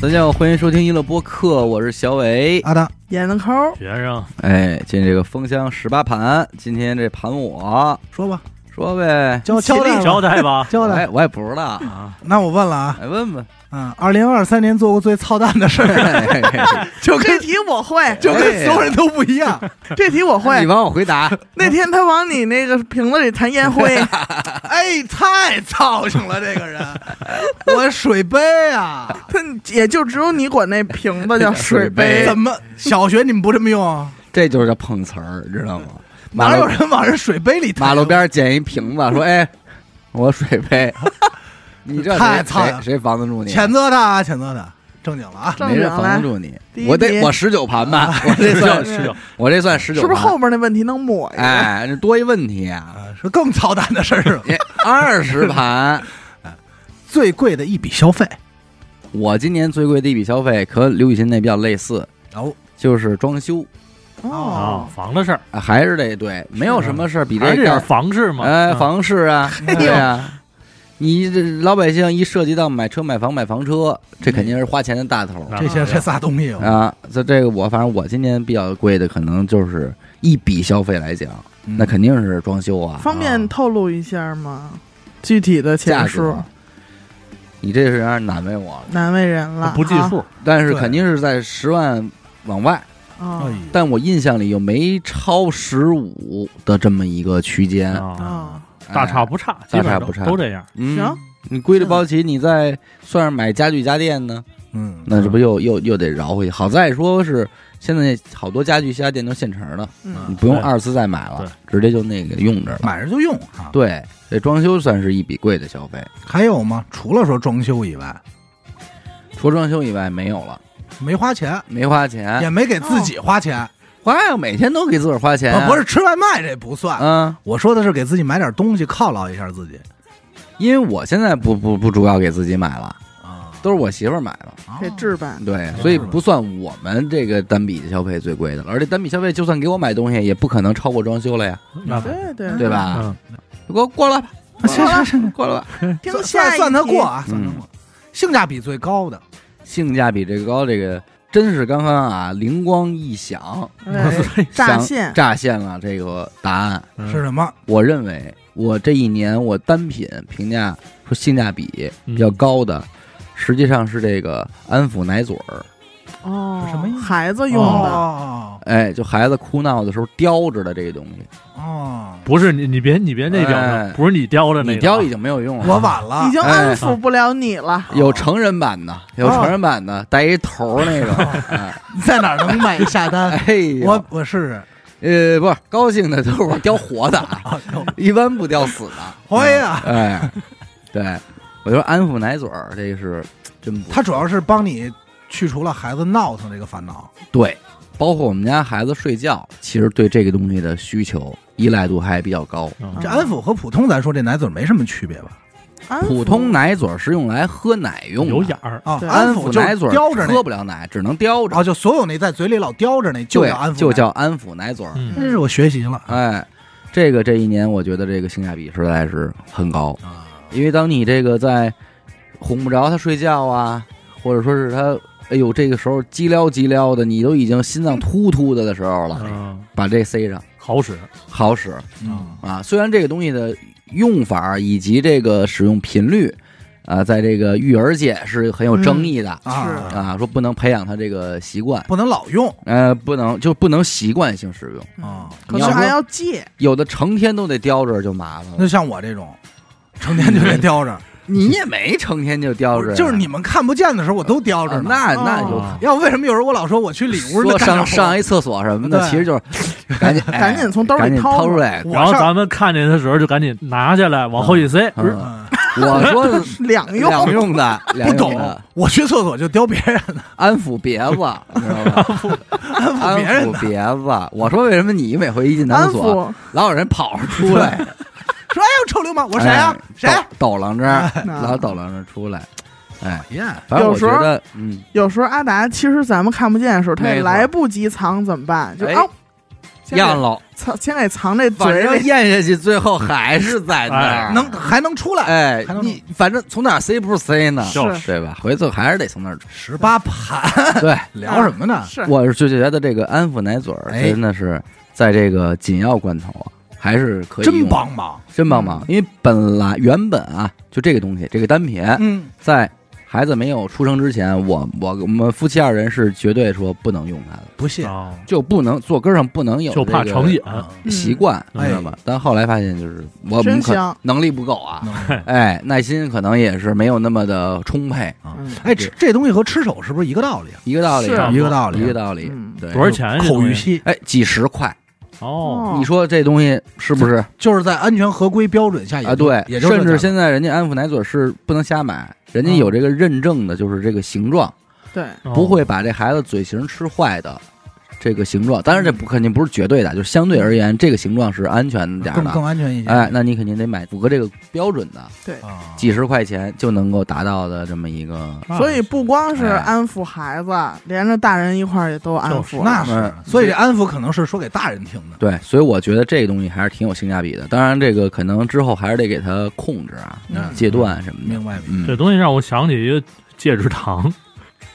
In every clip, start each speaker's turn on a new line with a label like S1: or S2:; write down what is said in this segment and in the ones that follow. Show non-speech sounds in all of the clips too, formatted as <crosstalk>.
S1: 大家好，欢迎收听娱乐播客，我是小伟。
S2: 阿达，
S3: 演的抠儿，
S4: 学生，
S1: 哎，进这个封箱十八盘，今天这盘我
S2: 说吧，
S1: 说呗，
S2: 交交代吧。
S4: 交代吧
S2: 交代。
S1: 哎，我也不知道，
S4: 啊，
S2: 那我问了啊，
S1: 哎，问问，
S2: 嗯，二零二三年做过最操蛋的事儿， <laughs>
S1: 哎
S2: 就跟
S3: 这题我会，
S2: 就跟所有人都不一样。
S3: 这题我
S1: 你
S3: 会。
S1: 帮我回答，
S3: 那天他往你那个瓶子里弹烟灰，
S1: 啊
S2: 哎，太操性了，这个 <laughs> 人，我水杯啊，
S3: <laughs> 他也就只有你管那瓶子叫水杯
S1: 啊水杯，
S2: 怎么小学你们不这么用啊？
S1: 这就是叫碰瓷儿，知道吗？马
S2: 哪有
S1: 路
S2: 人往人水杯里抬
S1: 马路边捡一瓶子，说，哎，我水杯，你这谁
S2: 太操了
S1: 谁谁防得住你？
S2: 谴责他啊，谴责他，正经了啊。
S3: 正
S1: 没
S3: 经
S1: 人防得
S3: 了。
S1: 住你
S3: 第，一
S1: 我得
S3: 题
S1: 我十九盘吧，我这算
S4: 是啊有
S1: 我这算十九
S3: 是不
S1: 盘，
S3: 是后啊边那问题能抹呀？
S1: 哎，这多一问题啊，哎
S2: 啊，是更操蛋的事儿了。
S1: 二十盘。
S2: <laughs> 最贵的一笔消费，
S1: 我今年最贵的一笔消费和刘雨欣那比较类似，
S2: 哦，
S1: 就是装修，
S4: 啊
S3: 哦，，
S4: 房的事儿，
S1: 啊还是得对，没有什么事儿比
S4: 还是
S1: 这
S4: 这点
S1: 个
S4: 房事嘛。
S1: 哎
S4: 嗯
S1: 房市
S4: <laughs>
S1: 啊，
S2: 哎呦
S1: 对呀，你这老百姓一涉及到买车、买房、买房车，这肯定是花钱的大头
S4: 那
S2: 这些
S4: 啊
S2: 这仨东西哦有，
S1: 啊。这这个我反正我今年比较贵的，可能就是一笔消费来讲，
S2: 嗯
S1: 那
S4: 嗯
S1: 肯定是装修啊，
S3: 方便透露一下吗？具体的
S1: 价
S3: 钱数
S1: 格，。啊你这是有点难为我了，
S3: 难为人
S2: 啊
S3: 了，
S4: 不计数，
S1: 但是
S2: 对
S1: 肯定是在十万往外。
S3: 啊。哦
S2: 哎呦
S1: 但我印象里又没超十五的这么一个区间，
S2: 嗯
S4: 啊，
S3: 哦
S1: 哎
S4: 大差不差，基
S1: 嗯大
S4: 本
S1: 差
S4: 上
S1: 不差
S4: 都这样。
S1: 嗯
S3: 行。
S1: 你归了包齐，你再算上买家具家电呢，
S2: 嗯，
S1: 那这不又又又得饶回去？好在说是现在好多家具家电都现成的，你
S3: 嗯，
S1: 不用
S4: 对
S1: 二次再买了，直接就那个用着了。
S2: 买着就用啊。
S1: 对，这装修算是一笔贵的消费，
S2: 还有吗？除了说装修以外，
S1: 除装修以外没有了，
S2: 没花钱，
S1: 没花钱，
S2: 也没给自己花
S1: 哦
S2: 钱，
S1: 花呀，每天都给自个儿花钱、
S2: 啊不是，吃外卖这不算。
S1: 哎嗯，
S2: 我说的是给自己买点东西犒劳一下自己
S1: 因为我现在不不不主要给自己买了，
S2: 啊，
S1: 都是我媳妇儿买的。
S3: 这置办
S1: 对，所以不算我们这个单笔的消费最贵的了，而且单笔消费就算给我买东西，也不可能超过装修了呀，
S4: 那
S3: 对对
S1: 对？吧？
S4: 嗯，
S1: 给我过来吧，
S2: <laughs> 行行行，
S1: 过来吧。
S3: 听
S2: 算
S3: 下
S2: 算
S3: 一
S2: 算他
S3: 题
S2: 过 <laughs> 啊，
S1: 嗯
S2: 算他过。性价比最高的，
S1: 性价比这个高，这个真是刚刚啊，灵光一响，
S2: 嗯
S4: <laughs>
S3: 哎
S1: 想
S3: 乍现
S1: 乍现了这个答案。
S4: 嗯
S2: 是什么？
S1: 我认为我这一年我单品评价说性价比
S4: 嗯
S1: 比较高的，实际上是这个安抚奶嘴儿，
S3: 哦，
S2: 什么意思
S3: 孩子
S1: 嗯
S3: 用的
S2: 哦
S1: 哎，就孩子哭闹的时候叼着的这个东西，
S2: 哦，
S4: 不是你，你别你别那表
S1: 哎
S4: 情，不是你叼的那个，啊
S1: 你叼已经没有用了，
S2: 我晚了
S3: 已，
S1: 哎
S3: 经安抚不了你了。
S1: 有成人版
S2: 哦
S1: 的，有成人版的，带一头儿那个。啊
S2: 你在哪儿能买一下单？
S1: 哎呦，
S2: 哦 <laughs> 我我试试。
S1: 呃不是高兴的都是我叼活的， <laughs> 啊，
S2: 啊有
S1: 一般不叼死的。
S2: 哎呀，
S1: 哎，对，我就说安抚奶嘴儿，这个是真不
S2: 它主要是帮你去除了孩子闹腾这个烦恼。
S1: 对。包括我们家孩子睡觉，其实对这个东西的需求依赖度还比较高。
S4: 嗯
S2: 这安抚和普通咱说这奶嘴没什么区别吧？
S3: 安抚
S1: 普通奶嘴儿是用来喝奶用的，
S4: 有眼儿，
S2: 啊，
S3: 对
S2: 安
S1: 安
S2: 抚
S1: 抚
S2: 就
S1: 奶
S2: 是
S1: 嘴儿
S2: 叼
S1: 喝
S2: 着那，
S1: 不了奶，只能叼着，
S2: 啊，就所有那在嘴里老叼着那就
S1: 对
S2: 叫安抚奶，
S1: 就叫安抚奶嘴儿。
S4: 嗯，
S2: 真是我学习了
S1: 哎，这个这一年我觉得这个性价比实在是很高，
S2: 啊。
S1: 因为当你这个在哄不着他睡觉啊，或者说是他。哎呦，这个时候叽撩叽撩的，你都已经心脏突突的的时候了，
S4: 嗯，
S1: 把这塞上
S4: 好使，
S1: 好使
S2: 嗯，
S1: 啊。虽然这个东西的用法以及这个使用频率，啊，在这个育儿界是很有争议的、
S2: 啊，
S1: 啊，说不能培养他这个习惯，
S2: 不能老用
S1: 呃，不能就不能习惯性使用，
S2: 啊。
S3: 可
S1: 你要
S3: 是
S1: 说
S3: 还要借，
S1: 有的成天都得叼着就麻烦了。
S2: 那像我这种，成天就得叼着，
S1: 你也没成天就 <laughs> 叼着呀，
S2: 就是你们看不见的时候我都叼着
S1: 啊
S2: 呢。
S1: 那那
S3: 哦
S1: 有
S4: 啊
S2: 要不为什么有时候我老说我去里屋那
S1: 说
S2: 干
S1: 上
S2: 点活
S1: 上一厕所什么的，
S2: 对
S1: 其实就是 <laughs>
S2: <laughs>
S1: 赶紧哎
S3: 赶紧从兜
S1: 赶
S3: 里
S1: 紧
S3: 掏
S1: 掏出。来。
S2: 我
S4: 然后
S2: 上
S4: 咱们看见的时候就赶紧拿下来，往后一塞，
S1: 嗯
S2: 嗯
S1: 我
S2: <laughs>
S1: 说的
S3: 两
S1: 嗯
S3: 用，
S1: 两用的，
S2: 不
S1: 两用
S2: 懂
S1: 的，
S2: 我去厕所就叼别人的，
S1: 安抚别子，你知道吧？
S2: <laughs> 安抚
S1: 安
S2: 别人
S1: 抚
S2: 的，
S1: 别子。我说为什么你每回一进
S3: 安
S1: 男所，
S3: 抚
S1: 老有人跑着出来？
S2: 说哎呦臭流 <laughs> 氓，我谁啊哎
S1: 哎？
S2: 谁？
S1: 抖抖楞着，
S3: 那
S1: 老抖楞着出来。哎，
S2: 呀，
S1: 反正我
S3: 有时候
S1: 觉得，嗯，
S3: 有时候阿达其实咱们看不见的时候，他
S1: 没
S3: 也
S1: 错
S3: 来不及藏，怎么办？就
S1: 哎
S3: 啊，先给
S1: 咽了，
S3: 藏，先给藏这
S1: 反
S3: 嘴
S1: 正
S3: 里。
S1: 咽下去，最后还是在那儿。
S2: 哎能还能出来
S1: 啊哎
S2: 还，能
S1: 你反正从哪儿塞不是塞呢？
S4: 就是
S1: 对吧？回头还是得从那儿出。
S2: 十八盘，
S1: 对，
S2: <laughs> 聊什么呢？
S3: 是
S1: 我是就觉得这个安抚奶嘴儿
S2: 哎
S1: 真的是在这个紧要关头啊，还是可以
S2: 真嗯
S1: 用
S2: 帮忙，
S1: 真帮忙，因为本来原本啊，就这个东西，这个单品，
S2: 嗯，
S1: 在孩子没有出生之前，我我我们夫妻二人是绝对说不能用它的，
S2: 不信，啊
S4: 啊，
S1: 就不能坐根儿上不能有
S4: 就怕
S1: 这个啊
S4: 成瘾，
S3: 嗯
S1: 习惯，你知道
S2: 哎
S1: 吗？但后来发现就是我们
S3: 真
S1: 可
S3: 香
S1: 能力不够啊，
S4: <laughs>
S2: 能
S1: 哎，耐心可能也是没有那么的充沛，
S3: 嗯
S2: 哎，吃这东西和吃手是不是一个道理啊？
S1: 一个道理，
S3: 是
S2: 一个道理，啊
S1: 一个道理
S3: 嗯，
S1: 对，
S4: 多少钱？
S2: 口欲，期
S1: 哎，几十块，
S4: 哦，
S1: 你说这东西是不是
S2: 就是在安全合规标准下哎也
S1: 啊？对，
S2: 也就是
S1: 甚至
S2: 在
S1: 现在人家安抚奶嘴是不能瞎买，人家
S2: 嗯
S1: 有这个认证的，就是这个形状，
S3: 对，
S4: 哦
S1: 不会把这孩子嘴型吃坏的。这个形状，当然这
S2: 嗯
S1: 不肯定不是绝对的，就是相对而言，这个形状是安全点儿
S2: 更
S1: 的。
S2: 更安全一些。
S1: 哎，那你肯定得买符合这个标准的，
S2: 啊，
S1: 几十块钱就能够达到的这么一个。
S3: 所以不光是
S1: 哎
S3: 安抚孩子，连着大人一块儿也都安抚了。
S2: 那
S1: 嗯
S2: 是，所以这安抚可能是说给大人听的。
S1: 对，所以我觉得这个东西还是挺有性价比的。当然，这个可能之后还是得给它控制啊，
S2: 嗯
S1: 戒断什么的。
S2: 明白明
S1: 嗯
S4: 这，东西让我想起一个戒指糖，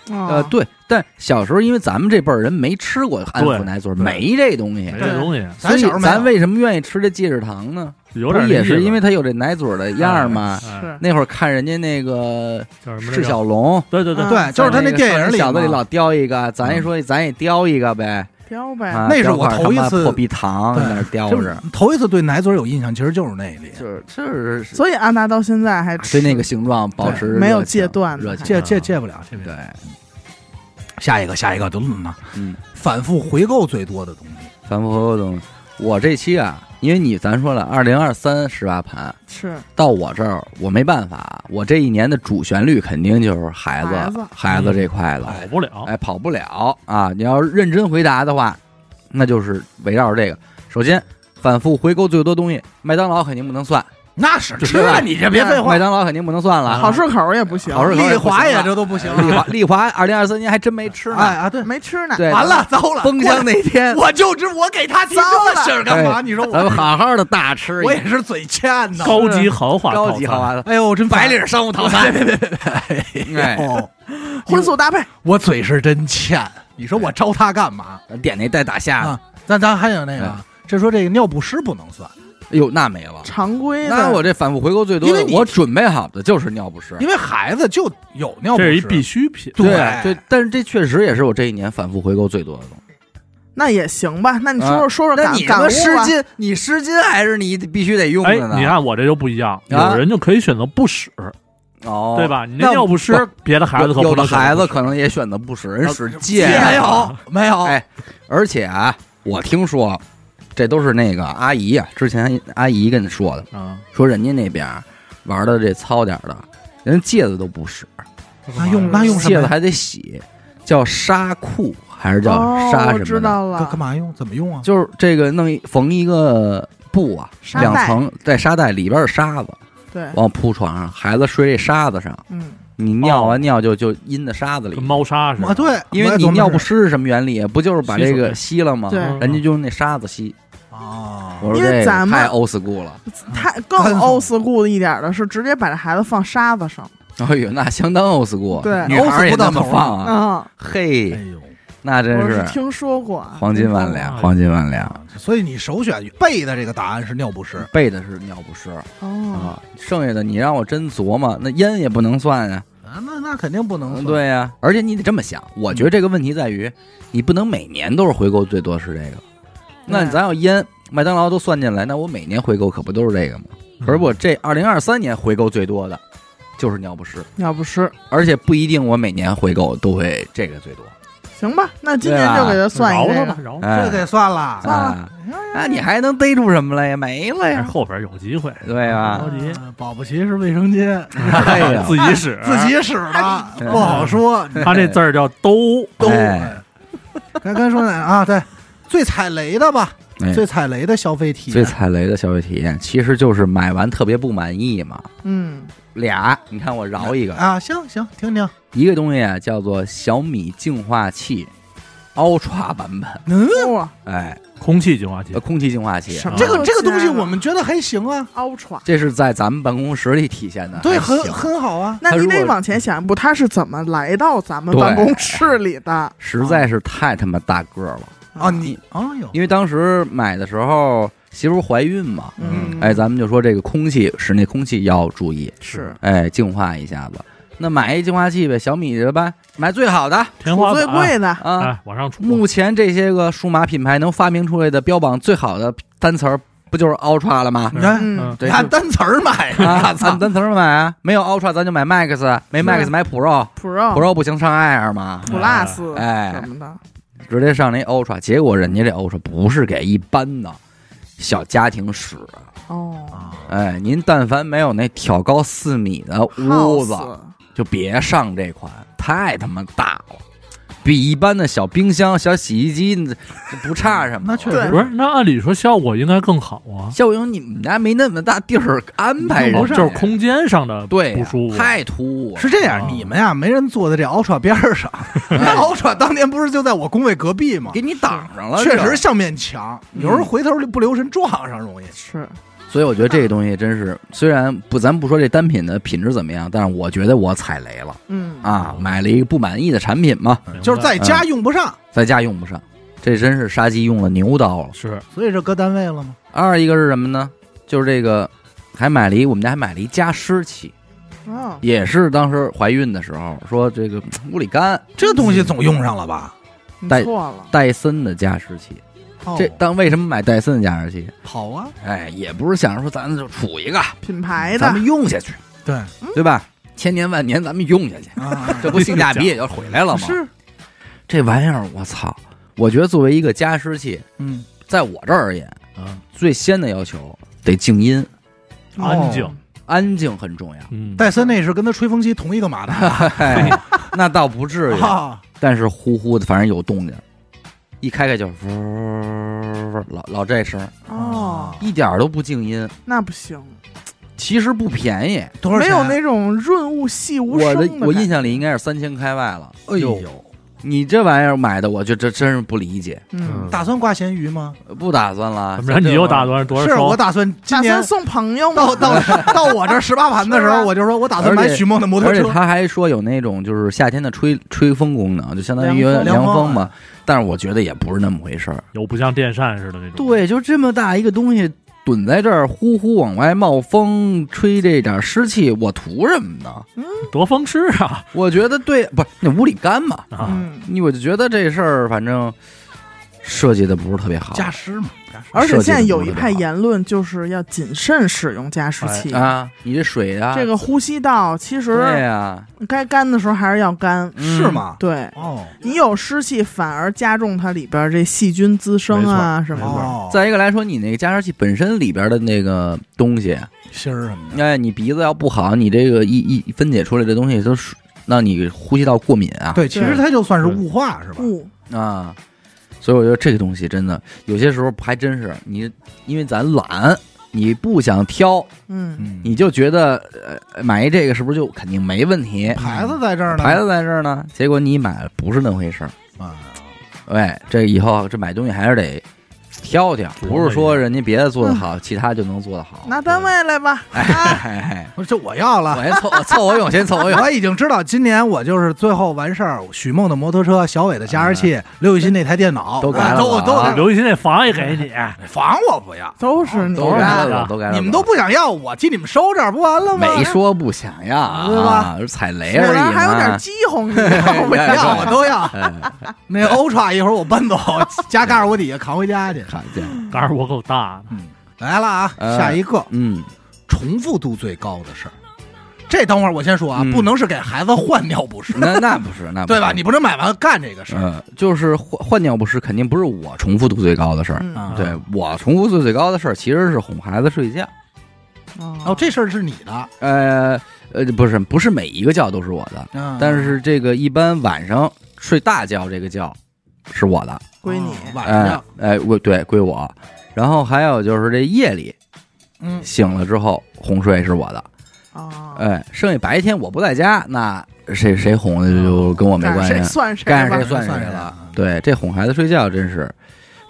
S1: 呃，
S3: 哦
S1: 对，但小时候因为咱们这辈儿人没吃过安抚
S4: 对
S1: 奶嘴儿，
S4: 对
S1: 没这东西
S4: 没，这东西，
S1: 所
S2: 咱
S1: 以
S2: 小时候没有
S1: 咱为什么愿意吃这戒指糖呢？
S4: 有
S1: 不
S4: 点
S1: 也是因为它有这奶嘴儿
S2: 哎
S1: 的样儿吗？
S4: 是
S3: 是
S1: 那会儿看人家那个
S4: 哎叫什么？
S1: 释，小龙，
S4: 对对对，
S3: 嗯
S2: 对，哎就是他那电影里
S1: 小子里
S2: 嘛嗯
S1: 老叼一个，咱一说咱也叼一个呗。
S3: 挑呗，
S1: 啊
S2: 那是
S1: 叼块
S2: 我头一
S1: 他妈
S2: 次
S1: 破壁糖在那儿叼
S2: 就是
S1: 着，
S2: 头一次对奶嘴有印象，其实就是那里。
S1: 就是就是
S3: 所以安达到现在还吃
S1: 啊对那个形状保持
S3: 对没有
S1: 热情
S3: 戒断
S1: 热情。啊
S2: 戒戒戒不了，戒不了。
S1: 对，
S2: 下一个，下一个，都论呢，
S1: 嗯，
S2: 反复回购最多的东西，
S1: 反复合东西。我这期啊，因为你咱说了，二零二三十八盘
S3: 是
S1: 到我这儿，我没办法，我这一年的主旋律肯定就是孩子
S3: 孩
S1: 孩
S3: 子
S2: 嗯
S1: 这块了。
S4: 跑不
S2: 哦
S4: 了，
S1: 哎，跑不了啊！你要是认真回答的话，那就是围绕着这个。首先，反复回购最多东西，麦当劳肯定不能算，
S2: 那是
S4: 这
S2: 吃啊，
S1: 对
S2: 你这别废话
S1: 麦，当劳肯定不能算了。
S3: 好顺口也不行，
S1: 啊好顺口
S2: 丽华
S1: 也不行
S2: 也
S1: 了
S2: 这都不行啊，
S1: 丽华，丽华，二零二三年还真没吃呢。
S2: 哎啊，对，
S3: 没吃呢。
S1: 对，
S2: 完了，糟了，
S1: 封箱那天，
S2: 我就知我给他提这事儿干嘛？你说
S1: 哎咱们
S2: 我
S1: 好好的大吃一
S2: 我也是嘴欠呐。
S4: 高级豪华套餐，
S1: 高级豪华 <laughs> 的
S2: 哎呦，真
S1: 白
S2: 领
S1: 领商务套餐。哎，
S2: 哦，
S3: 荤素搭配，
S2: 我嘴是真欠，你说我招他干嘛
S1: 点那带打虾的，
S2: 啊？咱咱还有那
S1: 哎
S2: 个，啊这说这个尿不湿不能算，
S1: 哎呦，那没了。
S3: 常规的。
S1: 那我这反复回购最多
S2: 因
S1: 的
S2: 为，你
S1: 我准备好的就是尿不湿。
S2: 因为孩子就有尿不湿，
S4: 这是一必需品，
S2: 对
S1: 对，但是这确实也是我这一年反复回购最多的东西。
S3: 那也行吧？那你说
S1: 啊
S3: 说说说感
S1: 那你他
S3: 感
S1: 妈
S3: 悟啊
S1: 湿
S3: 吧。
S1: 巾，你湿巾还是你必须得用
S4: 哎
S1: 的呢？，
S4: 你看我这就不一样，
S1: 啊
S4: 有人就可以选择不使，
S1: 哦，
S4: 对？吧？你
S1: 那
S4: 那尿不湿，别的孩子可
S1: 有
S4: 不
S1: 的
S4: 能选择
S1: 孩
S4: 不
S1: 子
S4: 使
S1: 可能也选择不啊使，人使
S2: 戒
S1: 戒
S2: 没有没有，
S1: 哎，而且啊，我听说这都是那个阿姨啊，之前阿姨跟你说的，
S4: 啊，
S1: 说人家那边玩的这糙点儿的，人戒指都不使，
S2: 那用那用什
S1: 戒
S2: 么
S1: 指
S2: 呀？
S1: 还得洗，叫纱裤还是叫
S3: 哦
S1: 纱，什么
S3: 我
S1: 的？
S3: 知道
S2: 干干
S3: 了，
S2: 嘛用？怎么用啊？
S1: 就是这个弄一缝一个布啊，
S3: 沙
S1: 两
S3: 袋
S1: 层在沙袋里边儿是沙子，
S3: 对，
S1: 往铺床上，孩子睡这沙子上，
S3: 嗯，
S1: 你尿啊
S4: 哦
S1: 尿就就阴在沙子里
S4: 跟，猫砂似的，嗯
S2: 啊，对，
S1: 因为
S2: 我也
S1: 你
S2: 琢磨
S1: 尿
S2: 是
S1: 不湿是什么原理？啊不就是把这个吸了吗？
S3: 对
S4: 嗯
S1: 人家就用那沙子吸。
S2: 啊，
S1: 我说
S3: 因为
S1: 这个
S3: 咱们
S1: 太 old school 了，
S3: 他更
S2: 干净
S3: old school 一点的是直接把这孩子放沙子上，
S1: 哎呦，那相当 old school，
S3: 对
S1: 女孩儿也
S2: old school
S1: 那么
S2: 到头
S1: 放啊，
S3: 嗯，
S2: 哎
S1: 嘿，
S2: 呦，
S1: 那真
S3: 我
S1: 是
S3: 听说过啊，
S1: 黄金万
S4: 听说
S1: 两，
S4: 过
S1: 黄金万两。
S2: 所以你首选背的这个答案是尿不湿，
S1: 背的是尿不湿
S3: 哦，
S1: 啊，剩下的你让我真琢磨，那烟也不能算呀。
S2: 啊，那那肯定不
S1: 嗯，
S2: 能算，
S1: 哎对呀、而且你得这么想，我觉得这个问题在于，你不能每年都是回购最多是这个。那
S3: 对
S1: 咱要烟、麦当劳都算进来，那我每年回购可不都是这个吗？
S4: 嗯
S1: 可是我这二零二三年回购最多的就是尿不湿，
S3: 尿不湿，
S1: 而且不一定我每年回购都会这个最多。
S3: 行吧？那今
S1: 对
S3: 天
S1: 吧
S3: 就给他算
S4: 饶
S3: 一
S4: 他
S3: 个
S4: 吧
S3: 吧，，
S4: 饶他。
S1: 哎
S2: 这，得算了。
S1: 啊，那你还能逮住什么来呀？没了
S4: 但是
S1: 呀，
S4: 后边有机会，
S1: 对吧？
S4: 着急
S2: 啊保不齐是卫生间
S1: <laughs> 哎呀，
S4: 自己使，
S2: 哦自己使的，
S1: 哎
S2: 不好说。
S4: 他这字儿叫兜，
S2: 都
S1: 哎
S2: 刚刚说哪儿啊？对，最踩雷的吧
S1: 哎，
S2: 最踩雷的消费体
S1: 最
S2: 验，
S1: 踩雷的消费体验其实就是买完特别不满意嘛。
S3: 嗯，
S1: 俩，你看我饶一个，
S2: 啊，行行，听听，
S1: 一个东西啊，叫做小米净化器 Ultra 版本。
S2: 嗯，
S3: 哇，
S1: 哎，
S4: 空气净化器
S1: 呃，空气净化器，
S3: 什么
S2: 这个
S3: 啊
S2: 这个东西我们觉得还行啊，
S3: Ultra。
S1: 这是在咱们办公室里体现的，
S2: 对，
S1: 还
S2: 很
S1: 行
S2: 很好啊。
S3: 那你
S1: 他如
S3: 得
S1: 果
S3: 往前想一步，他是怎么来到咱们
S1: 对
S3: 办公室里的？
S1: 实在是太他妈大个儿了。
S2: 啊，你啊哟，
S1: 因为当时买的时候，媳妇儿怀孕嘛，
S3: 嗯，
S1: 哎，咱们就说这个空气，室内空气要注意，
S3: 是
S1: 哎，净化一下子。那买一净化器呗，小米的吧，买最好的
S4: 天
S3: 我
S4: 花
S3: 最
S4: 板
S3: 贵的，
S1: 啊。
S4: 哎，往上冲，
S1: 目前这些个数码品牌能发明出来的标榜最好的单词儿，不就是 Ultra 了吗？
S2: 你看
S3: 嗯，
S1: 对，
S2: 你按单词儿买
S1: <laughs> 啊，
S2: 的，
S1: 咱们单词儿买啊，没有 Ultra 咱就买 Max，没 Max 买 Pro，Pro
S3: Pro、
S1: 不行上 Air 嘛，
S3: Plus
S1: 哎
S3: 什么的，
S1: 直接上那 Ultra，结果人家这 Ultra 不是给一般的小家庭使的，
S3: 哦，
S1: 哎，您但凡没有那挑高四米的屋子，就别上这款，太他妈大了，比一般的小冰箱、小洗衣机那不差什么。
S2: 那确
S3: 对
S2: 实
S4: 不是？那按理说效果应该更好啊，
S1: 肖勇，你们家没那么大地儿安排人，
S4: 哦就是空间上的
S1: 啊对
S4: 不
S1: 呀、
S4: 舒服，
S1: 太突兀了
S2: 是。这
S4: 啊
S2: 样，你们呀没人坐在这 Ultra 边
S1: <laughs>
S2: 儿上，那 Ultra 当年不是就在我工位隔壁吗？
S1: 给你挡上了，嗯
S2: 确
S1: 就
S2: 实像面墙，有时候回头不留神撞上容易。
S3: 是
S1: 所以我觉得这个东西真是，虽然不，咱不说这单品的品质怎么样，但是我觉得我踩雷了
S3: 嗯
S1: 啊！买了一个不满意的产品嘛，
S4: 明白
S2: 就是在
S1: 嗯
S2: 家用不上，
S1: 在家用不上，这真是杀鸡用了牛刀了。
S4: 是
S2: 所以这搁单位了吗？
S1: 二一个是什么呢？就是这个，还买了一我们家还买了一加湿器，
S3: 哦，
S1: 也是当时怀孕的时候说这个嗯屋里干，
S2: 这东西总用上了吧？
S3: 你
S1: 带
S3: 错了，
S1: 戴森的加湿器。
S2: 哦
S1: 这当为什么买戴森的加湿器？
S2: 好啊，
S1: 哎，也不是想着说咱就处一个，
S3: 品牌
S1: 咱
S3: 的
S1: 们用下去，
S2: 对
S1: 对吧？千年万年咱们用下去，
S2: 啊，
S1: <laughs> 这不性价比也就回来了吗？
S3: 是
S1: 这玩意儿，我操！我觉得作为一个加湿器，
S2: 嗯，
S1: 在我这儿而言，
S4: 啊，
S1: 最先的要求得静音，
S2: 哦
S4: 安静，
S1: 安静很重
S4: <laughs>
S1: 要。
S4: 嗯，
S2: 戴森那是跟他吹风机同一个马 <laughs> 达，
S1: 哎，那倒不
S2: <laughs>
S1: 至于，
S2: 啊
S1: 但是呼呼的，反正有动静，一开开就呜呜，呜老老这声儿，
S3: 哦，
S1: 一点儿都不静音。
S3: 那不行，
S1: 其实不便宜，
S2: 多少
S3: 没
S2: 钱啊
S3: 有那种润物细无
S1: 我
S3: 声
S1: 的
S3: 感
S1: 我印象里应该是三千开外了。
S2: 哎呦，
S1: 你这玩意儿买的，我就这真是不理解，
S3: 嗯，
S2: 打算挂咸鱼吗？
S1: 不打算了。
S4: 怎么着？你又打算多少
S1: 啊
S2: 是啊
S4: 收
S2: 我？打算今
S3: 打
S2: 年
S3: 算送朋友吗
S2: 到？
S1: <laughs>
S2: 到到我这十八盘的时
S3: 是吧
S2: 候，我就说我打算买
S1: 而且
S2: 许梦的摩托
S1: 而且
S2: 车，
S1: 他还说有那种就是夏天的吹吹风功能，就相当于有点
S2: 凉
S1: 凉
S2: 风
S1: 风嘛。但是我觉得也不是那么回事儿。
S4: 有不像电扇似的那种，，
S1: 对，就这么大一个东西蹲在这儿，呼呼往外冒风，吹这点湿气，我图什么呢？
S4: 得风湿啊
S1: 我觉得对，不是那屋里干嘛？
S4: 啊，
S3: 嗯，
S1: 你我就觉得这事儿反正设计的不是特别
S2: <laughs>
S1: 好。
S2: 加湿嘛，加湿
S3: 而且现在有
S1: 设计得不是特
S3: 一
S1: 别好
S3: 派言论就是要谨慎使用加湿器。
S1: 啊，你这水啊，
S3: 这个呼吸道其
S1: 对
S3: 实
S1: 呀、
S3: 该干的时候还是要干，
S1: 嗯
S2: 是？吗？
S3: 对
S2: 哦
S3: 你有湿气反而加重它里边这细菌滋生啊什
S4: 没
S3: 么
S4: 错
S3: 的。
S2: 哦，
S1: 再一个来说，你那个加湿器本身里边的那个东西，
S2: 芯儿什么的，
S1: 哎，你鼻子要不好，你这个一一分解出来的东西都是让你呼吸道过敏啊。
S2: 对，其嗯实它就算是雾化是吧？
S3: 不，
S1: 啊，所以我觉得这个东西真的有些时候还真是你，因为咱懒，你不想挑，
S3: 嗯，
S2: 嗯
S1: 你就觉得呃买一这个是不是就肯定没问题？嗯
S2: 牌子在这儿呢，
S1: 牌子在这儿呢，结果你买了不是那回事儿。
S2: 啊，
S1: 喂，这以后这买东西还是得挑挑，不是说人家别的做得好，其他就能做得好。
S3: 拿单位来吧。
S1: 哎
S3: 啊，
S1: 嘿嘿
S2: 不是这我要了
S1: <laughs> 我。先凑凑合用，先凑合用。
S2: 我已经知道，今年我就是最后完事儿，许梦的摩托车，小伟的加湿器，刘雨欣那台电脑
S1: 哎都改了
S2: 啊都
S1: 吧
S2: 都
S1: 啊
S2: 得
S4: 刘雨欣那房也给你，
S2: 房我不要，
S3: 都是你啊
S1: 都该
S3: 的。
S1: 了，都该了。
S2: 你们都不想要，我替你们收这儿不完了吗？
S1: 没说不想要啊，
S2: 对吧
S1: 就是踩雷
S3: 哪
S1: 而已
S3: 儿还有点
S1: 嘛。
S3: 饥红，你知道
S1: <laughs>
S3: 不
S1: 哎
S2: 要
S1: 哎
S3: 要
S2: 我都要。
S1: 哎，
S2: 那 Ultra 一会儿我搬走，加盖儿我底下扛回家去。
S1: 看见了，
S4: 杆儿我够大的，
S2: 来了啊，
S1: 呃
S2: 下一个
S1: 嗯，
S2: 重复度最高的事儿。这等会儿我先说啊，
S1: 嗯
S2: 不能是给孩子换尿不湿，
S1: 那那不是，那不
S2: 对
S1: 是
S2: 吧？你不能买完干这个事儿。
S1: 嗯，就是换换尿不湿，肯定不是我重复度最高的事儿。
S3: 嗯
S2: 啊
S1: 对我重复度最高的事儿，其实是哄孩子睡觉。
S2: 哦
S3: 哦，
S2: 这事儿是你的，
S1: 呃呃，不是，不是每一个觉都是我的，
S2: 嗯
S1: 但是这个一般晚上睡大觉这个觉是我的，
S3: 归你。
S2: 哦晚
S1: 哎
S2: 上，
S1: 哎，我对归我。然后还有就是这夜里
S2: 嗯，
S1: 醒了之后哄睡是我的，
S3: 哦，
S1: 哎，剩下白天我不在家，那谁谁哄的就跟我没
S3: 干
S1: 关
S3: 谁
S1: 系，
S3: 算谁
S1: 干
S3: 吧
S1: 谁。算
S2: 算
S1: 谁
S2: 谁
S1: 了
S2: 了。
S1: 对，这哄孩子睡觉真是，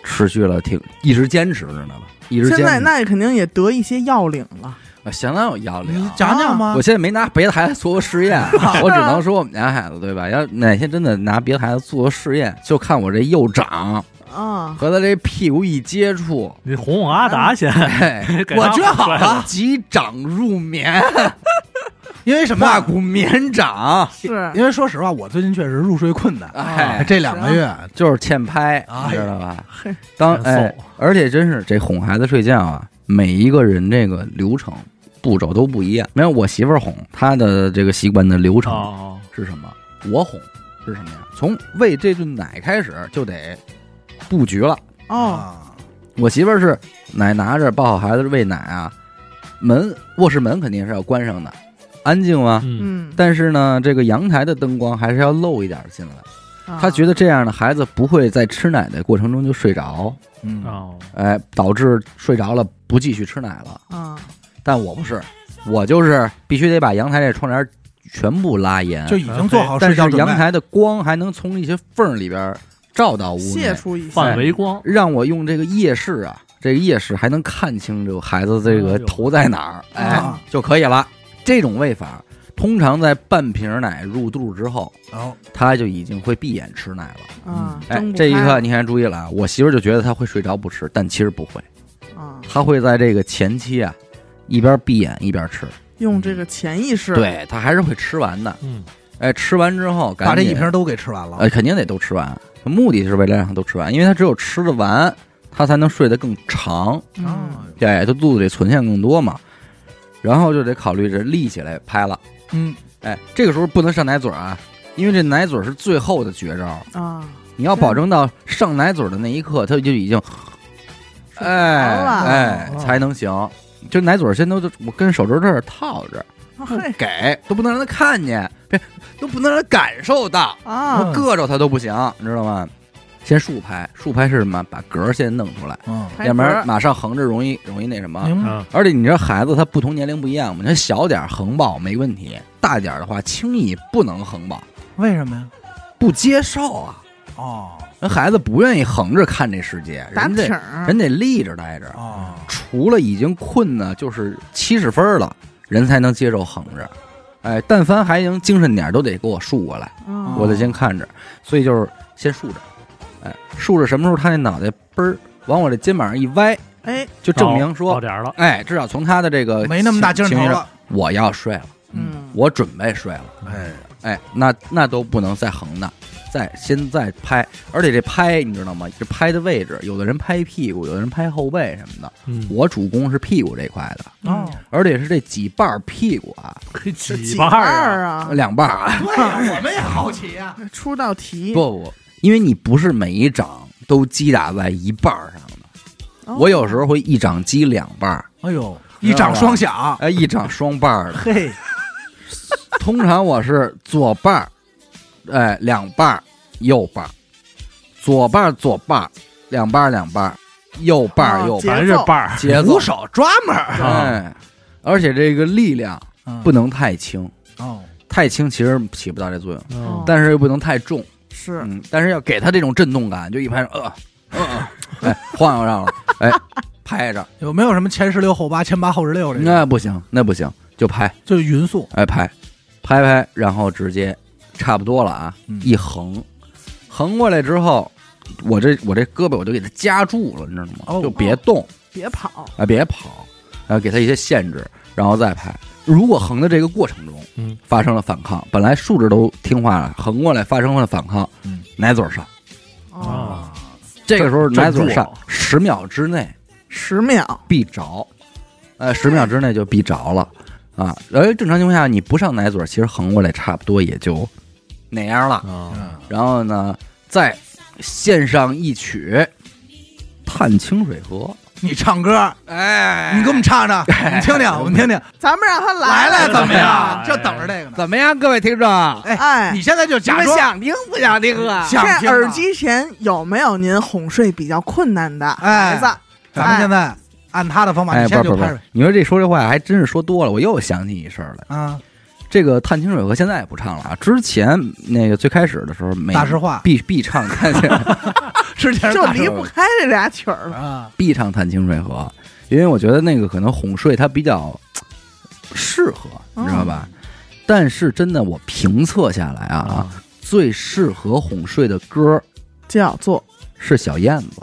S1: 持续了挺一直坚持着呢吧，一直坚
S3: 现在
S1: 持。
S3: 那肯定也得一些药领了，
S1: 啊相当有药理
S2: 你
S1: 啊。
S2: 讲讲吗
S1: 我？现在没拿别的孩子做过试验，我只能说我们家孩子对吧？要哪天真的拿别的孩子做过试验，就看我这右掌
S3: 啊，
S1: 和他这屁股一接触，
S4: 你哄哄阿达先，
S1: 哎，
S4: 给他
S2: 我撅好
S4: 摔
S2: 了
S1: 击掌入眠，
S2: 因为什么
S1: 胯
S2: 呀？
S1: 骨绵掌，
S3: 是
S2: 因为说实话，我最近确实入睡困难，啊
S1: 哎，
S2: 这两个月
S1: 就是欠拍，
S2: 哎
S1: 你知道吧
S3: 嘿？
S1: 当
S4: 欠揍
S1: 哎，而且真是这哄孩子睡觉啊，每一个人这个流程步骤都不一样。没有我媳妇儿哄她的这个习惯的流程
S4: 哦，
S1: 是什么？我哄是什么呀？从喂这顿奶开始就得布局了。
S3: 哦，
S2: 啊
S1: 我媳妇儿是奶拿着抱好孩子喂奶啊，门卧室门肯定是要关上的，安静吗？
S4: 嗯，
S3: 嗯，
S1: 但是呢，这个阳台的灯光还是要漏一点儿进来。她觉
S3: 得
S1: 得这样呢，孩子不会在吃奶的过程中就睡着，
S2: 嗯
S4: 哦，
S1: 哎，导致睡着了不继续吃奶了。
S3: 啊，
S1: 但我不是，我就是必须得把阳台这窗帘全部拉严，
S2: 就已经做好
S1: 但是
S2: 睡觉准
S1: 阳
S2: 备。
S1: 台的光还能从一些缝儿里边儿照到屋内
S3: 卸，出一
S1: 放
S3: 些，啊
S4: 范围光，
S1: 让我用这个夜视啊，这个夜视还能看清这个孩子这
S4: 哎
S1: 个
S4: 呦
S1: 头在哪儿，哎
S2: 啊
S1: 就可以了。这种喂法通常在半瓶奶入肚之后，
S2: 哦，
S1: 他就已经会闭眼吃奶了。
S3: 啊，
S1: 哎
S3: 睁，不
S1: 这一
S3: 开
S1: 刻你看注意了啊，我媳妇儿就觉得她会睡着不吃，但其实不会，
S3: 啊，
S1: 她会在这个前期啊，一边闭眼一边吃，
S3: 用这个潜意识，
S1: 嗯对她还是会吃完的。
S4: 嗯，
S1: 哎，吃完之后赶紧
S2: 把这一瓶都给吃完了
S1: 呃，肯定得都吃完，目的是为了让她都吃完，因为她只有吃的完，她才能睡得更长，
S2: 啊
S3: 嗯，
S1: 对，她肚子里存线更多嘛。然后就得考虑着立起来拍了，
S2: 嗯，
S1: 哎，这个时候不能上奶嘴儿啊，因为这奶嘴儿是最后的绝招。
S3: 啊，
S1: 你要保证到上奶嘴儿的那一刻，他就已经，
S3: 嗯睡着了
S1: 哎哎，
S4: 哦
S1: 才能行。就奶嘴儿先都我跟手指头这儿套着，<laughs> 不
S3: 啊嘿
S1: 给都不能让他看见，别都不能让他感受到，
S3: 啊，
S1: 硌着他都不行，你知道吗？先竖拍，竖拍是什么？把嗝儿先弄出来，
S2: 嗯，
S3: 拍
S1: 要不然
S3: 嗝
S1: 马上横着容易容易那什么。
S2: 明白。
S4: 嗯，
S1: 而且你这孩子他不同年龄不一样嘛，他小点儿横抱没问题，大点儿的话轻易不能横抱，
S2: 为什么呀？
S1: 不接受啊。
S2: 哦
S1: 人孩子不愿意横着看这世界，
S3: 打
S1: 人
S3: 挺
S1: 得
S3: 儿
S1: 人得立着待着。
S2: 哦，
S1: 除了已经困呢，就是七十分了，人才能接受横着。哎，但凡还能精神点儿，都得给我竖过来，
S2: 哦
S3: 啊
S1: 我得先看着。所以就是先竖着，哎，竖着什么时候他那脑袋嘣儿往我这肩膀上一歪，
S3: 哎，
S1: 就证明
S4: 到
S1: 说，
S4: 点儿了，
S1: 哎，至少从他的这个
S2: 哦没那么大劲儿
S1: 情
S2: 头
S1: 绪上，
S2: 了。
S1: 我要睡了，
S3: 嗯，
S1: 我准备睡了。
S2: 哎，
S1: 哎，那那都不能再横的，再先再拍，而且这拍你知道吗？这拍的位置，有的人拍屁股，有的人拍后背什么的。
S4: 嗯，
S1: 我主攻是屁股这块的，
S2: 哦，
S1: 而且是这几瓣儿屁股啊，
S4: 嘿
S3: 这
S4: 几
S3: 瓣
S4: 瓣
S3: 儿
S4: 儿啊，
S3: 啊，
S1: 两瓣儿
S3: <laughs>
S1: 啊，
S2: 对哎呀，我们也好奇啊呀。
S3: 出道题，
S1: 不不，因为你不是每一掌都击打在一瓣儿上的，
S3: 哦
S1: 我有时候会一掌击两瓣儿，
S2: 哎呦，一掌双响，
S1: 哎，一掌双瓣儿的。
S2: 嘿，
S1: 通常我是左瓣儿，哎，两瓣儿，右瓣儿，左瓣儿左瓣儿，两瓣儿两瓣儿，右瓣儿
S3: 哦
S1: 右瓣儿。
S4: 全是啊瓣儿，
S1: 节奏
S2: 五，手抓门儿。
S1: 哎，而且这个力量不能太轻，
S2: 哦，
S1: 太轻其实起不到这作用，
S4: 嗯
S1: 但是又不能太重，
S3: 是
S1: 嗯，但是要给他这种震动感，就一拍，呃，呃，哎，晃悠上了，哎，拍着，
S2: 有没有什么前十六后八、前八后十六这个？
S1: 那不行，那不行，就拍，
S2: 就是匀速。
S1: 哎，拍，拍拍，然后直接差不多了啊
S2: 嗯，
S1: 一横，横过来之后。我这我这胳膊我就给他夹住了，你知道吗？
S2: 哦
S1: 就别动，
S3: 别跑，
S1: 啊，别跑，然后给他一些限制，然后再拍。如果横的这个过程中，
S4: 嗯，
S1: 发生了反抗，本来竖着都听话了，横过来发生了反抗，
S2: 嗯，
S1: 奶嘴儿上，
S3: 哦，
S4: 啊，
S1: 这个时候
S4: 镇住
S1: 奶嘴儿上
S4: 了
S1: 十秒之内
S3: 十秒，
S1: 必着，呃，十秒之内就必着了啊。而正常情况下，你不上奶嘴儿，其实横过来差不多也就那样了。
S4: 啊，
S2: 嗯，
S1: 然后呢，再献上一曲《探清水河》，
S2: 你唱歌，
S1: 哎
S2: 你给我们唱唱，我们听听，我们听听，
S3: 咱们让他
S2: 来
S3: 来
S2: 了怎么样？
S4: 哎
S2: 就等着这个呢。
S1: 怎么样，各位听众？
S3: 哎，
S2: 你现在就假
S1: 们
S2: 装
S1: 想听不想听啊？
S2: 想
S3: 这
S2: 听啊
S3: 耳，机前有没有您哄睡比较困难的
S2: 哎
S3: 孩子？
S2: 咱们现在按他的方法，
S1: 哎，不
S2: 你现
S1: 是不
S2: 在就是
S1: 不
S2: 拍
S1: 是
S2: 呗，
S1: 你说这说这话还真是说多了，我又想起一事儿来。
S2: 啊，
S1: 这个《探清水河》现在也不唱了啊，之前那个最开始的时候每
S2: 大实话 <laughs>
S1: 必必唱《探清水河》
S2: 之前
S3: 哎就离不开这俩曲儿了。
S2: 啊，
S1: 必唱《探清水河》，因为我觉得那个可能哄睡它比较嘖适合，你知道吧？但是真的，我评测下来啊，
S4: 啊，
S1: 最适合哄睡的歌
S3: 叫做
S1: 是小燕子。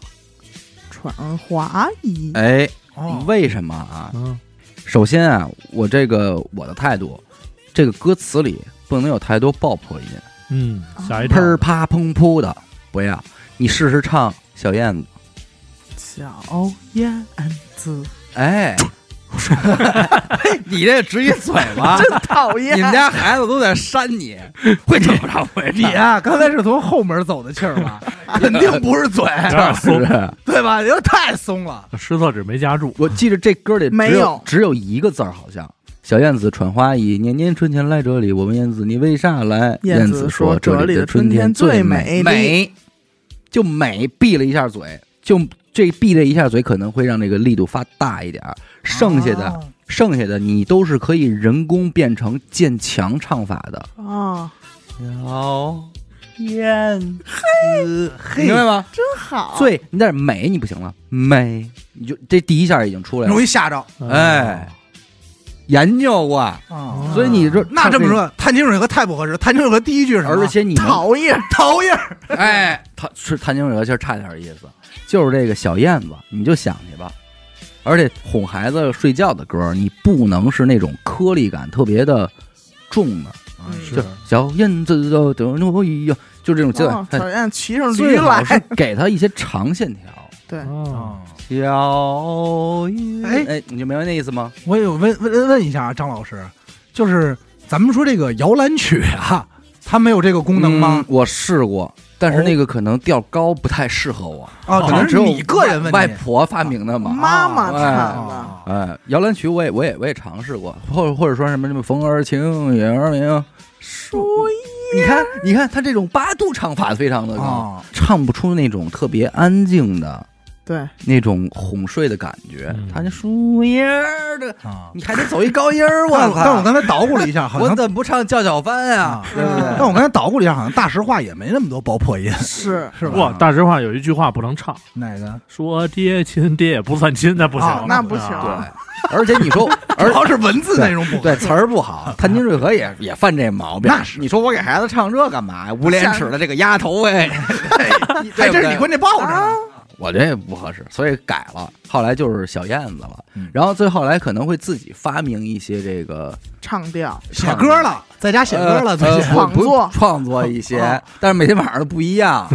S3: 《传华衣》，
S1: 哎，
S2: 哦，
S1: 为什么啊？
S4: 嗯，
S1: 首先啊，我这个我的态度，这个歌词里不能有太多爆破音，
S4: 嗯，下一
S1: 砰儿
S4: 张，
S1: 啪砰噗的，不要。你试试唱小燕子，
S3: 小燕子，
S1: 哎， <laughs> 你这直一嘴巴，
S3: 真讨厌
S1: 啊 <laughs> 你们家孩子都在扇你，会唱不唱会
S2: 你 <laughs> 啊，刚才是从后门走的气儿吧？ <laughs> 肯定不是嘴，
S4: 有点松，
S2: 对吧？因为太松了，
S4: 湿厕纸没夹
S1: <laughs>
S4: 住，
S1: 我记得这歌里只
S3: 没
S1: 有
S3: 有
S1: 只有一个字儿，好像小燕子穿花衣，年年春天来这里，我问燕子你为啥来？
S3: 燕子
S1: 子
S3: 说
S1: 这
S3: 这里
S1: 的
S3: 的春
S1: 天
S3: 天最
S1: 美
S3: 美丽
S1: 美，就美闭了一下嘴，就这闭了一下嘴可能会让这个力度发大一点儿，剩下的、
S2: 哦
S1: 剩下的你都是可以人工变成渐强唱法的。
S3: 啊！
S1: 哦，
S4: 燕子，
S1: 明白吗？
S3: 真好，
S1: 最你但是美你不行了，美你就这第一下已经出来了
S2: 容，易吓着
S1: 哎，研究过。
S2: 啊。
S1: 所以你说
S2: 那这么，说，探清水河太不合适。探清水河第一句是什么
S1: 而且你啊能
S3: 讨厌。
S2: 讨厌儿
S1: 哎，他是谭晶哲，其实差点意思，就是这个小燕子，你就想去吧。而且哄孩子睡觉的歌，你不能是那种颗粒感特别的重的，
S4: 啊
S3: 嗯
S1: 就是小燕子的得诺伊呀，就这种阶段哎
S3: 哦，讨厌骑上驴
S1: 最好是
S3: 来，
S1: 给他一些长线条。
S3: 对，
S1: 哦
S4: 啊，
S1: 小燕，
S2: 哎
S1: 哎，你就明白那意思吗？
S2: 我有问问问一下啊，张老师，就是咱们说这个摇篮曲啊，它没有这个功能吗
S1: 嗯？我试过，但是那个可能调高不太适合我，可
S2: 啊，可
S1: 能
S2: 能
S1: 嗯哦只
S2: 是
S1: 有
S2: 你个人问
S1: 外
S2: 题。
S1: 婆发明的嘛。
S3: 妈妈唱的，
S2: 啊
S1: 哎，摇篮曲我也我也我也尝试过，或或者说什么什么风儿轻，雨儿明，
S3: 说
S1: 你看你看他这种八度唱法非常的高，
S2: 啊
S1: 唱不出那种特别安静的
S3: 对，
S1: 那种哄睡的感觉，
S4: 嗯
S1: 他那树叶儿的，
S2: 啊！
S1: 你还得走一高音儿，
S2: 但
S1: 我
S2: 我但我
S1: 操！
S2: 刚才捣鼓了一下，好
S1: 我
S2: 像
S1: <laughs> 怎么不唱叫小帆啊
S2: 啊？
S1: 对不
S2: 但
S1: 对？
S2: 我刚才捣鼓了一下，好像大实话也没那么多爆破音，
S3: 是
S2: 是
S4: 哇，
S2: 吧？
S4: 大实话有一句话不能唱，
S2: 哪个？
S4: 说爹亲爹也不算亲，那不行
S2: 啊，
S3: 那不
S4: 啊
S3: 行
S1: 对，而且
S2: <laughs>
S1: 你说，
S2: 主
S1: 而
S2: 要是文字内容不合
S1: <laughs> 对词儿不好，谭金瑞和也也犯这毛病。那是你说我给孩子唱这干嘛呀？无廉耻的这个丫头 <laughs>
S2: <laughs>
S1: 哎，
S2: 还
S1: 还
S2: 真是你关键抱着
S3: 啊
S2: 呢。，
S1: 我觉得也不合适，所以改了。后来就是小燕子了，
S2: 嗯
S1: 然后最后来可能会自己发明一些这个
S3: 唱调
S2: 写歌了，在家写歌了，
S1: 呃
S2: 最近
S1: 呃不不
S3: 创作
S1: 创作一些，
S2: 哦
S1: 但是每天晚上都不一样，
S3: 啊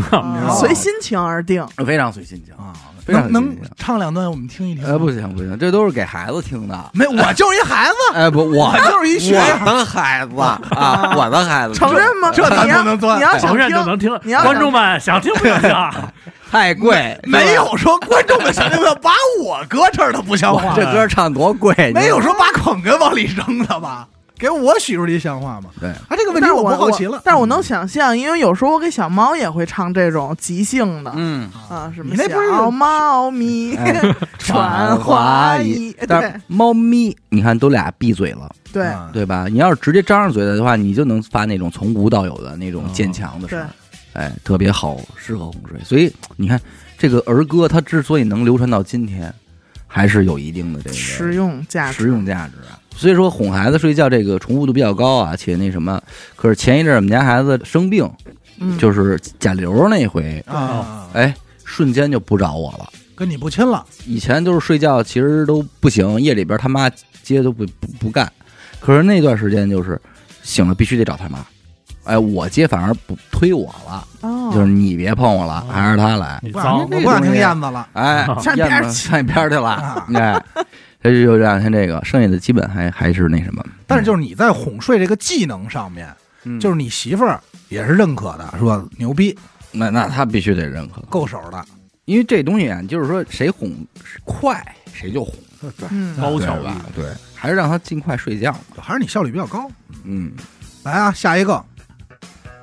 S2: 哦
S3: 随心情而定，
S1: 非常随心情。
S2: 啊，
S1: 非常
S2: 能能
S1: 有意思
S2: 唱两段我们听一听。
S1: 呃，不行不行，这都是给孩子听的。
S2: 没，我就是一孩 <laughs> 子，
S1: 哎，不，我
S2: 我就是一学
S1: 我
S2: 生
S1: 的孩子
S2: <laughs>
S1: 啊，我的孩子，
S3: 承认吗？
S2: 这咱
S3: 你要
S2: 不能钻
S3: 你要想
S4: 承认就能
S3: 听，
S4: 听。
S3: 你要想
S4: 观众们想听不想听啊？
S1: 太贵，
S2: 没
S1: 是吧
S2: 有说观众们想听的，把我搁这儿的不像话
S1: 这，歌唱多贵，你
S2: 没有说把捧哏往里扔的吧？给我许出这像话吗？
S1: 对
S2: 啊，这个问
S3: 但
S2: 题
S3: 是
S2: 不
S3: 我
S2: 好奇了。
S3: 但是我能想象，因为有时候我给小猫也会唱这种即兴的
S1: 嗯。
S3: 啊，什么
S2: 你那不是
S3: 小猫 <laughs> 咪
S1: 哎
S3: 传花衣，
S1: 但
S3: 哎对嗯
S1: 是猫咪，你看都俩闭嘴了，
S3: 对
S2: 啊
S1: 对吧？你要是直接张上嘴的话，你就能发那种从无到有的那种渐强的声
S3: 哦对
S1: 儿，，哎，特别好，适合哄睡。所以你看，这个儿歌它之所以能流传到今天，还是有一定的这个
S3: 实用价值，
S1: 实用价值啊。所以说，哄孩子睡觉这个重复度比较高啊，且那什么。可是前一阵儿我们家孩子生病，
S3: 嗯，
S1: 就是甲流那回，
S2: 啊啊，啊
S1: 哎，瞬间就不找我了。
S2: 跟你不亲了，
S1: 以前就是睡觉其实都不行，夜里边他妈接都不不不干。可是那段时间就是醒了必须得找他妈，哎，我接反而不推我了，
S3: 哦
S1: 就是你别碰我了，
S4: 哦
S1: 还是他来。
S4: <laughs> 你
S2: 不想
S4: 脏
S2: 我，不想听燕子了。
S1: 哎，
S3: 上
S1: 燕子
S3: 边儿去
S1: 上一边儿去了
S2: 啊。
S1: 哎，这就这两天这个，剩下的基本还还是那什么。
S2: 但是就是你在哄睡这个技能上面，
S1: 嗯
S2: 就是你媳妇儿也是认可的，说牛逼，
S1: 那那他必须得认可，
S2: 够手的。
S1: 因为这东西啊，就是说谁哄快谁就哄，
S3: 嗯，
S4: 高
S1: 对
S4: 巧
S1: 吧
S4: 吧？？
S1: 对，还是让他尽快睡觉。
S2: 还是你效率比较高。
S1: 嗯
S2: 来啊，下一个，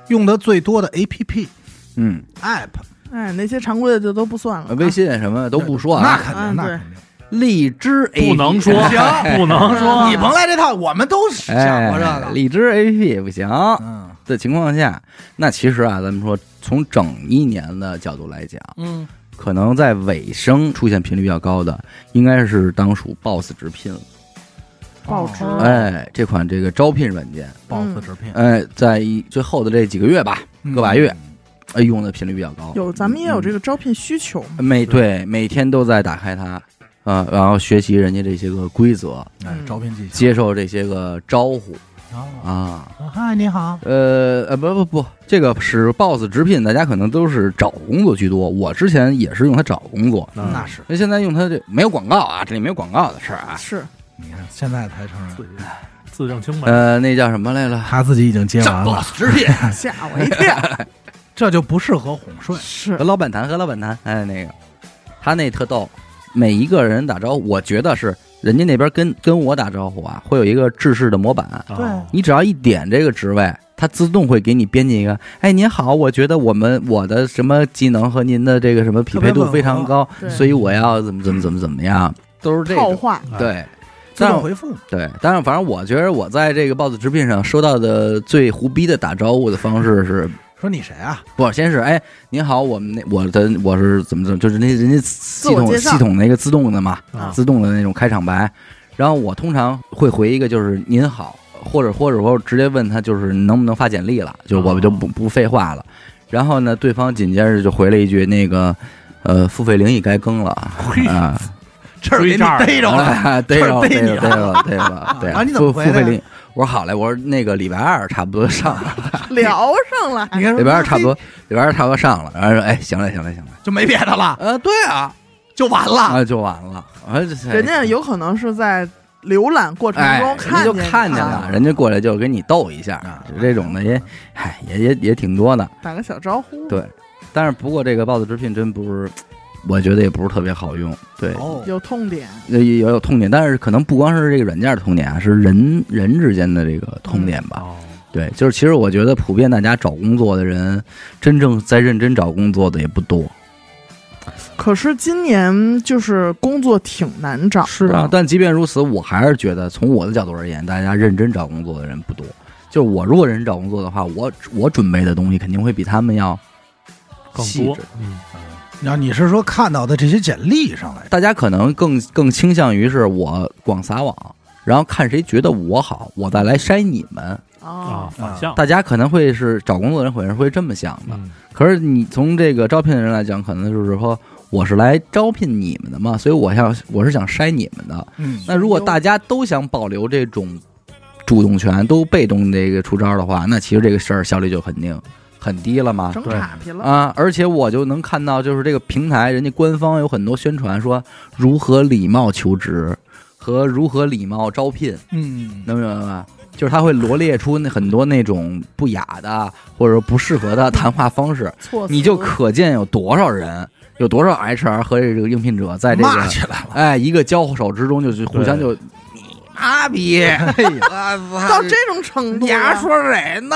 S2: 用的最多的 A P P
S1: 嗯，
S2: App，
S3: 哎，那些常规的就都不算了，
S1: 呃微信什么都不说
S2: 那
S1: 啊，
S2: 肯
S3: 啊
S2: 定，那
S3: 对
S2: 肯定。
S1: 荔枝 A
S4: 不能说，
S2: 行
S4: <laughs> 不能
S1: <laughs>
S4: 说，
S2: 你甭来这套，我们都想过这
S1: 哎，
S2: 个。
S1: 荔枝 A P P 不行，
S2: 嗯，
S1: 的情况下，那其实啊，咱们说从整一年的角度来讲，
S2: 嗯，
S1: 可能在尾声出现频率比较高的，应该是当属 Boss 直聘了。
S3: 报纸
S2: 哦
S1: 哎，这款这个招聘软件，
S2: ，boss 直聘，
S1: 哎，在一最后的这几个月吧，
S2: 嗯
S1: 个把月，哎，用的频率比较高。
S3: 有咱们也有这
S1: 个
S3: 个招聘需求嘛，
S1: 每对每天都在打开它，啊、然后学习人家这些个规则，
S2: 哎，招聘技巧
S1: 接受这些个招呼
S2: 啊，
S1: 啊。
S2: 嗨，你好，
S1: 呃呃，不不不，这个是 Boss 直聘，大家可能都是找工作居多。我之前也是用它找工作，
S4: 嗯
S2: 那是，
S1: 那现在用它这没有广告啊，这里没有广告的事儿啊。 <laughs>
S3: 是
S2: 你看现在才承认，
S4: 自证清白。
S1: 呃，那叫什么来着？
S2: 他自己已经接完了，
S1: 直聘，
S3: 吓我一跳，
S1: <laughs>
S2: 这就不适合哄睡，
S3: 是
S1: 和老板谈，和老板谈。哎，那个，他那特逗，每一个人打招呼，我觉得是人家那边跟跟我打招呼啊，会有一个制式的模板，
S4: 对
S1: 你只要一点这个职位，它自动会给你编辑一个。哎，您好，我觉得我们我的什么技能和您的这个什么匹配度非常高
S3: 特别吻，合对
S1: 所以我要怎么怎么怎么怎么样，都是这
S3: 套
S1: 种。 <laughs>
S3: 话，
S1: 对
S2: 自
S1: 但
S2: 动回复，
S1: 对，当然，反正我觉得我在这个豹子直聘上收到的最胡逼的打招呼的方式是，
S2: 说你谁
S1: <laughs>
S2: 啊？
S1: 不，先是哎，您好，我们那我的我是怎么怎么，就是那人家系
S3: 我
S1: 统
S3: 介绍
S1: 系统那个自动的嘛，
S4: 啊
S1: 自动的那种开场白。然后我通常会回一个就是您好，或者或者我直接问他就是能不能发简历了，就是我
S4: 哦
S1: 们就不不废话了。然后呢，对方紧接着就回了一句那个，呃，付费灵已该更
S2: <laughs>
S1: 了啊，
S2: 哎这儿给
S4: 追
S2: 你
S4: 这儿
S2: 逮着了，
S1: 啊，对了，对了，对了，对
S2: <laughs>
S1: 了，对
S2: 啊你怎么
S1: 付
S2: 回的
S1: 付
S2: 呀
S1: 费灵？我说好嘞，我说那个礼拜二差不多上了，
S3: 聊上了，
S2: 你看
S1: 礼拜二差
S2: <laughs>
S1: 不多，礼拜二差不多上了。然后说哎，行了，行了，行了，
S2: 就没别的了，
S1: 呃，对啊，
S2: 就完了，
S1: 啊就完了，啊，这
S3: 人家有可能是在浏览过程
S1: 哎，
S3: 中
S1: 人家
S3: 看
S1: 就
S3: 见
S1: 看见
S3: 你啊
S1: 了，人家过来就跟你逗一下
S2: 啊，
S1: 就这种的也，哎，也也也挺多的。
S3: 打个小招呼，
S1: 对但是不过这个豹子直聘真不是，我觉得也不是特别好用，对，
S2: 哦，
S3: 有痛点，
S1: 也也有痛点，但是可能不光是这个软件的痛点啊，是人人之间的这个痛点吧。
S4: 哦，
S1: 对，就是其实我觉得普遍大家找工作的人，真正在认真找工作的也不多。
S3: 可是今年就是工作挺难找，
S1: 是啊，，但即便如此，我还是觉得从我的角度而言，大家认真找工作的人不多。就是我如果认真找工作的话，我我准备的东西肯定会比他们要
S4: 更
S1: 细
S4: 多
S1: 致。，
S4: 嗯，
S2: 然后你是说看到的这些简历上来，
S1: 大家可能更更倾向于是我广撒网，然后看谁觉得我好，我再来筛你们。
S4: 啊，
S3: 哦，
S4: 反向，
S1: 大家可能会是找工作的人，可能会这么想的。
S4: 嗯，
S1: 可是你从这个招聘的人来讲，可能就是说我是来招聘你们的嘛，所以我想我是想筛你们的。
S2: 嗯
S1: 那如果大家都想保留这种主动权，都被动这个出招的话，那其实这个事儿效率就肯定很低了嘛。
S3: 整
S4: 对
S3: 岔劈了，
S1: 啊，而且我就能看到，就是这个平台，人家官方有很多宣传说如何礼貌求职和如何礼貌招聘，
S2: 嗯，
S1: 能明白吗？就是他会罗列出那很多那种不雅的或者说不适合的谈话方式，
S2: 哦
S3: 措辞
S1: 你就可见有多少人，有多少 HR 和这个应聘者在这
S2: 骂
S1: 个
S2: 起来了，
S1: 哎一个交手之中，就是互相就你妈逼，
S2: 哎呀。
S3: 到这种程度
S1: 你
S3: 了，
S1: 还说谁
S2: <laughs>
S1: 呢？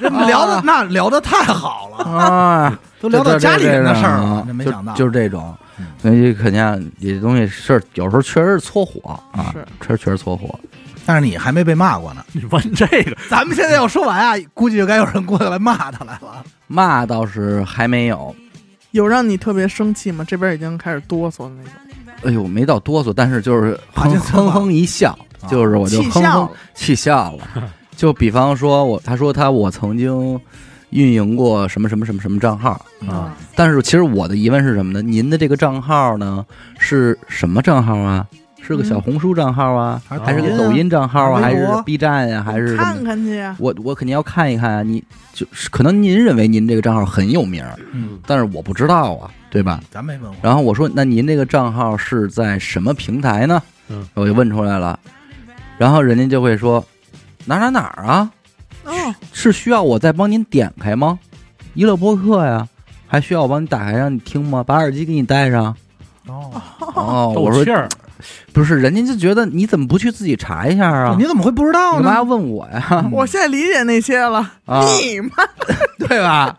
S2: 这聊的那聊的太好了，
S1: 啊，
S2: <laughs> 都聊到家里人的事儿
S1: 啊
S2: 了，这没想到，
S1: 就就是这种
S2: 嗯，
S1: 所以肯定这东西事儿有时候确实是搓火啊
S3: 是，
S1: 确实确实搓火。
S2: 但是你还没被骂过呢。
S4: 你问这
S1: <laughs>
S4: 个，
S2: <laughs> 咱们现在要说完啊，估计就该有人过来骂他来了。
S1: 骂倒是还没有，
S3: 有让你特别生气吗？这边已经开始哆嗦了那种，
S1: 哎呦没到哆嗦，但是就是
S2: 啊
S1: 哼
S2: 就这么
S1: 哼哼一笑，
S2: 啊
S1: 就是我就
S3: 气
S1: 哼哼
S3: 笑了，
S1: 气笑了。就比方说我，他说他我曾经运营过什么什么什么什么账号，
S4: 啊
S3: 嗯
S1: 但是其实我的疑问是什么呢？您的这个账号呢是什么账号啊？是个小
S3: 嗯
S1: 红书账号啊，
S2: 还是
S1: 还是个
S2: 抖音啊
S1: 抖音账号啊，还
S2: 微
S1: 是
S2: 博
S1: B 站呀、还是什么
S3: 看看去啊呀，
S1: 我我肯定要看一看啊！你就是可能您认为您这个账号很有名儿，
S2: 嗯，
S1: 但是我不知道啊，对吧？
S2: 咱没问过。
S1: 然后我说，那您这个账号是在什么平台呢？
S4: 嗯，
S1: 我就问出来了，然后人家就会说哪哪哪儿啊，
S3: 哦，
S1: 是需要我再帮您点开吗？娱乐播客呀，还需要我帮你打开让你听吗？把耳机给你戴上。
S2: 哦，
S4: <laughs>
S1: 哦，我
S4: 斗
S1: 说
S4: 气儿，
S1: 不是，人家就觉得你怎么不去自己查一下啊？
S2: 哦你怎么会不知
S1: 你
S2: 道
S1: 干嘛
S2: 呢嗯
S1: 要？问我呀？
S3: 我现在理解那些了， <laughs>
S1: 啊，
S3: 你妈
S1: <laughs> 对吧？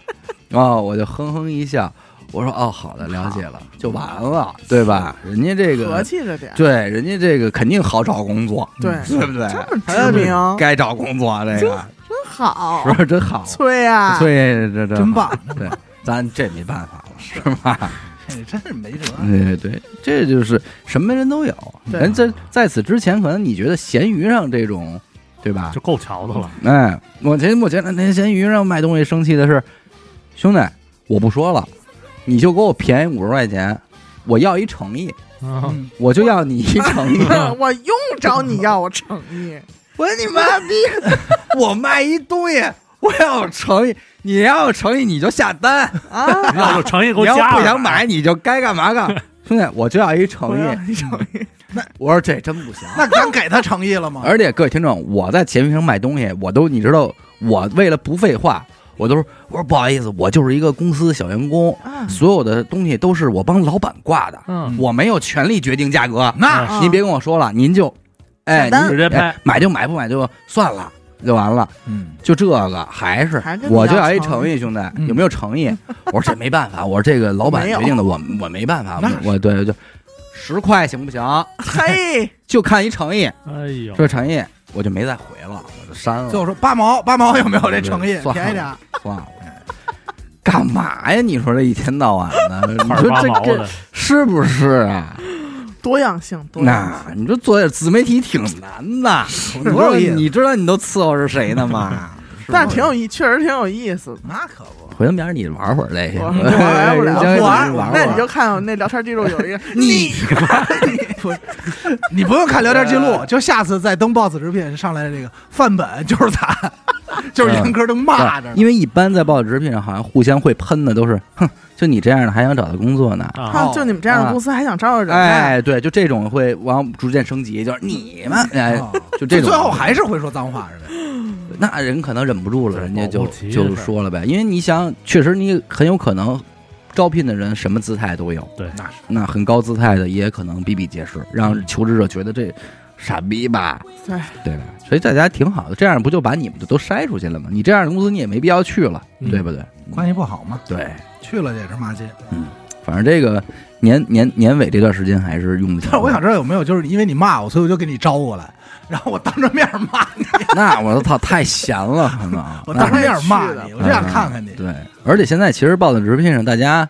S1: 哦，我就哼哼一笑，我说哦，好的，了解了，就完了，对吧？人家这
S3: 和哦
S1: 个，
S3: 气着点，
S1: 对，人家这个肯定好找工作，嗯哎
S3: 对
S1: 对不对？
S3: 这么知名
S1: 该找工作这 <laughs>
S3: 真
S1: 个，
S5: 好
S1: 不，是真好，
S3: 催啊，
S1: 所以这这
S2: 真棒，
S1: 对，咱这没办法了，是吧？
S2: 哎真是没辙。
S1: 对对，这就是什么人都有。
S3: 对
S1: 人在在此之前，可能你觉得闲鱼上这种，对吧？
S4: 就够瞧的
S1: <laughs>
S4: 了。
S1: 哎，我前我前两天闲鱼上卖东西生气的是，兄弟，我不说了，你就给我便宜五十块钱，我要一诚意，
S4: 嗯，
S2: 嗯
S1: 我就要你一诚意。
S3: 我用着你要我诚意，
S1: <laughs> 我说你妈逼！ <laughs> 我卖一东西，我要有诚意，你要有诚意你就下 <laughs> 单，
S3: 啊，
S4: 要不诚意
S1: 你
S4: 给我
S1: 要
S4: 加
S1: 不
S4: 上
S1: 想，买你就该干嘛 <laughs> 干。兄弟，我就要一诚意。
S3: 意，诚意，
S1: 我说这真不行。
S2: 那咱给他诚意了吗？
S1: 而且各位听众，我在闲鱼上卖东西，我都你知道，我为了不废话，我都是我说不好意思，我就是一个公司小员工，
S3: 啊
S1: 所有的东西都是我帮老板挂的，
S4: 嗯，
S1: 我没有权利决定价格。
S2: 那
S3: 啊
S1: 您别跟我说了，您就，哎，
S3: 下单
S1: 您
S4: 直接拍
S1: 哎买就买，不买就算了，就完了。
S2: 嗯，
S1: 就这个还是
S3: 还跟你
S1: 我就
S3: 要
S1: 要一
S3: 诚
S1: 诚意，兄弟，
S2: 嗯
S1: 有没有诚意？ <laughs> 我说这没办法，我说这个老板
S3: 没有
S1: 决定的，我我没办法
S2: 那，
S1: 我对就十块行不行？
S3: 啊嘿，
S1: 就看一诚意，
S4: 哎呦，
S1: 这诚意我就没再回了，我就删了，
S2: 就说八毛，八毛有没有这诚意？
S1: 算了
S2: 便宜点儿，
S1: 算了。哎干嘛呀？你说这一天到晚
S4: <laughs>
S1: 的，你
S4: 块
S1: 说
S4: 八
S1: 这
S4: 毛
S1: 这
S4: 的，
S1: 是不是啊？
S3: 多样性，多样性。
S1: 那你说做点自媒体挺难的，
S2: 多有意思
S1: 你知道你都伺候是谁呢吗？是吧
S3: 但挺有意，确实挺有意思
S2: <laughs>
S3: 的。
S2: 那可不。
S1: 回头明儿你玩会儿再行，
S3: 我我来不了，
S1: 行
S3: 不
S1: <laughs> 你
S3: 玩
S1: 玩
S3: 儿。那你就看我那聊天记录有一个
S2: <laughs>
S1: 你
S2: 你不用看聊天记录，就下次再登 boss 直聘上来这个范本就是咱，就是严哥正骂着呢， <laughs>
S1: 因为一般在报纸直聘上，好像互相会喷的都是，哼，就你这样的还想找到工作呢？
S4: 啊，
S3: 啊，就你们这样的公司还想招惹人啊？
S1: 哎，对，就这种会往逐渐升级，就是你们，哎，
S2: 哦
S1: <laughs> 就这种。
S2: 最后还是会说脏话是吧？
S1: 那人可能忍不住了，
S4: 是
S1: 人家就
S4: 保不齐
S1: 就是说了呗，因为你想，确实你很有可能。招聘的人什么姿态都有，
S4: 对，
S2: 那是
S1: 那很高姿态的也可能比比皆是，让求职者觉得这傻逼吧，
S3: 对，
S1: 嗯对吧？所以大家挺好的，这样不就把你们的都筛出去了吗？你这样的公司你也没必要去了，
S4: 嗯
S1: 对不对？
S2: 关系不好嘛，
S1: 对，
S2: 去了也是骂街。
S1: 反正这个年年年尾这段时间还是用的挺
S2: 但是
S1: 多。
S2: <laughs> 我想知道有没有就是因为你骂我，所以我就给你招过来，然后我当着面骂 <laughs> 你，
S1: 那我操，太闲了， <laughs> 可能
S2: 我当着
S1: 那
S2: 面骂
S3: 那是
S2: 你，我就想看看你。
S1: 对，而且现在其实报的直聘上，大家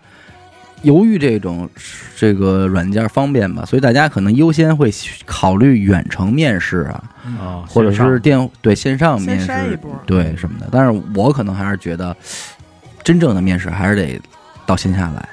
S1: 由于这种这个软件方便吧，所以大家可能优先会考虑远程面试啊，
S4: 啊，
S1: 或者
S4: 线上
S1: 是电对线上面
S3: 先筛一
S1: 试，
S3: 波。
S1: 对什么的。但是我可能还是觉得，真正的面试还是得到线下来，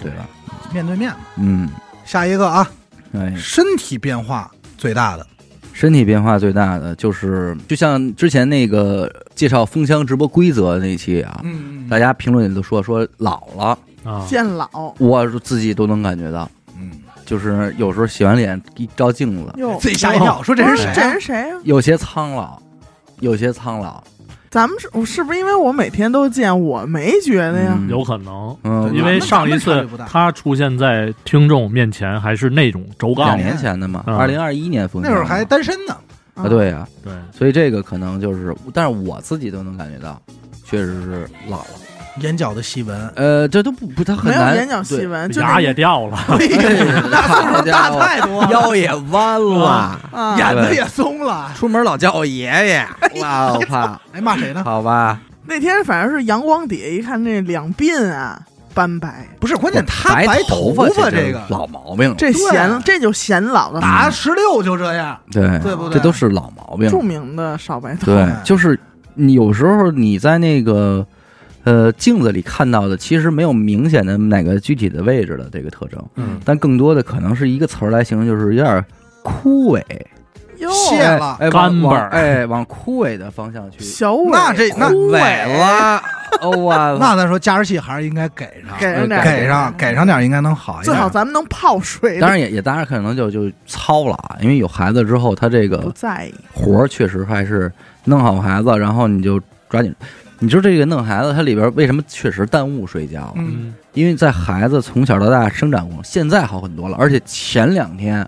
S1: 对吧？
S2: 面对面嘛。
S1: 嗯，
S2: 下一个啊，
S1: 哎，
S2: 身体变化最大的，
S1: 身体变化最大的就是，就像之前那个介绍封箱直播规则那期啊，
S2: 嗯
S1: 大家评论里都说说老了，
S4: 啊，
S3: 见老
S1: 我自己都能感觉到，
S2: 嗯，
S1: 就是有时候洗完脸一照镜子，
S3: 哟，
S2: 自己吓一跳，说这
S3: 不
S2: 是
S3: 是
S2: 谁
S3: 这
S2: 啊？
S3: 人谁啊？
S1: 有些苍老，有些苍老，
S3: 咱们是我是不是因为我每天都见，我没觉得呀？
S1: 嗯
S4: 有可能，
S1: 嗯，
S4: 因为上一
S2: 那咱们差
S4: 次
S2: 距不大
S4: 他出现在听众面前还是那种轴
S1: 两
S4: 杠，
S1: 年前的嘛，
S4: 嗯
S1: 二零二一年封
S2: 那
S1: 箱
S2: 会
S1: 嘛
S2: 儿还单身呢，
S1: 啊，对呀，
S4: 对，
S1: 所以这个可能就是，但是我自己都能感觉到，确实是老了。
S2: 眼角的细纹，
S1: 呃，这都不不，它很
S3: 没有
S1: 难
S3: 眼角细
S1: 对
S3: 纹，就
S4: 牙
S3: 那
S4: 也掉了，
S2: 哎呀，
S1: 好家
S2: 大
S1: 伙
S2: 太多了，
S1: 腰也弯了。
S3: 啊，
S2: 眼子也松了。
S1: 出门老叫我爷爷，哇，我怕，
S2: 哎，骂谁呢？
S1: 好吧？
S3: 那天反正是阳光底下一看，那两鬓啊斑白，
S2: 不是，关键他
S1: 白
S2: 白
S1: 头
S2: 发
S1: 发
S2: 这
S1: 个
S2: 个，
S1: 老毛病了，
S3: 这
S2: 对
S3: 显这就显老的
S2: 打十六就这样，
S1: 对
S2: 对不对
S1: 哎这都是老毛病了，
S3: 著名的少白头。
S1: <laughs> 对，就是你有时候你在那个呃镜子里看到的，其实没有明显的哪个具体的位置的这个特征，
S4: 嗯，
S1: 但更多的可能是一个词儿来形容，就是有点枯萎，
S3: 哟，
S2: 谢了
S1: 哎，往
S4: 干巴
S1: 往
S4: 儿
S1: 哎往枯萎的方向去，
S3: 小伟，
S2: 那这那
S3: 枯
S1: 萎 <laughs>
S3: 萎
S1: 了，哦完了，
S2: 那咱说加湿器还是应该给上，
S3: 给人点儿
S2: 给上，给上点儿应该能好一
S3: 最
S2: 点。
S3: 好咱们能泡水，
S1: 哎当然也也当然可能就就糙了啊，因为有孩子之后，他这
S3: 不
S1: 个
S3: 在意。
S1: 活儿确实还是弄好孩子，然后你就抓紧。你说这个弄孩子，它里边为什么确实耽误睡觉啊？
S2: 嗯，
S4: 嗯，
S1: 因为在孩子从小到大生长过程，现在好很多了。而且前两天，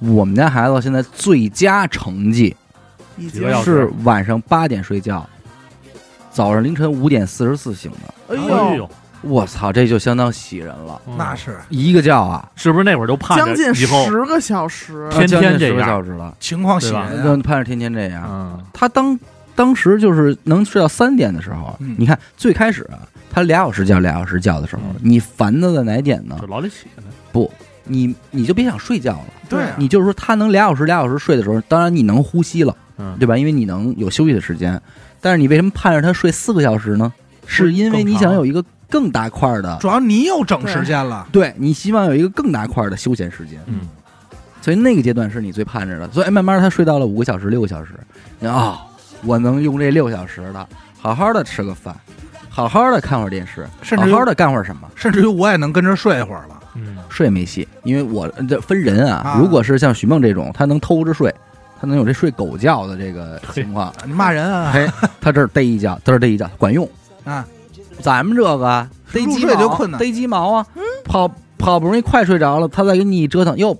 S1: 我们家孩子现在最佳成绩
S3: 已
S4: 几
S3: 经
S4: 个小
S1: 是
S4: 时，
S1: 晚上八点睡觉，早上凌晨五点四十四醒的。
S3: 哎
S4: 哎
S3: 呦，
S4: 呦，
S1: 我操，这就相当喜人了，
S4: 嗯
S2: 那是
S1: 一个觉啊，
S4: 是不是那会儿就盼
S3: 将
S4: 着
S3: 近
S4: 以后，
S3: 十个小时，
S4: 天天
S1: 将近
S4: 这
S1: 十个
S4: 样
S1: 小时了，嗯
S2: 情况喜
S4: 对吧
S2: 人
S1: 那
S2: 啊，
S1: 盼着天天这样。
S4: 嗯，
S1: 他当当时就是能睡到三点的时候，
S2: 嗯
S1: 你看最开始啊他俩小时觉俩小时觉的时候，
S4: 嗯
S1: 你烦他在哪点呢
S4: 就？老得起来，
S1: 你你就别想睡觉了，
S2: 对啊
S1: 你就是说他能俩小时俩小时睡的时候，当然你能呼吸了，
S4: 嗯，
S1: 对吧？因为你能有休息的时间，但是你为什么盼着他睡四个小时呢？是因为
S4: 更
S1: 你
S4: 长
S1: 想有一个更大块儿的，
S2: 主要你又整时间了，
S1: 对你希望有一个更大块儿的休闲时间，
S4: 嗯，
S1: 所以那个阶段是你最盼着的。所以慢慢他睡到了五个小时、六个小时，你啊、我能用这六小时了，好好的吃个饭，好好的看会儿电视，
S2: 甚
S1: 好
S2: 至于
S1: 啊好的干会儿什么。
S2: 甚至于我也能跟着睡一会儿了。
S4: 嗯，
S1: 睡没戏，因为我这分人啊。
S2: 啊
S1: 如果是像许梦这种，他能偷着睡，他能有这睡狗觉的这个情况，
S2: 你骂人
S1: <laughs>
S2: 啊！
S1: 嘿，他这儿逮一觉，这儿逮一觉，管用
S2: 啊。
S1: 咱们这个逮
S2: 入
S1: 鸡
S2: 睡就
S1: 毛
S2: 困难
S1: 逮鸡毛啊，好好不容易快睡着了，他再给你一折腾，又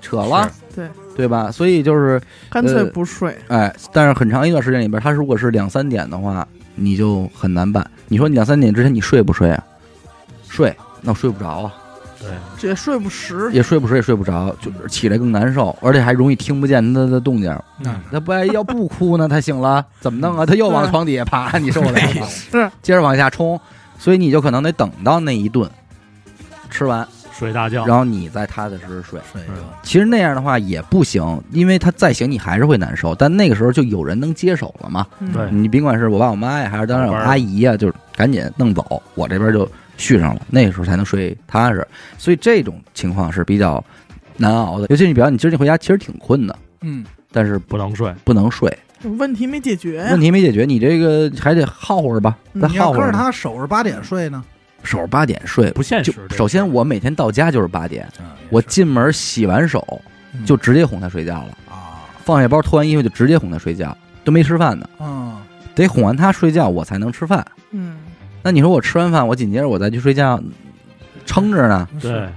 S1: 扯了，
S3: 对
S1: 对吧？所以就是
S3: 干脆
S1: 呃
S3: 不睡。
S1: 哎，但是很长一段时间里边，他如果是两三点的话，你就很难办。你说你两三点之前你睡不睡啊？睡，那我睡不着啊。
S4: 对，
S3: 这也睡不实，
S1: 也睡不着，也睡不着，就是起来更难受，而且还容易听不见他的动静。
S2: 嗯
S1: 他不爱哎要不哭呢，他醒了怎么弄啊？他又往床底下爬，你受得了吗？
S3: 是
S1: 接着往下冲，所以你就可能得等到那一顿吃完，
S4: 睡大觉，
S1: 然后你再踏踏实实睡。
S2: 睡一
S4: 嗯
S2: 个，
S1: 其实那样的话也不行，因为他再醒你还是会难受，但那个时候就有人能接手了嘛。
S3: 嗯
S4: 对
S1: 你甭管是我爸我妈呀，还是当然我阿姨呀，就是赶紧弄走，我这边就续上了，那时候才能睡踏实。所以这种情况是比较难熬的，尤其是你比方你今儿你回家其实挺困的，
S2: 嗯，
S1: 但是
S4: 不能睡，
S1: 不能睡，
S3: 问题没解决呀
S1: 问。题没解决，你这个还得耗会儿吧，再
S2: 哎嗯你
S1: 耗
S2: 要
S1: 会
S2: 跟
S1: 儿
S2: 着
S1: 吧。
S2: 他守着八点睡呢，
S1: 守着八点睡，
S4: 不现
S1: 就
S4: 实。
S1: 首先我每天到家就是八点，嗯我进门洗完手
S2: 嗯
S1: 就直接哄他睡觉了，
S2: 啊，
S1: 放下包脱完衣服就直接哄他睡觉，都没吃饭呢，
S2: 嗯，
S1: 得哄完他睡觉我才能吃饭。
S3: 嗯，
S1: 那你说我吃完饭，我紧接着我再去睡觉，撑着呢。
S2: 嗯
S4: 对，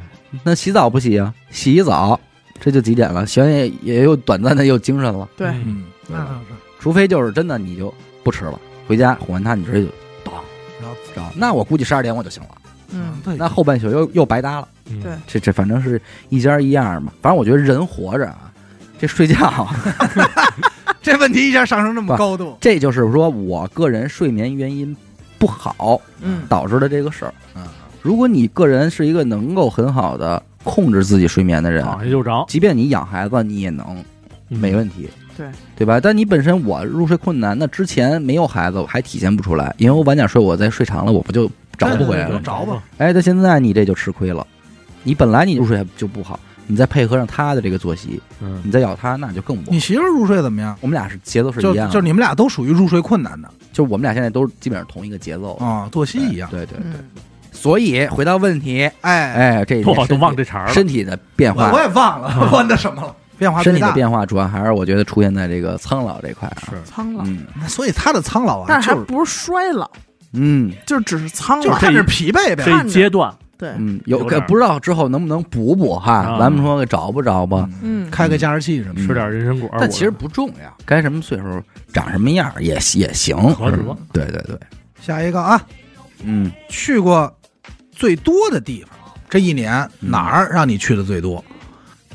S1: 那洗澡不洗啊？洗一澡，这就几点了？洗完也也又短暂的又精神了。
S3: 对，
S4: 嗯
S2: 嗯，那倒是。
S1: 除非就是真的你就不吃了，回家哄完他你直接就当
S2: 然后
S1: 知道吗？那我估计十二点我就醒了，
S3: 嗯，
S2: 对，
S1: 那后半宿又又白搭了。
S4: 嗯
S3: 对
S1: 这这反正是一家一样嘛。反正我觉得人活着啊，这睡觉啊 <laughs>
S2: 这问题一下上升这么高度，
S1: 这就是说我个人睡眠原因不好
S3: 嗯
S1: 导致的这个事儿。
S2: 嗯，
S1: 如果你个人是一个能够很好的控制自己睡眠的人，啊
S4: 躺下就着，
S1: 即便你养孩子，你也能
S4: 嗯
S1: 没问题，
S3: 对
S1: 对吧？但你本身我入睡困难，那之前没有孩子我还体现不出来，因为我晚点睡，我再睡长了，我不就找不回来
S4: 对
S1: 了
S2: 对？着吧，
S1: 哎，但现在你这就吃亏了，你本来你入睡就不好，你再配合上他的这个作息，
S4: 嗯，
S1: 你再咬他，那就更不好
S2: 你。媳妇儿入睡怎么样？
S1: 我们俩是节奏是
S2: 就
S1: 一样啊的，
S2: 就你们俩都属于入睡困难的
S1: 就是我们俩现在都基本上同一个节奏，
S2: 啊，作息
S1: 对
S2: 一样。
S1: 对对对。
S3: 嗯，
S1: 所以回到问题，
S2: 哎，
S1: 哎，这
S4: 我都忘
S1: 这
S4: 这茬儿了，
S1: 身体的变
S2: 我
S1: 化
S2: 我，也忘了我那
S1: <laughs>
S2: 什么了，变化
S1: 哎身
S2: 最
S1: 体的
S2: 大。
S1: 变化主要还是我觉得出现在这个苍老这块啊。
S4: 是
S3: 苍老，
S1: 嗯
S2: 所以他的苍老啊，
S3: 但是
S2: 就
S3: 还
S2: 是
S3: 不是衰老，
S1: 嗯。
S3: 就只是苍
S2: 就是
S3: 老。
S2: 看着疲惫呗。
S4: 这一阶段，
S3: 对，
S1: 嗯，有
S4: 哎有
S1: 可
S4: 点儿
S1: 不知道之后能不能补补哈
S4: 啊？
S1: 咱们说找不着吧？
S3: 嗯，
S2: 开个加湿器什么
S1: 嗯
S4: 吃点人参果，
S1: 但其实不重要，该什么岁数长什么样儿也也行，
S4: 合
S1: 是
S4: 辙
S1: 吧对对对，
S2: 的。下一个啊，
S1: 嗯，
S2: 去过最多的地方，这一年
S1: 嗯
S2: 哪儿让你去的最多？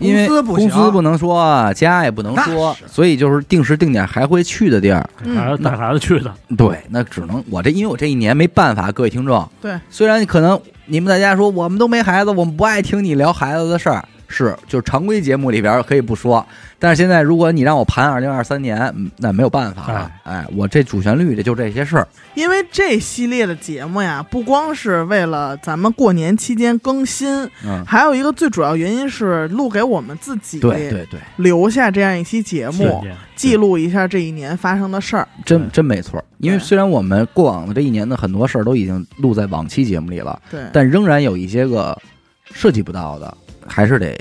S1: 因为
S2: 公司不行
S1: 司不能说，啊家也不能说
S2: 那，是
S1: 所以就是定时定点还会去的地儿。
S3: 嗯
S4: 孩子带孩子去的，
S1: 对，那只能我这，因为我这一年没办法，各位听众。
S3: 对，
S1: 虽然可能你们大家说我们都没孩子，我们不爱听你聊孩子的事儿，是就是常规节目里边儿可以不说，但是现在如果你让我盘二零二三年，嗯那没有办法了。哎，我这主旋律这就这些事儿。
S3: 因为这系列的节目呀，不光是为了咱们过年期间更新，
S1: 嗯，
S3: 还有一个最主要原因是录给我们自己
S1: 对对对，
S3: 留下这样一期节
S4: 瞬
S3: 目，
S4: 间
S3: 记录一下这一年发生的事儿。
S1: 真
S4: 对
S1: 真没错儿。因为
S3: 对
S1: 虽然我们过往的这一年的很多事儿都已经录在往期节目里了，
S3: 对，
S1: 但仍然有一些个涉及不到的，还是得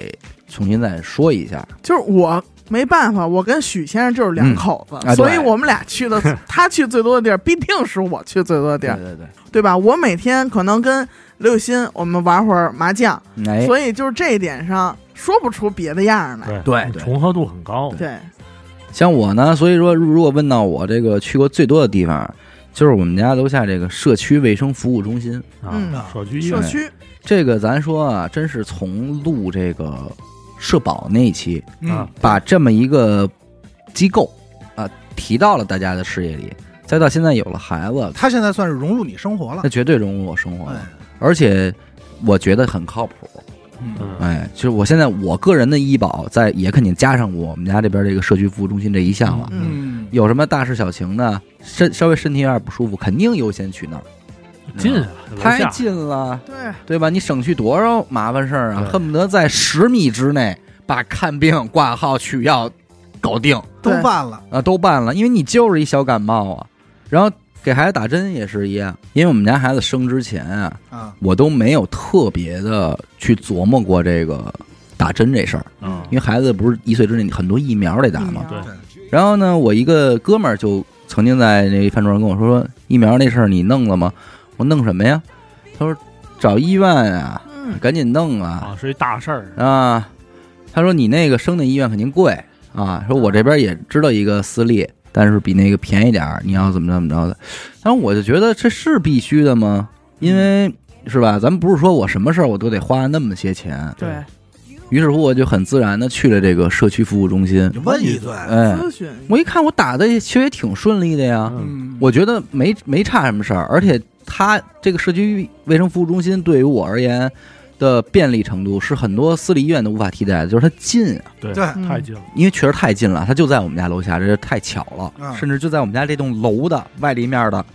S1: 重新再说一下。
S3: 就是我没办法，我跟许先生就是两口子，
S1: 嗯啊对
S3: 所以我们俩去的，他去最多的地儿必定是我去最多的地
S1: 对
S3: 儿，
S1: 对对，
S3: 对吧？我每天可能跟刘雨欣我们玩会儿麻将，
S1: 嗯哎，
S3: 所以就是这一点上说不出别的样儿来。
S4: 对
S1: 对对
S4: 重合度很高，
S3: 对，
S1: 像我呢，所以说如如果问到我这个去过最多的地方，就是我们家楼下这个社区卫生服务中心。
S3: 嗯
S4: 啊，社区医
S3: 社
S4: 院
S3: 区
S1: 这个咱说啊，真是从录这个社保那一期，
S2: 嗯
S4: 啊，
S1: 把这么一个机构啊提到了大家的视野里，再到现在有了孩子，
S2: 他现在算是融入你生活了
S1: 那。绝对融入我生活
S2: 哎
S1: 了，而且我觉得很靠谱。
S2: 嗯，
S4: 嗯
S1: 哎，就是我现在我个人的医保在也肯定加上我们家这边这个社区服务中心这一项了。
S3: 嗯
S2: 嗯，
S1: 有什么大事小情呢？身稍微身体有点不舒服，肯定优先去那儿，
S4: 近啊，楼
S1: 太
S4: 下
S1: 近了，
S3: 对，
S1: 对吧？你省去多少麻烦事儿啊
S4: 对！
S1: 恨不得在十米之内把看病、挂号、取药搞定
S2: 都
S3: 对
S2: 办了。
S1: 啊，都办了，因为你就是一小感冒啊。然后给孩子打针也是一样，因为我们家孩子生之前啊，
S2: 啊，
S1: 我都没有特别的去琢磨过这个打针这事儿，
S4: 嗯
S1: 因为孩子不是一岁之内很多疫苗得打
S3: 疫
S1: 嘛
S3: 苗。
S4: 对
S1: 然后呢，我一个哥们儿就曾经在那饭桌上跟我说说疫苗那事儿你弄了吗？我弄什么呀？他说找医院啊，
S3: 嗯，
S1: 赶紧弄啊
S4: 啊，是一大事儿，
S1: 啊！他说你那个生的医院肯定贵啊，说我这边也知道一个私立，但是比那个便宜点儿，你要怎么怎么着的。然后我就觉得这是必须的吗？因为是吧，咱们不是说我什么事儿我都得花那么些钱，
S3: 对，
S1: 于是乎我就很自然的去了这个社区服务中心
S2: 你。问一嘴。
S1: 哎，
S3: 咨询
S1: 我一看我打的其实也挺顺利的呀，
S4: 嗯
S2: 嗯，
S1: 我觉得没没差什么事儿，而且它这个社区卫生服务中心对于我而言的便利程度是很多私立医院都无法替代的，就是它近啊，
S4: 对
S2: 对
S4: 太近了，
S1: 因为确实太近了，它就在我们家楼下，这就太巧了，
S2: 嗯
S1: 甚至就在我们家这栋楼的外立面的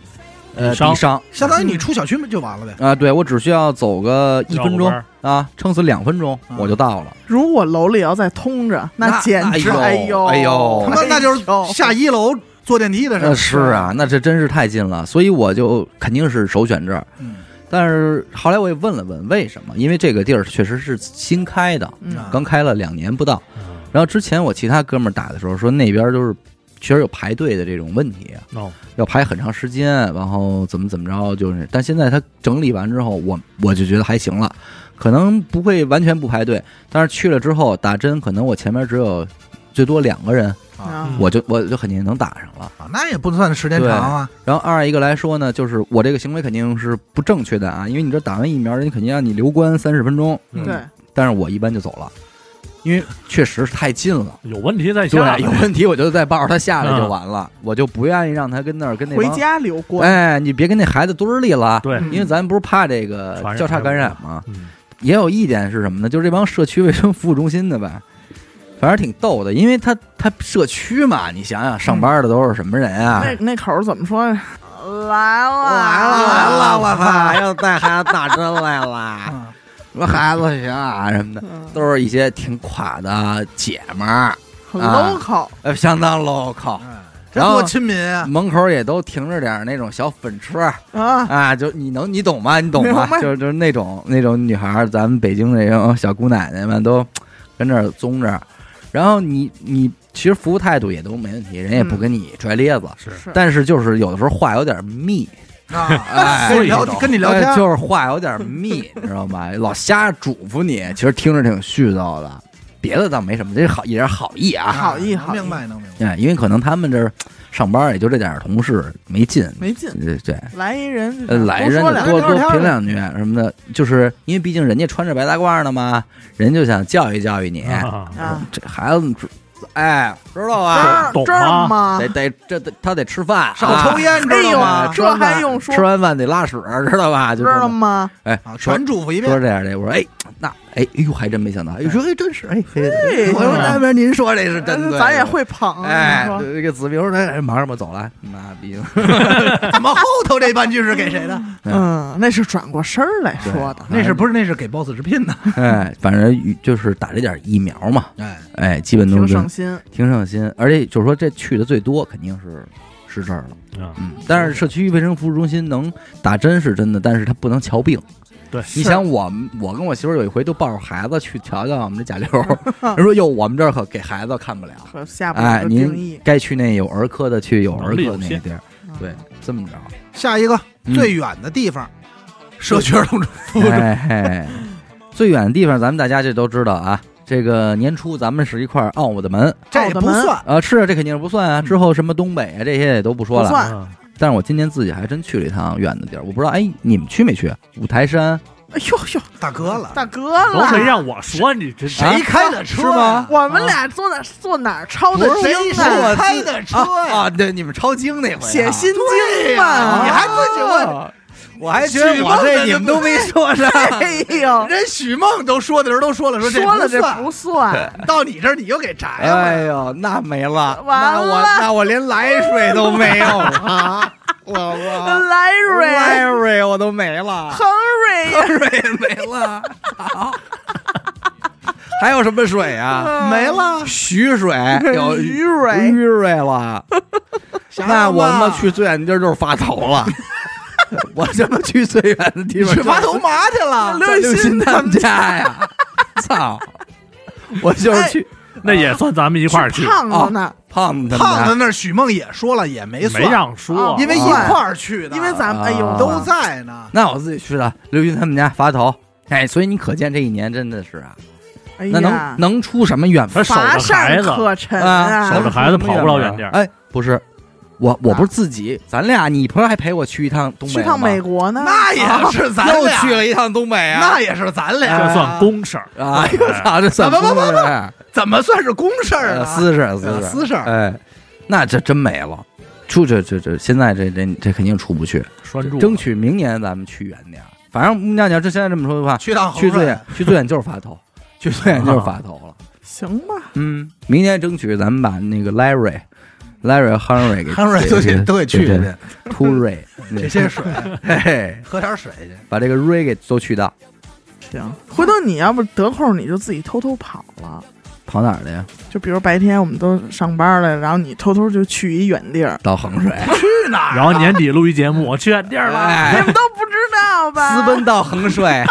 S1: 呃
S4: 底商
S1: 底商
S2: 相当于你出小区就完了呗。
S1: 啊，对我只需要走个一分钟
S4: 绕个弯儿
S1: 啊，撑死两分钟
S2: 嗯
S1: 我就到了。
S3: 如果楼里要再通着，
S1: 那
S3: 简直
S1: 哎
S3: 哎
S1: 呦哎呦
S2: 他妈，那就是下一楼坐电梯的事
S1: 呃
S2: 儿。
S1: 是啊，那这真是太近了，所以我就肯定是首选这儿。
S2: 嗯，
S1: 但是后来我也问了问为什么，因为这个地儿确实是新开的，
S3: 嗯，
S1: 刚开了两年不到。
S4: 嗯
S1: 然后之前我其他哥们儿打的时候说那边就是确实有排队的这种问题，
S4: 哦，
S1: 要排很长时间，然后怎么怎么着，就是。但现在他整理完之后，我我就觉得还行了，可能不会完全不排队，但是去了之后打针，可能我前面只有最多两个人，
S2: 啊
S4: 嗯
S1: 我就我就肯定能打上了。
S2: 啊，那也不算时间长啊。
S1: 然后二一个来说呢，就是我这个行为肯定是不正确的啊，因为你这打完疫苗，人家肯定让你留观三十分钟，
S4: 嗯
S3: 对，
S1: 但是我一般就走了，因为确实是太近
S3: <laughs>
S1: 了。
S4: 有问题再下
S1: 对，，有问题我就再抱着他下来就完了，我就不愿意让他跟那儿跟那
S3: 回
S1: 帮。
S3: 家留过，
S1: 哎，你别跟那孩子堆儿里了，
S4: 对，
S3: 嗯
S1: 因为咱不是怕这个
S4: 传染
S1: 交叉感染吗？
S4: 嗯
S1: 也有一点是什么呢？就是这帮社区卫生服务中心的吧，反正挺逗的，因为他他社区嘛，你想想上班的都是什么人啊？
S3: 那那口儿怎么说？来了
S1: 来了
S3: 来
S1: 来了，我操，又带孩子打针来了，
S2: 啊，
S1: 什么孩子行啊什么的，
S3: 嗯
S1: 都是一些挺垮的姐们儿，
S3: 很
S1: 啊
S3: local，
S1: 呃，相当 local。
S2: 这多亲民啊！
S1: 门口也都停着点儿那种小粉车儿
S3: 啊，
S1: 啊，就你能你懂吗？你懂吗
S3: 明？白
S1: 就是就是那种那种女孩儿，咱们北京那种小姑奶奶们都跟那儿宗着，然后你你其实服务态度也都没问题，人也不跟你拽咧子，
S4: 是
S3: 是
S1: 但是就是有的时候话有点密，
S2: 啊，
S1: <laughs> 哎
S2: 跟你聊跟你聊
S1: 哎
S2: 天，
S1: 就是话有点密，你知道吧？老瞎嘱咐你，其实听着挺絮叨的，别的倒没什么，这是好也是好意啊，
S3: 好意
S2: 能
S3: 好意
S2: 明白能明白。
S1: 哎，因为可能他们这儿上班也就这点儿同事没劲，
S3: 没劲，
S1: 对对。
S3: 来一人就
S1: 嗯呃，
S3: 想
S1: 来人
S3: 多
S1: 家
S3: 说两
S1: 多
S3: 句
S1: 多评两句什么的，就是因为毕竟人家穿着白大褂呢嘛，人就想教育教育你，
S4: 啊
S3: 啊，
S1: 这孩子，哎，知道
S3: 这
S1: 啊，
S3: 儿
S4: 懂
S3: 这儿
S4: 吗
S3: 吗
S1: 得？得这得他得吃饭，
S2: 少抽
S1: 烟，
S2: 烟，
S3: 哎
S2: 知道
S3: 呦
S2: 吗？
S1: 吃
S3: 这
S1: 完饭
S3: 还用说
S1: 吃完饭得拉屎，知道吧？就
S3: 知
S1: 这么
S3: 道？吗？
S1: 哎
S2: 啊，，
S1: 说
S2: 全嘱咐一
S1: 说
S2: 遍。
S1: 这样的，我说哎，那哎，哎呦，还真没想到，哎，说哎，真是哎，
S3: 对
S1: 我说那边您说这是真对，
S3: 咱也。会捧，啊
S1: 哎
S3: 你，说
S1: 这个子明说：“哎，忙什么？走了，妈逼的！
S2: <laughs> 怎么后头这半句是给谁的？
S3: 嗯，那是转过身儿来说的，
S2: 那是不是那是给 boss 直聘的？
S1: 哎，反正就是打这点疫苗嘛，
S2: 哎，
S1: 哎，基本都
S3: 挺
S1: 是
S3: 省心。
S1: 挺省心，而且就是说这去的最多肯定是是这儿了，
S4: 啊，
S1: 嗯，但是社区卫生服务中心能打针是真的，但是它不能瞧病。
S4: 对，
S1: 你想我们，我跟我媳妇儿有一回都抱着孩子去瞧瞧我们这
S3: <laughs>
S1: 甲流，人说哟，我们这儿可给孩子看不了，
S3: 和下边
S1: 哎，
S3: 的定
S1: 您
S3: 义，
S1: 该去那有儿科的去有儿科的那个地儿，
S3: 嗯
S1: 对，这么着，
S2: 下一个
S1: 嗯
S2: 最远的地方，社区儿童服务中
S1: 哎嘿，最远的地方咱们大家这都知道啊。这个年初咱们是一块儿奥姆的门，
S2: 这也不算。
S1: 啊，是啊这肯定是不算啊。之后什么东北啊这些也都不说了
S3: 不，算
S4: 啊
S1: 但是我今年自己还真去了一趟远的地儿，我不知道，哎，你们去没去？五台山
S3: 哎呦呦，
S2: 大哥了，
S3: 大哥了，
S4: 都没让我说，你这
S1: 啊
S2: 谁开的车
S1: 是吗啊
S2: 呀？
S3: 我们俩坐哪坐哪儿抄的
S1: 不是
S3: 经
S1: 是我
S2: 谁
S3: 呢？
S2: 开的哎车呀？
S1: 啊，对，你们抄经那回啊
S3: 写心经
S2: 啊
S3: 嘛，
S2: 你还不
S1: 自己问，我还觉得我这你们都没说
S2: <laughs>
S1: 上。
S3: <laughs> 哎呦，
S2: 人许梦都说的人都说了，说这
S3: 说了这
S2: 算
S3: 不算，
S2: 到你这儿你又给摘了。
S1: 哎呦，那没了，
S3: 完
S1: 那我
S3: 了
S1: 那我连来水都没有 <laughs> 了，我我
S3: Larry、
S1: Larry 我都没了
S3: Henry，
S1: ，Larry 没了，好，还有什么水啊？
S2: 没了，
S1: 徐 <laughs> 水有
S3: 鱼蕊
S1: 鱼蕊了，那我他妈去最远的地儿就是发头 <laughs> 了，我他妈去最远的地方
S2: 去
S1: 就是
S2: 发头麻去了。
S1: 在
S3: 刘
S1: 刘
S3: 雨欣
S1: 鑫他们家呀，操！我就是去
S4: 那也算咱们一块儿去，
S3: 胖子呢？
S1: 胖子他们
S2: 胖
S1: 家
S2: 子那儿许梦也说了，也没
S4: 没
S2: 算，
S4: 让说
S3: 啊，
S2: 因为一
S3: 算
S2: 块儿去的，
S3: 因为咱们哎呦
S1: 啊
S2: 都在呢。
S1: <laughs> 那我自己去了，刘军他们家发头。哎，所以你可见这一年真的是啊，
S3: 哎
S1: 那能、
S3: 呀，
S1: 能出什么远门
S4: 他守
S3: 乏
S4: 着孩
S3: 善
S4: 子，
S3: 可陈
S1: 啊？
S4: 守
S1: 能
S4: 着
S1: 出
S4: 孩子
S1: 什么
S4: 跑不了
S1: 门
S4: 远地儿
S1: 哎，不是，我我不是自己，咱俩你朋友还陪我去一趟东北，
S3: 去趟美，国呢？啊
S2: 那也是咱
S1: 又
S2: 俩，
S1: 去了一趟东北啊。
S2: 那也是咱俩，
S4: 这算公事儿。
S1: 啊，哎呦操，这算
S2: 不不不不
S1: 公事
S2: 怎么算是公事儿
S1: 呃
S2: 呢？
S1: 私事私
S2: 呃
S1: 事
S2: 私事儿
S1: 哎，那这真没了，出这这这现在这这这肯定出不去，
S4: 拴住，
S1: 争取明年咱们去远点儿。反正木娘，你要是现在这么说的话，
S2: 去趟
S1: 去
S2: 最
S1: 最远去最远就是发头，去最远就是发头了。
S3: 行吧，
S1: 嗯，明年争取咱们把那个 Larry、Larry、Henry 给
S2: Henry 都得都得去去，
S1: t u r y
S2: 这些水，
S1: 嘿嘿，
S2: 喝点水去。
S1: 把这个 Ray 给都去到
S3: 行。回头你要不得空，你就自己偷偷跑了。
S1: 跑哪儿了呀？
S3: 就比如白天我们都上班了，然后你偷偷就去一远地儿，
S1: 到衡水，
S2: 去哪儿
S4: 然后年底录一节目，我去远地儿了，
S3: 你
S1: 哎，
S3: 们都不知道吧？
S1: 私奔到衡水，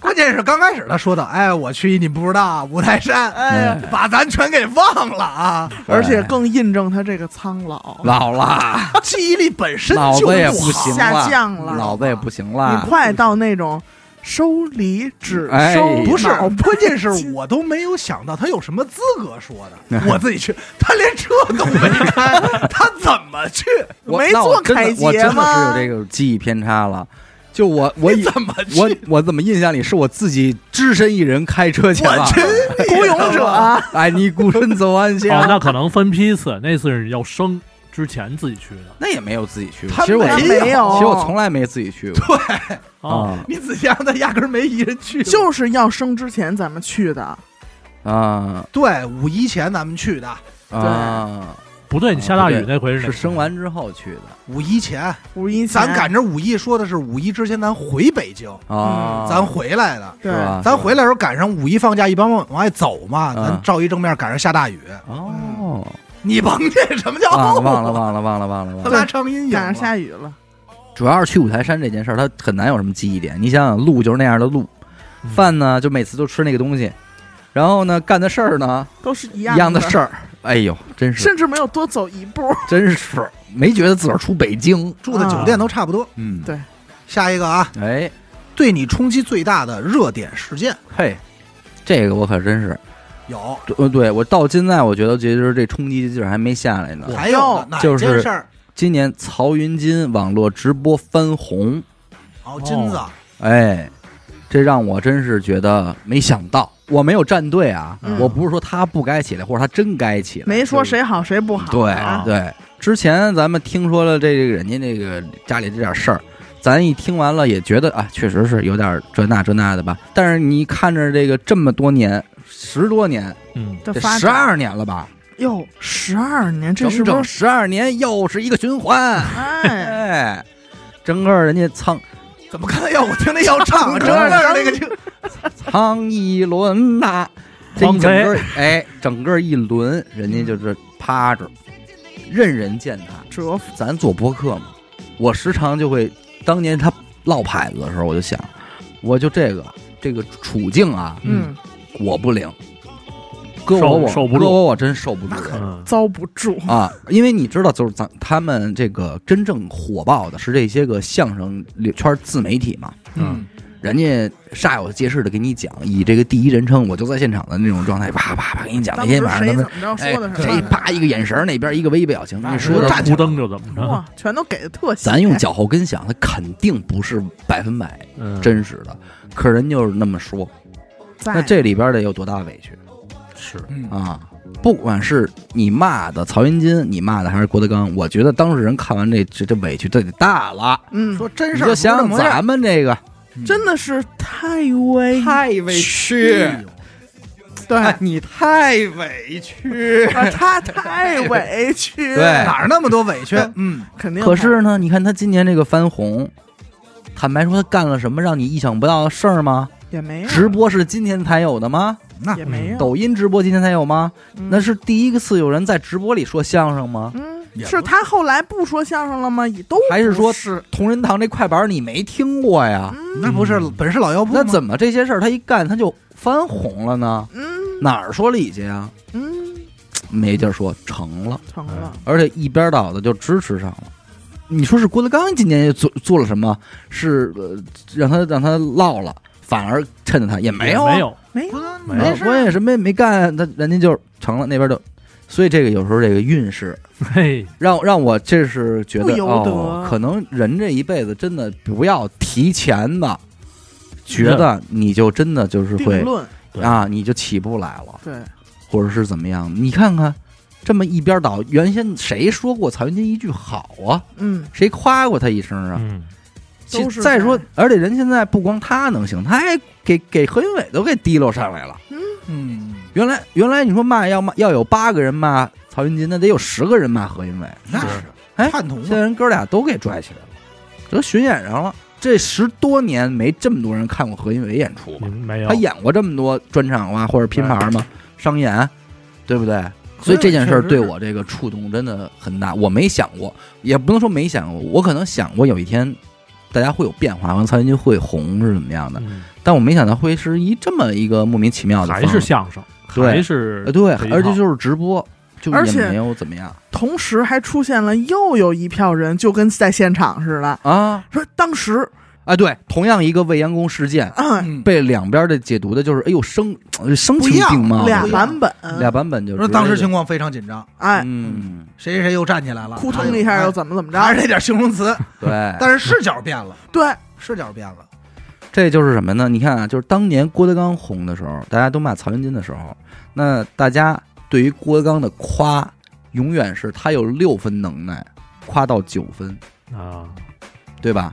S2: 关键是刚开始他说的，哎，我去你不知道啊五台山，
S3: 哎呀，
S2: 把咱全给忘了啊！
S3: 而且更印证他这个苍老。
S1: 老了，
S2: 记忆力本身
S1: 脑
S2: 就
S1: 子也
S2: 不
S1: 不
S2: 好
S1: 行
S3: 下降了
S1: 脑子也不行
S3: 你
S1: 了。
S3: 快到那种收礼只
S1: 哎
S3: 收
S2: 不是
S3: 脑，
S2: 关键是我都没有想到他有什么资格说
S1: <laughs>
S2: 的。我自己去，他连车都没开，他怎么去？
S1: 我
S3: 没
S1: 那我
S3: 做
S1: 真的
S3: 凯
S1: 我真的
S3: 捷
S1: 是有
S3: 吗
S1: 这个记忆偏差了。就我我以
S2: 怎么去？
S1: 我我怎么印象里是我自己只身一人开车前
S2: 我
S1: 往？
S2: 真
S1: <laughs>
S3: 孤勇者啊，
S1: 哎，你孤身走暗
S4: 哦，
S1: 巷，
S4: 那可能分批次，那次是要生之前自己去的
S1: 那也没有自己去过。
S2: 他
S1: 其实我
S2: 没
S1: 其
S2: 有
S3: 没有，
S1: 实我从来没自己去过
S4: 啊。
S1: 啊
S2: 你仔细让他压根儿没一人去。
S3: 就是要生之前咱们去的，
S1: 啊
S2: 对五一前咱们去的，
S1: 啊！
S4: 不对，你下大雨那回是哪
S1: 是生完之后去的
S2: 五一前
S3: 五一前
S2: 咱赶着五一说的是五一之前咱回北京，
S1: 啊，
S2: 咱回来的。
S3: 对
S1: 是吧？
S2: 咱回来的时候赶上五一放假，一般往外走嘛，
S1: 嗯
S2: 咱照一正面赶上下大雨，
S1: 哦，
S2: 你甭这什么叫
S1: 忘了啊
S2: <laughs>
S1: 忘了忘了忘了忘了忘
S2: 他
S1: 了。
S2: 拉长音影
S3: 赶上
S2: 了
S3: 下雨了，
S1: 主要是去五台山这件事儿，它很难有什么记忆点。你想想，路就是那样的路，
S4: 嗯
S1: 饭呢就每次都吃那个东西，然后呢干的事儿呢
S3: 都是一
S1: 一
S3: 样
S1: 样的事儿。哎呦，真是
S3: 甚至没有多走一步。
S1: 真是没觉得自个儿出北京。
S2: 住的酒店都差不多。
S1: 嗯
S3: 对
S2: 下一个啊，
S1: 哎
S2: 对你冲击最大的热点事件
S1: 嘿，这个我可真是，
S2: 有，
S1: 对呃对我到现在我觉得其实这冲击劲儿还没下来呢。
S2: 还有呢哪
S1: 就是
S2: 件事儿？
S1: 今年曹云金网络直播翻红，
S2: 哦，金子，
S1: 哎，这让我真是觉得没想到。我没有站队啊，
S3: 嗯
S1: 我不是说他不该起来，或者他真该起来，
S3: 没说
S1: 就是
S3: 谁好谁不嗯好，
S1: 对、
S4: 啊
S1: 对，之前咱们听说了这个人家那个家里这点事儿，咱一听完了也觉得啊，确实是有点这那这那的吧。但是你看着这个这么多年，十多年，
S4: 嗯，
S3: 这
S1: 这
S3: 发
S1: 十
S3: 展
S1: 二年了吧，
S3: 哟，十二年，这是
S1: 整
S3: 不
S1: 整
S3: 是？。
S1: 十二年又是一个循环
S3: 哎，
S1: 哎，整个人家苍
S2: 怎么刚才要我听那要
S1: <laughs>
S2: 唱，啊
S3: 这
S2: 整个儿那个就
S1: 苍一轮呐、这一整个哎，整个一轮，人家就是趴着，任人践踏。
S3: 折服
S1: 咱做播客嘛，我时常就会，当年他落牌子的时候，我就想，我就这个这个处境啊，
S3: 嗯，
S1: 我不灵，搁我我
S4: 受受不住
S1: 搁我我真受不住
S4: 嗯，
S3: 遭不住，
S1: 啊！因为你知道，就是咱他们这个真正火爆的是这些个相声圈自媒体嘛，
S4: 嗯，
S1: 人家煞有介事的给你讲，以这个第一人称，我就在现场的那种状态，啪啪啪给你讲那
S3: 当
S1: 天
S3: 时
S1: 哎晚上他
S3: 谁
S1: 们
S3: 怎么着
S1: 哎
S3: 说的，
S1: 这
S3: 是吧？
S1: 啪一个眼神儿，那边一个微表情，
S2: 那
S1: 你
S2: 是
S1: 说的
S2: 站起
S4: 扑
S2: 来
S4: 腾着怎么着？
S3: 哇，全都给的特写，
S1: 咱用脚后跟想，它肯定不是百分百
S4: 嗯，
S1: 真实的，可是人就是那么说，
S3: 在
S1: 那这里边得有多大的委屈
S4: 是
S2: 嗯，
S1: 啊！不管是你骂的曹云金，你骂的还是郭德纲，我觉得当事人看完这这这委屈这得大了。
S3: 嗯，
S2: 说真
S1: 你
S2: 事儿，哎
S1: 就想想
S2: 不是那模样
S1: 咱们这个
S3: 真的是太委 <laughs>
S1: 太委
S2: <laughs>
S1: 屈
S2: 哎呦
S3: 对，
S1: 哎
S3: 啊，
S1: 你太委屈。
S2: 啊
S3: 他太委屈，
S1: 对
S2: 哪儿那么多委屈？嗯，
S3: 肯定太。
S1: 可是呢，你看他今年这个翻红，坦白说，他干了什么让你意想不到的事儿吗？
S3: 也没有，
S1: 直播是今天才有的吗？
S2: 那
S3: 也没有，
S1: 抖音直播今天才有吗？
S3: 嗯
S1: 那是第一次有人在直播里说相声吗？
S3: 嗯，
S2: 也
S3: 是
S2: 不
S3: 他后来不说相声了吗？也都
S1: 还是说啊
S3: 不是嗯
S1: 同仁堂这快板你没听过呀？
S2: 那不是本是老妖婆
S1: 嗯那
S2: 吗？
S1: 怎么这些事儿他一干他就翻红了呢？
S3: 嗯
S1: 哪儿说理去啊呀？
S3: 嗯
S1: 没地儿说，成了，
S3: 成了，
S1: 而且一边倒的就支持上了。你说是郭德纲今年又做做了什么？是、呃、让他让他落了，反而趁着他也没有、啊、
S4: 没有，
S3: 没有
S2: 不
S4: 没
S1: 没
S2: 没
S1: 有
S2: 事
S1: 关
S2: 儿，啊
S1: 键什么也没干，他人家就成了，那边就，所以这个有时候这个运势
S4: 嘿，
S1: 让让我这是觉
S3: 不
S1: 得
S3: 由得
S1: 哦，可能人这一辈子真的不要提前的，觉得你就真的就是
S3: 定
S1: 会
S3: 论，
S4: 对
S1: 啊，你就起不来了，
S3: 对，
S1: 或者是怎么样？你看看这么一边倒，原先谁说过曹云金一句好啊？
S3: 嗯，
S1: 谁夸过他一声啊？
S4: 嗯，
S3: 都是
S1: 再说
S3: 在，
S1: 而且人现在不光他能行，他还给给何云伟都给提溜上来了。
S2: 嗯，
S1: 原来原来你说骂要骂要有八个人骂曹云金，那得有十个人骂何云伟。
S2: 那
S4: 是
S2: 是
S1: 哎
S2: 叛徒
S1: 现在人哥俩都给拽起来了，这巡演上了。这十多年没这么多人看过何云伟演出吧？
S4: 明没有
S1: 他，演过这么多专场啊，或者拼盘吗？商演，对不对？所以这件事儿对我这个触动真的很大。我没想过，也不能说没想过，我可能想过有一天大家会有变化，可能曹云金会红是怎么样的，
S4: 嗯
S1: 但我没想到会是一这么一个莫名其妙的方
S4: 还
S1: 式。
S4: 是相声，
S1: 对
S4: 还是
S1: 呃，对
S4: 这一，套
S1: 而且就是直播，就
S3: 而
S1: 也
S3: 且
S1: 没有怎么样
S3: 同时还出现了又有一票人，就跟在现场似的，
S1: 啊
S3: 说当时，
S1: 啊！对，同样一个未央宫事件，啊
S3: 嗯，
S2: 嗯，
S1: 被两边的解读的就是，哎呦，生呃声
S2: 不
S1: 情
S2: 一样
S1: 并茂，
S3: 俩
S2: 不一样
S3: 版本，
S1: 俩版本就
S2: 说
S1: 是
S2: 当时情况非常紧张，
S3: 哎，
S1: 嗯，
S2: 谁谁谁又站起来了，哎
S3: 扑腾一下又怎么怎么
S2: 还是
S3: 着，
S2: 那点形
S1: <laughs>
S2: 容词，
S1: 对，
S2: 但是视角变了，
S3: 对，
S2: 视角变了，
S1: 这就是什么呢？你看啊，就是当年郭德纲红的时候，大家都骂曹云金的时候，那大家对于郭德纲的夸，永远是他有六分能耐，夸到九分，
S4: 啊，
S1: 对吧？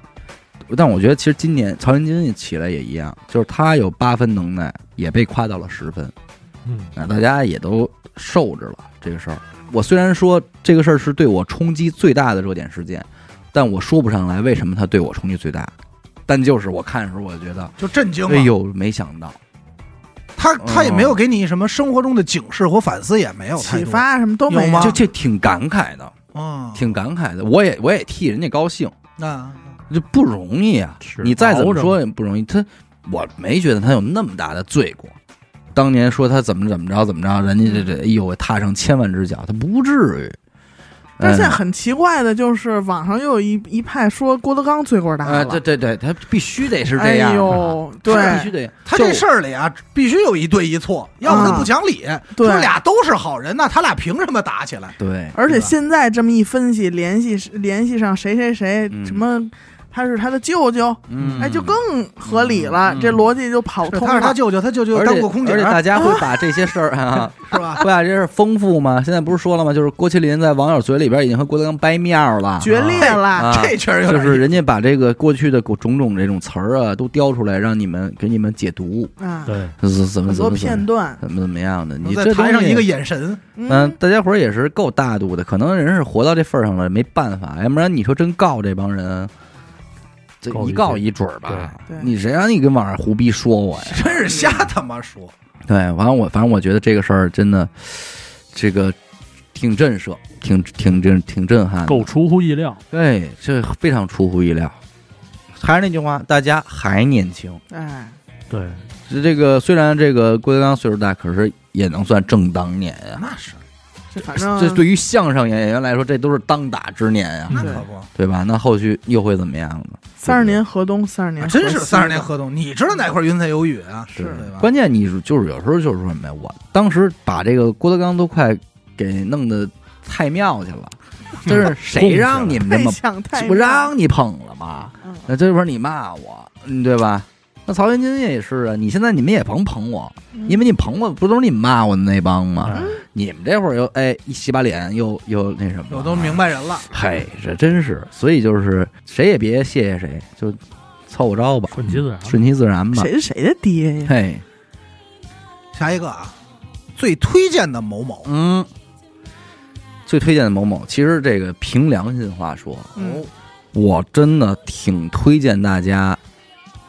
S1: 但我觉得其实今年曹云金起来也一样，就是他有八分能耐，也被夸到了十分。
S4: 嗯，
S1: 那大家也都受着了这个事儿。我虽然说这个事儿是对我冲击最大的热点事件，但我说不上来为什么它对我冲击最大。但就是我看的时候，我觉得，
S2: 就震惊了。
S1: 哎呦，没想到，
S2: 他
S1: 嗯
S2: 他也没有给你什么生活中的警示或反思，也没有太
S3: 启
S2: 多，
S3: 发什么都没
S2: 有吗
S1: 就这挺感慨
S3: 啊
S1: 的，
S2: 嗯，啊
S1: 挺感慨的。我也我也替人家高兴，
S2: 那
S1: 这不容易啊！
S4: 是
S1: 你再怎么
S4: 熬
S1: 说
S4: 着
S1: 也不容易。他我没觉得他有那么大的罪过。当年说他怎么怎么着怎么着，人家这
S3: 嗯
S1: 这哎呦踏上千万只脚，他不至于。
S3: 但现在
S1: 嗯
S3: 很奇怪的就是，网上又有一一派说郭德纲罪过大
S1: 啊，
S3: 了，
S1: 对对对，他必须得是这样，啊
S3: 哎呦，
S1: 是吧
S3: 对
S1: 必须得。
S2: 他
S1: 就
S2: 这事儿里啊，必须有一对一错，要不他不讲理。
S1: 啊
S3: 对
S2: 说俩都是好人，那他俩凭什么打起来？
S1: 对，
S3: 而且
S2: 对吧
S3: 现在这么一分析，联系联系上谁谁谁，
S1: 嗯
S3: 什么他是他的舅舅，
S1: 嗯
S3: 哎，就更合理了，
S1: 嗯
S3: 这逻辑就跑
S2: 是
S3: 通
S2: 他是他
S3: 了。
S2: 舅舅，他舅舅
S1: 啊而
S2: 当
S1: 且
S2: 过空姐
S1: 而且
S2: 儿
S1: 大家会把这些事儿
S3: <laughs>
S1: 啊，
S2: 是吧？
S1: 会把这事儿丰富吗？现在不是说了吗？就是郭麒麟在网友嘴里边已经和郭德纲掰面儿了，
S3: 决裂了，
S1: 啊
S2: <laughs> 这确实有
S1: 就
S2: 点
S1: 是人家把这个过去的种种这种词儿啊都雕出来，让你们给你们解读，
S3: 啊，
S4: 对，
S1: 怎么怎么
S3: 很
S1: 怎
S3: 多
S1: 么
S3: 片
S1: 怎
S3: 段，
S1: 么怎么样的？你
S2: 在
S1: 这
S2: 台上
S1: 东西
S2: 一个眼神，
S1: 嗯
S3: 嗯，，
S1: 大家伙儿也是够大度的，可能人是活到这份儿上了，没办法，要不然你说真告这帮人，这
S4: 告
S1: 一
S4: 一
S1: 告
S4: 遍
S1: 一准儿吧
S3: 对？对
S1: 你谁让你跟网上胡逼说我呀？
S2: 真是瞎他妈说。
S1: 对，反正我反正我觉得这个事儿真的，这个挺震慑，挺挺震挺震撼的，
S4: 够出乎意料，
S1: 啊对，这非常出乎意料。还是那句话，大家还年轻，
S3: 哎，
S4: 对，
S1: 这这个虽然这个郭德纲岁数大，可是也能算正当年呀、啊
S2: 那是
S3: 这反正
S1: 这对于相声演员来说，这都是当打之年呀、
S2: 那
S3: 对
S2: 可不，
S1: 对吧？那后续又会怎么样呢？
S3: 三十年河东，三十年
S2: 啊
S3: 河
S2: 真是
S3: 西
S2: 三十年河东，你知道哪块云彩有雨啊？
S3: 是
S2: 对吧？
S1: 关键你是就是有时候就是说什么呀？我当时把这个郭德纲都快给弄得太妙去 <laughs> 了，这是谁让你们这
S3: 太
S1: 么
S3: 想太
S1: 我
S3: 大
S1: 让你捧了吧？
S3: 嗯
S1: 那这会儿你骂我，嗯，对吧？那曹云金也是啊，你现在你们也甭捧我，
S3: 嗯
S1: 因为你捧我不都是你骂我的那帮吗？
S4: 哎
S1: 你们这会儿又哎一洗把脸又又那什么，
S2: 我都明。白人了，
S1: 嘿，这真是，所以就是谁也别谢谢谁，就凑合着吧，
S4: 顺其自然
S1: 顺其自然吧。
S3: 嗯谁是谁的爹呀？
S1: 嘿，
S2: 下一个啊，最推荐的某某
S1: 嗯，最推荐的某某，其实这个凭良心话说，
S3: 嗯
S1: 我真的挺推荐大家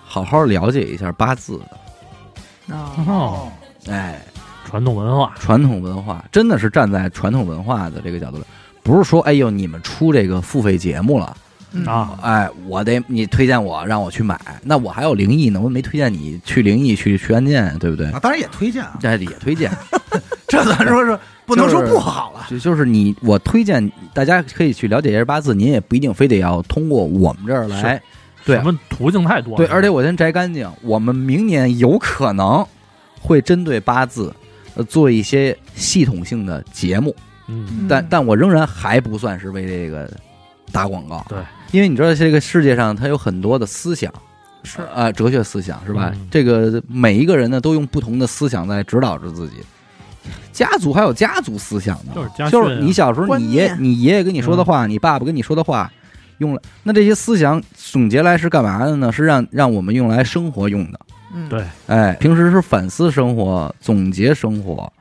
S1: 好好了解一下八字的。
S3: 啊，
S4: 哦，，
S1: 哎，
S4: 传统文化，
S1: 传统文化真的是站在传统文化的这个角度来，不是说哎呦你们出这个付费节目了，
S3: 嗯
S4: 啊
S1: 哎，我得你推荐我让我去买，那我还有灵异呢，我没推荐你去灵异去去案件，对不对
S2: 啊，？当然也推荐啊，
S1: 这也推荐， <laughs>
S2: <laughs> 这咱说是不能说
S1: 就是
S2: 不好了，
S1: 就就是你，我推荐大家可以去了解一下八字，您也不一定非得要通过我们这儿来，对
S4: 什么途径太多了。
S1: 对，而且我先摘干净，我们明年有可能会针对八字，呃，做一些系统性的节目，
S4: 嗯，
S3: 嗯
S1: 但但我仍然还不算是为这个打广告，
S4: 对，
S1: 因为你知道这个世界上它有很多的思想，
S3: 嗯是
S1: 啊、哲学思想是吧？
S4: 嗯
S1: 这个每一个人呢都用不同的思想在指导着自己。家族还有家族思想呢，
S4: 就是家训
S1: 嗯
S4: 啊嗯
S1: 就是你小时候
S3: 观
S1: 你爷
S3: 念
S1: 你爷爷跟你说的话，你爸爸跟你说的话，用了那这些思想总结来是干嘛的呢？是让让我们用来生活用的。
S3: 嗯
S4: 对
S1: 哎，平时是反思生活，总结生活，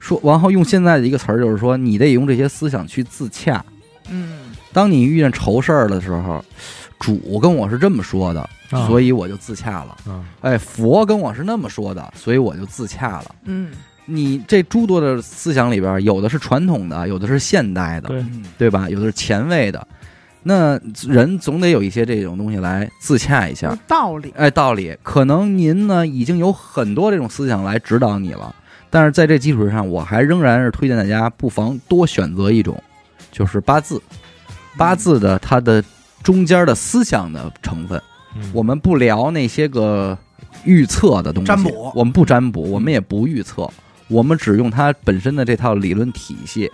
S1: 说然后用现在的一个词儿就是说，你得用这些思想去自洽。
S3: 嗯
S1: 当你遇见愁事儿的时候，主跟我是这么说的，
S4: 啊
S1: 所以我就自洽了。
S4: 嗯
S1: 哎，佛跟我是那么说的，所以我就自洽了。
S3: 嗯
S1: 你这诸多的思想里边，有的是传统的，有的是现代的，
S4: 对
S2: 嗯，
S1: 对吧？有的是前卫的。那人总得有一些这种东西来自洽一
S3: 有
S1: 下。
S3: 道理，
S1: 哎，道理，可能您呢已经有很多这种思想来指导你了，但是在这基础上，我还仍然是推荐大家不妨多选择一种，就是八字。
S2: 嗯
S1: 八字的它的中间的思想的成分，
S4: 嗯
S1: 我们不聊那些个预测的东西，
S2: 占卜
S1: 我们不占卜，我们也不预测，我们只用它本身的这套理论体系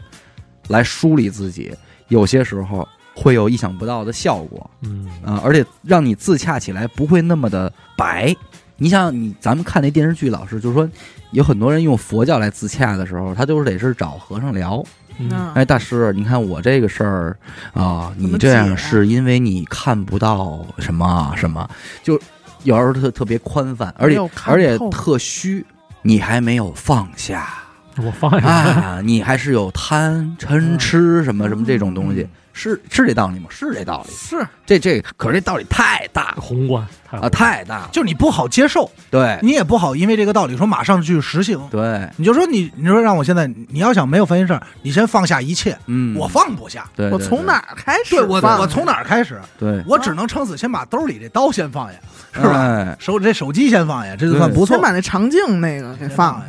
S1: 来梳理自己，有些时候会有意想不到的效果
S4: 嗯
S1: 啊、而且让你自洽起来不会那么的白。你想想，你咱们看那电视剧，老师就是说，有很多人用佛教来自洽的时候，他就是得是找和尚聊，
S3: 啊
S4: 嗯，
S1: 哎，大师，你看我这个事儿啊，
S3: 怎
S1: 你
S3: 么
S1: 这
S3: 解
S1: 样
S3: 啊
S1: 是因为你看不到什么啊什么，就有时候特特别宽泛，而
S3: 没
S1: 且
S3: 有看
S1: 而且
S3: 透
S1: 特虚，你还没有放下
S4: 嗯我放下
S1: 啊，你还是有贪嗔
S3: 嗯
S1: 痴什么什么这种东西，是是这道理吗？是这道理，
S3: 是
S1: 这这可是这道理太大了
S4: 宏观太
S1: 啊，太大了，
S2: 就是你不好接受，
S1: 对
S2: 你也不好因为这个道理说马上去实行，
S1: 对，
S2: 你就说你你说让我现在你要想没有烦心事儿，你先放下一切，
S1: 嗯，
S2: 我放不下，
S1: 对，
S3: 我
S1: 对
S3: 从哪儿开始
S2: 对我
S3: 放
S2: 我从哪儿开始？
S1: 对，
S2: 我只能撑死先把兜里这刀先放下， <laughs> 是吧？
S1: 哎
S2: 手这手机先放下，这就算
S1: 对
S2: 不错
S3: 先。把那肠镜那个给放下，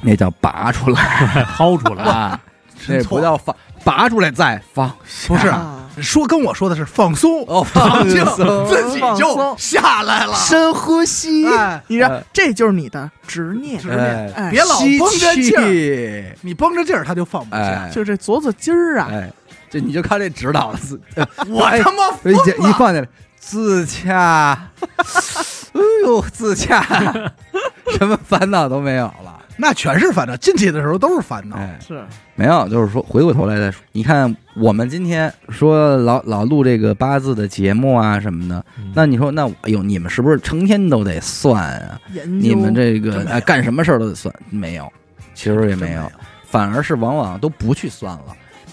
S1: 那叫拔出来
S4: 薅出
S1: <laughs>
S4: 来，
S1: 啊，
S2: 真
S1: 那
S2: 错
S1: 不叫放，拔出来再放，
S2: 不是
S3: 啊
S2: 说跟我说的是放松，
S1: 哦，
S2: 放
S1: 放
S2: 静
S1: 松
S2: 自己就下来了。
S3: 深呼吸
S2: 哎，
S3: 啊你让
S1: 哎
S3: 这就是你的执念，
S2: 执念
S1: 哎
S2: 别老绷着劲儿
S1: 儿，
S2: 你绷着劲儿，他就放不下
S1: 哎。
S3: 就这左左筋儿啊，
S1: 哎，这你就看这指导的
S2: <laughs>
S1: 字，
S2: 我他妈
S1: 一
S2: 疯了
S1: 一放下来，自洽， <laughs> 哎呦，自洽， <laughs> 什么烦恼都没有了。
S2: 那全是烦恼，进去的时候都是烦恼。
S1: 哎，
S3: 是
S1: 没有，就是说回过头来再说。你看，我们今天说老老录这个八字的节目啊什么的，
S4: 嗯
S1: 那你说那哎呦，你们是不是成天都得算啊？
S3: 研究
S1: 你们这个
S2: 真没有
S1: 哎干什么事儿都得算？没有，其实也
S2: 真
S1: 没
S2: 没
S1: 有。反而是往往都不去算了。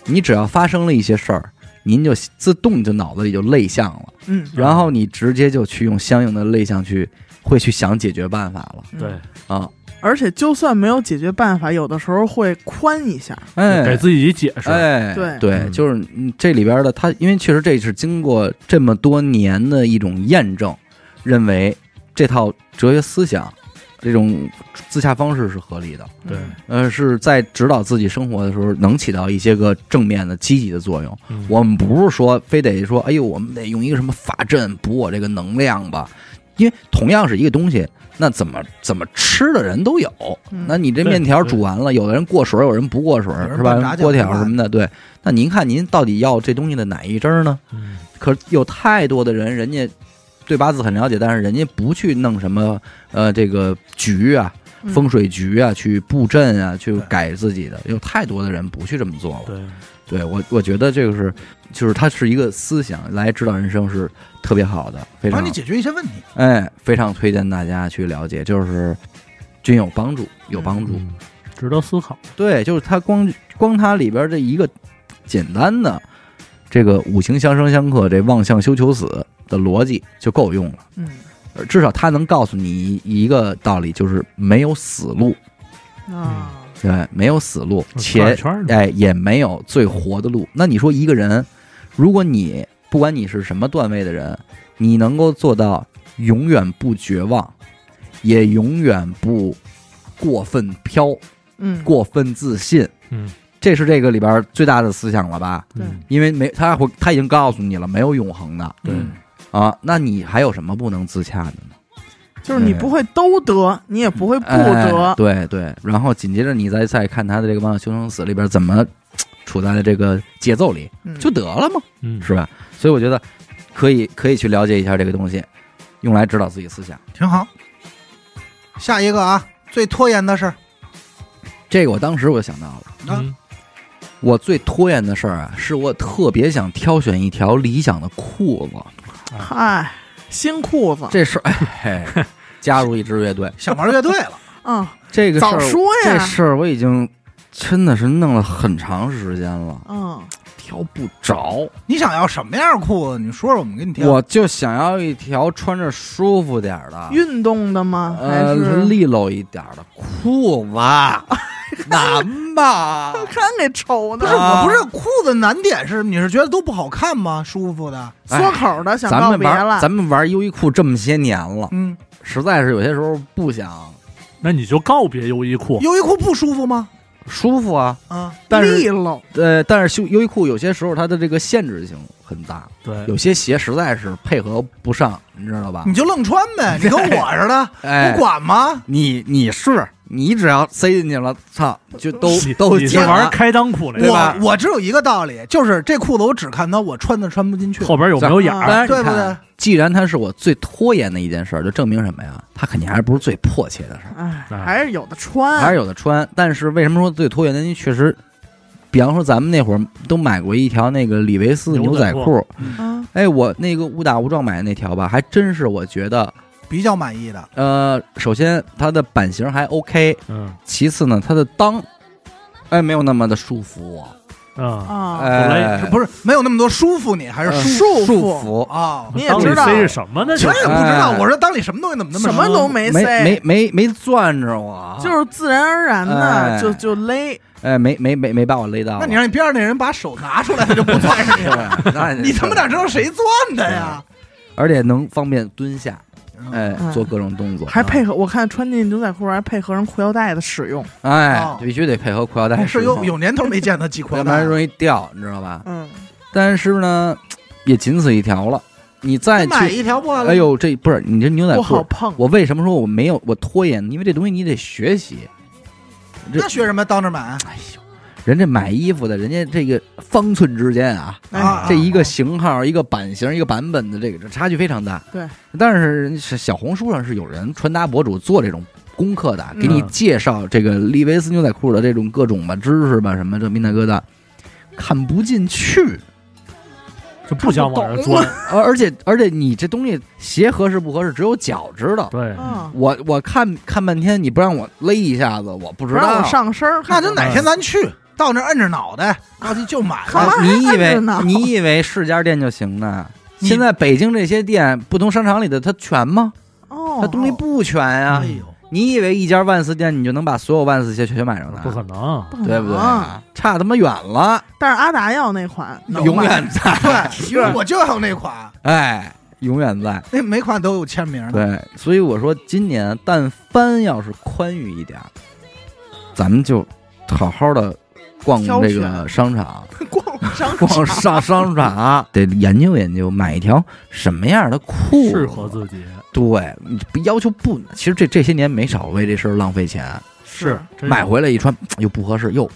S1: 你只要发生了一些事儿，您就自动就脑子里就类象了，
S3: 嗯
S4: 嗯
S1: 然后你直接就去用相应的类象去会去想解决办法了
S4: 对，
S1: 啊！
S3: 嗯而且就算没有解决办法，有的时候会宽一下，
S4: 给
S1: 哎
S4: 自己解释，
S1: 哎，
S3: 对
S1: 对，
S4: 嗯
S1: 就是嗯这里边的他，因为确实这是经过这么多年的一种验证，认为这套哲学思想这种自洽方式是合理的，
S4: 对
S3: 嗯
S1: 呃，是在指导自己生活的时候能起到一些个正面的积极的作用。
S4: 嗯
S1: 我们不是说非得说，哎呦，我们得用一个什么法阵补我这个能量吧，因为同样是一个东西，那怎么怎么吃的人都有。
S3: 嗯
S1: 那你这
S4: 对
S1: 面条
S4: 对
S1: 煮完了，有的人过水，有人不过水
S2: 有，人
S1: 是吧
S2: 拌炸？酱
S1: 锅
S2: 不
S1: 条
S2: 拌
S1: 什么的，对。那您看您到底要这东西的哪一汁儿呢？
S4: 嗯
S1: 可有太多的人，人家对八字很了解，但是人家不去弄什么呃这个局啊、
S3: 嗯
S1: 风水局啊、去布阵啊、去
S2: 对
S1: 改自己的，有太多的人不去这么做了。
S4: 对，
S1: 对我，我觉得这个是，就是它是一个思想来指导人生是特别好的，非
S2: 帮
S1: 常
S2: 你解决一些问题。
S1: 哎，非常推荐大家去了解，就是均有帮助，有帮助。
S4: 嗯，值得思考。
S1: 对，就是它光光它里边这一个简单的这个五行相生相克，这望向修求死的逻辑就够用了，
S3: 嗯
S1: 而至少它能告诉你一个道理，就是没有死路，
S2: 嗯
S3: 啊，
S1: 对，没有死路，
S4: 转
S1: 且
S4: 一圈嗯儿呢
S1: 哎，也没有最活的路。那你说一个人，如果你不管你是什么段位的人，你能够做到永远不绝望，也永远不过分飘、
S3: 嗯，
S1: 过分自信，
S4: 嗯，
S1: 这是这个里边最大的思想了吧？
S3: 对
S4: 嗯
S1: 因为没他会他已经告诉你了，没有永恒的
S4: 对
S3: 嗯
S1: 啊，那你还有什么不能自洽的呢？
S3: 就是你不会都得，你也不会不
S1: 哎
S3: 得，
S1: 对对，然后紧接着你再再看他的这个《望修生死》里边怎么嘖处在这个节奏里
S3: 嗯
S1: 就得了嘛，
S4: 嗯，
S1: 是吧？所以我觉得可以可以去了解一下这个东西，用来指导自己思想。
S2: 挺好。下一个啊，最拖延的事儿
S1: 这个我当时我就想到了，
S4: 嗯
S1: 我最拖延的事儿啊，是我特别想挑选一条理想的裤子，
S3: 嗨，新裤子
S1: 这事儿
S3: <laughs>
S1: 哎，嘿加入一支乐队，
S2: 想玩乐队
S1: <laughs>
S2: 了，
S3: 啊，
S1: 这个事
S3: 早
S1: 儿
S3: 说
S1: 这
S3: 呀，
S1: 事儿我已经真的是弄了很长时间了，
S3: 嗯
S1: 挑不着。
S2: 你想要什么样的裤子？你说说，我们给你挑。
S1: 我就想要一条穿着舒服点儿的，
S3: 运动的吗？还
S1: 啊呃，
S3: 是
S1: 利落一点儿的裤子，
S3: <laughs>
S1: 难吧？
S3: 看给愁
S2: 不
S3: 的
S2: 是，，
S1: 啊
S2: 我不是裤子难点是，你是觉得都不好看吗？舒服的，
S3: 缩口的 <laughs> 想
S1: 哎咱
S3: 告
S1: 们
S3: 别
S1: 玩
S3: 了，
S1: 咱们玩优衣库这么些年了，
S2: 嗯，
S1: 实在是有些时候不想
S4: 那你就告别优衣库，
S2: 优衣库不舒服吗？
S1: 舒服啊。
S2: 啊，
S1: 但
S3: 利
S1: 是
S3: 落，
S1: 呃，但是修优衣库有些时候它的这个限制性很大，
S4: 对，
S1: 有些鞋实在是配合不上，你知道吧
S2: 你？就愣穿
S1: <laughs>
S2: 呗，你跟我似的，
S1: 啊哎
S2: 嗯不，管吗？
S1: 你你是你只要塞进去了，操，就都
S4: 你
S1: 都
S4: 你是
S1: 进了
S4: 玩开裆裤来
S1: 对
S4: 的，
S1: 吧
S2: 我我只有一个道理，就是这裤子我只看它，我穿的穿不进去，
S1: 哦
S4: 后边有没有眼
S1: 当
S4: 儿？
S1: 然，
S2: 对
S1: 你
S2: 不
S1: 看
S2: 对？
S1: 既然它是我最拖延的一件事儿，就证明什么呀？它肯定还是不是最迫切的事儿，
S3: 哎，
S4: 哎
S3: 还是有的
S2: 嗯
S3: 穿，
S1: 啊还是有的穿。但是为什么说最拖延呢？因为确实，比方说咱们那会儿都买过一条那个李维斯牛仔
S4: 牛
S1: 裤，
S3: 嗯
S1: 哎，我那个误打误撞买的那条吧，还真是我觉得，
S2: 比较满意的。
S1: 呃，首先它的版型还 OK，
S4: 嗯
S1: 其次呢，它的裆，哎，没有那么的束缚我，
S4: 啊，
S3: 啊，
S1: 哎，
S4: 不
S2: 不是没有那么多舒服你，还是
S1: 呃
S2: 舒
S3: 束
S1: 束
S3: 缚，
S1: 缚。
S2: 啊？
S3: 你也
S4: 裆里
S3: 知道
S4: 塞着什么
S2: 我
S4: 呢？
S2: 也不知道，
S1: 哎
S2: 我说裆里什么东西怎么那么
S3: 什么都没
S1: 没
S3: 塞，
S1: 没没没攥着我，
S3: 就是自然而然的
S1: 哎
S3: 就就勒，
S1: 哎，没没没没把我勒到。
S2: 那你让你边上那人把手拿出来，他就
S1: <laughs>
S2: 不攥着你了。
S1: 对那
S2: 你他妈哪知道谁攥的呀？
S1: 嗯而且能方便蹲下，哎
S3: 嗯，
S1: 做各种动作，
S3: 还配合我看穿进牛仔裤还配合上裤腰带的使用，
S1: 哎
S2: 哦，
S1: 必须得配合裤腰带
S2: 是
S1: 使
S2: 有
S1: 用，
S2: 有年头没见他系裤
S1: 要
S2: 腰
S1: 不
S2: 带
S1: 然
S2: 了，
S1: 容易掉，你知道吧？
S3: 嗯，
S1: 但是呢，也仅此一条了。你再
S2: 你买
S1: 去，
S2: 一条不完了？
S1: 哎，呦，这不是你这牛仔
S3: 不好
S1: 裤，
S3: 碰，
S1: 我为什么说我没有我拖延？因为这东西你得学习。这
S2: 那学什么当着买？
S1: 哎呦，人这买衣服的，人家这个方寸之间啊，
S3: 哎
S2: 啊
S1: 这一个型号、一个版型、一个版本的这个这差距非常大。
S3: 对，
S1: 但是人是小红书上是有人穿搭博主做这种功课的，
S3: 嗯
S1: 给你介绍这个利维斯牛仔裤的这种各种吧知识吧，什么这mina 疙瘩，看不进去。
S4: 就不想往这儿钻。
S1: 而而且而且你这东西鞋合适不合适，只有脚知道。
S4: 对，
S3: 嗯，
S1: 我我看看半天，你不让我勒一下子，我不知
S3: 不让
S1: 道
S3: 我。上身儿，
S2: 那就哪天咱去到那儿摁着脑袋，到期就
S3: <laughs>
S2: 买
S1: 啊
S2: 了。
S1: 你以
S3: 还
S1: 为
S3: 着呢
S1: 你以为是家店就行呢？
S2: 你
S1: 现在北京这些店，不同商场里的它全吗？
S3: 哦，
S1: 它东西不全
S4: 哦
S1: 呀、
S2: 哎呦，
S1: 你以为一家万斯店你就能把所有万斯鞋全买着呢？
S4: 不可能。
S3: 可
S1: 对不啊对
S3: 能？
S1: 差他妈远了，
S3: 但是阿达要那款，
S2: 能
S1: <laughs> 永 <laughs>
S2: 买
S4: <laughs>
S1: 远在。
S2: 对，因为我就要那款。
S1: 哎，永远在。
S2: 那每款都有签名
S4: 嗯
S2: 的，
S1: 对，
S2: <laughs>
S1: 所以我说今年但凡要是宽裕一点儿，咱们就好好的逛
S3: 挑
S1: 这
S3: 选
S1: 个商场，
S3: 逛商
S1: 逛上商
S4: <laughs>
S1: 场，得研究研究，买一条什么样的裤子
S4: 适合自己
S1: 对，你不要求不，其实这这些年没少为这事儿浪费钱，
S4: 是真
S1: 买
S4: 有
S1: 回来一穿又不合适，又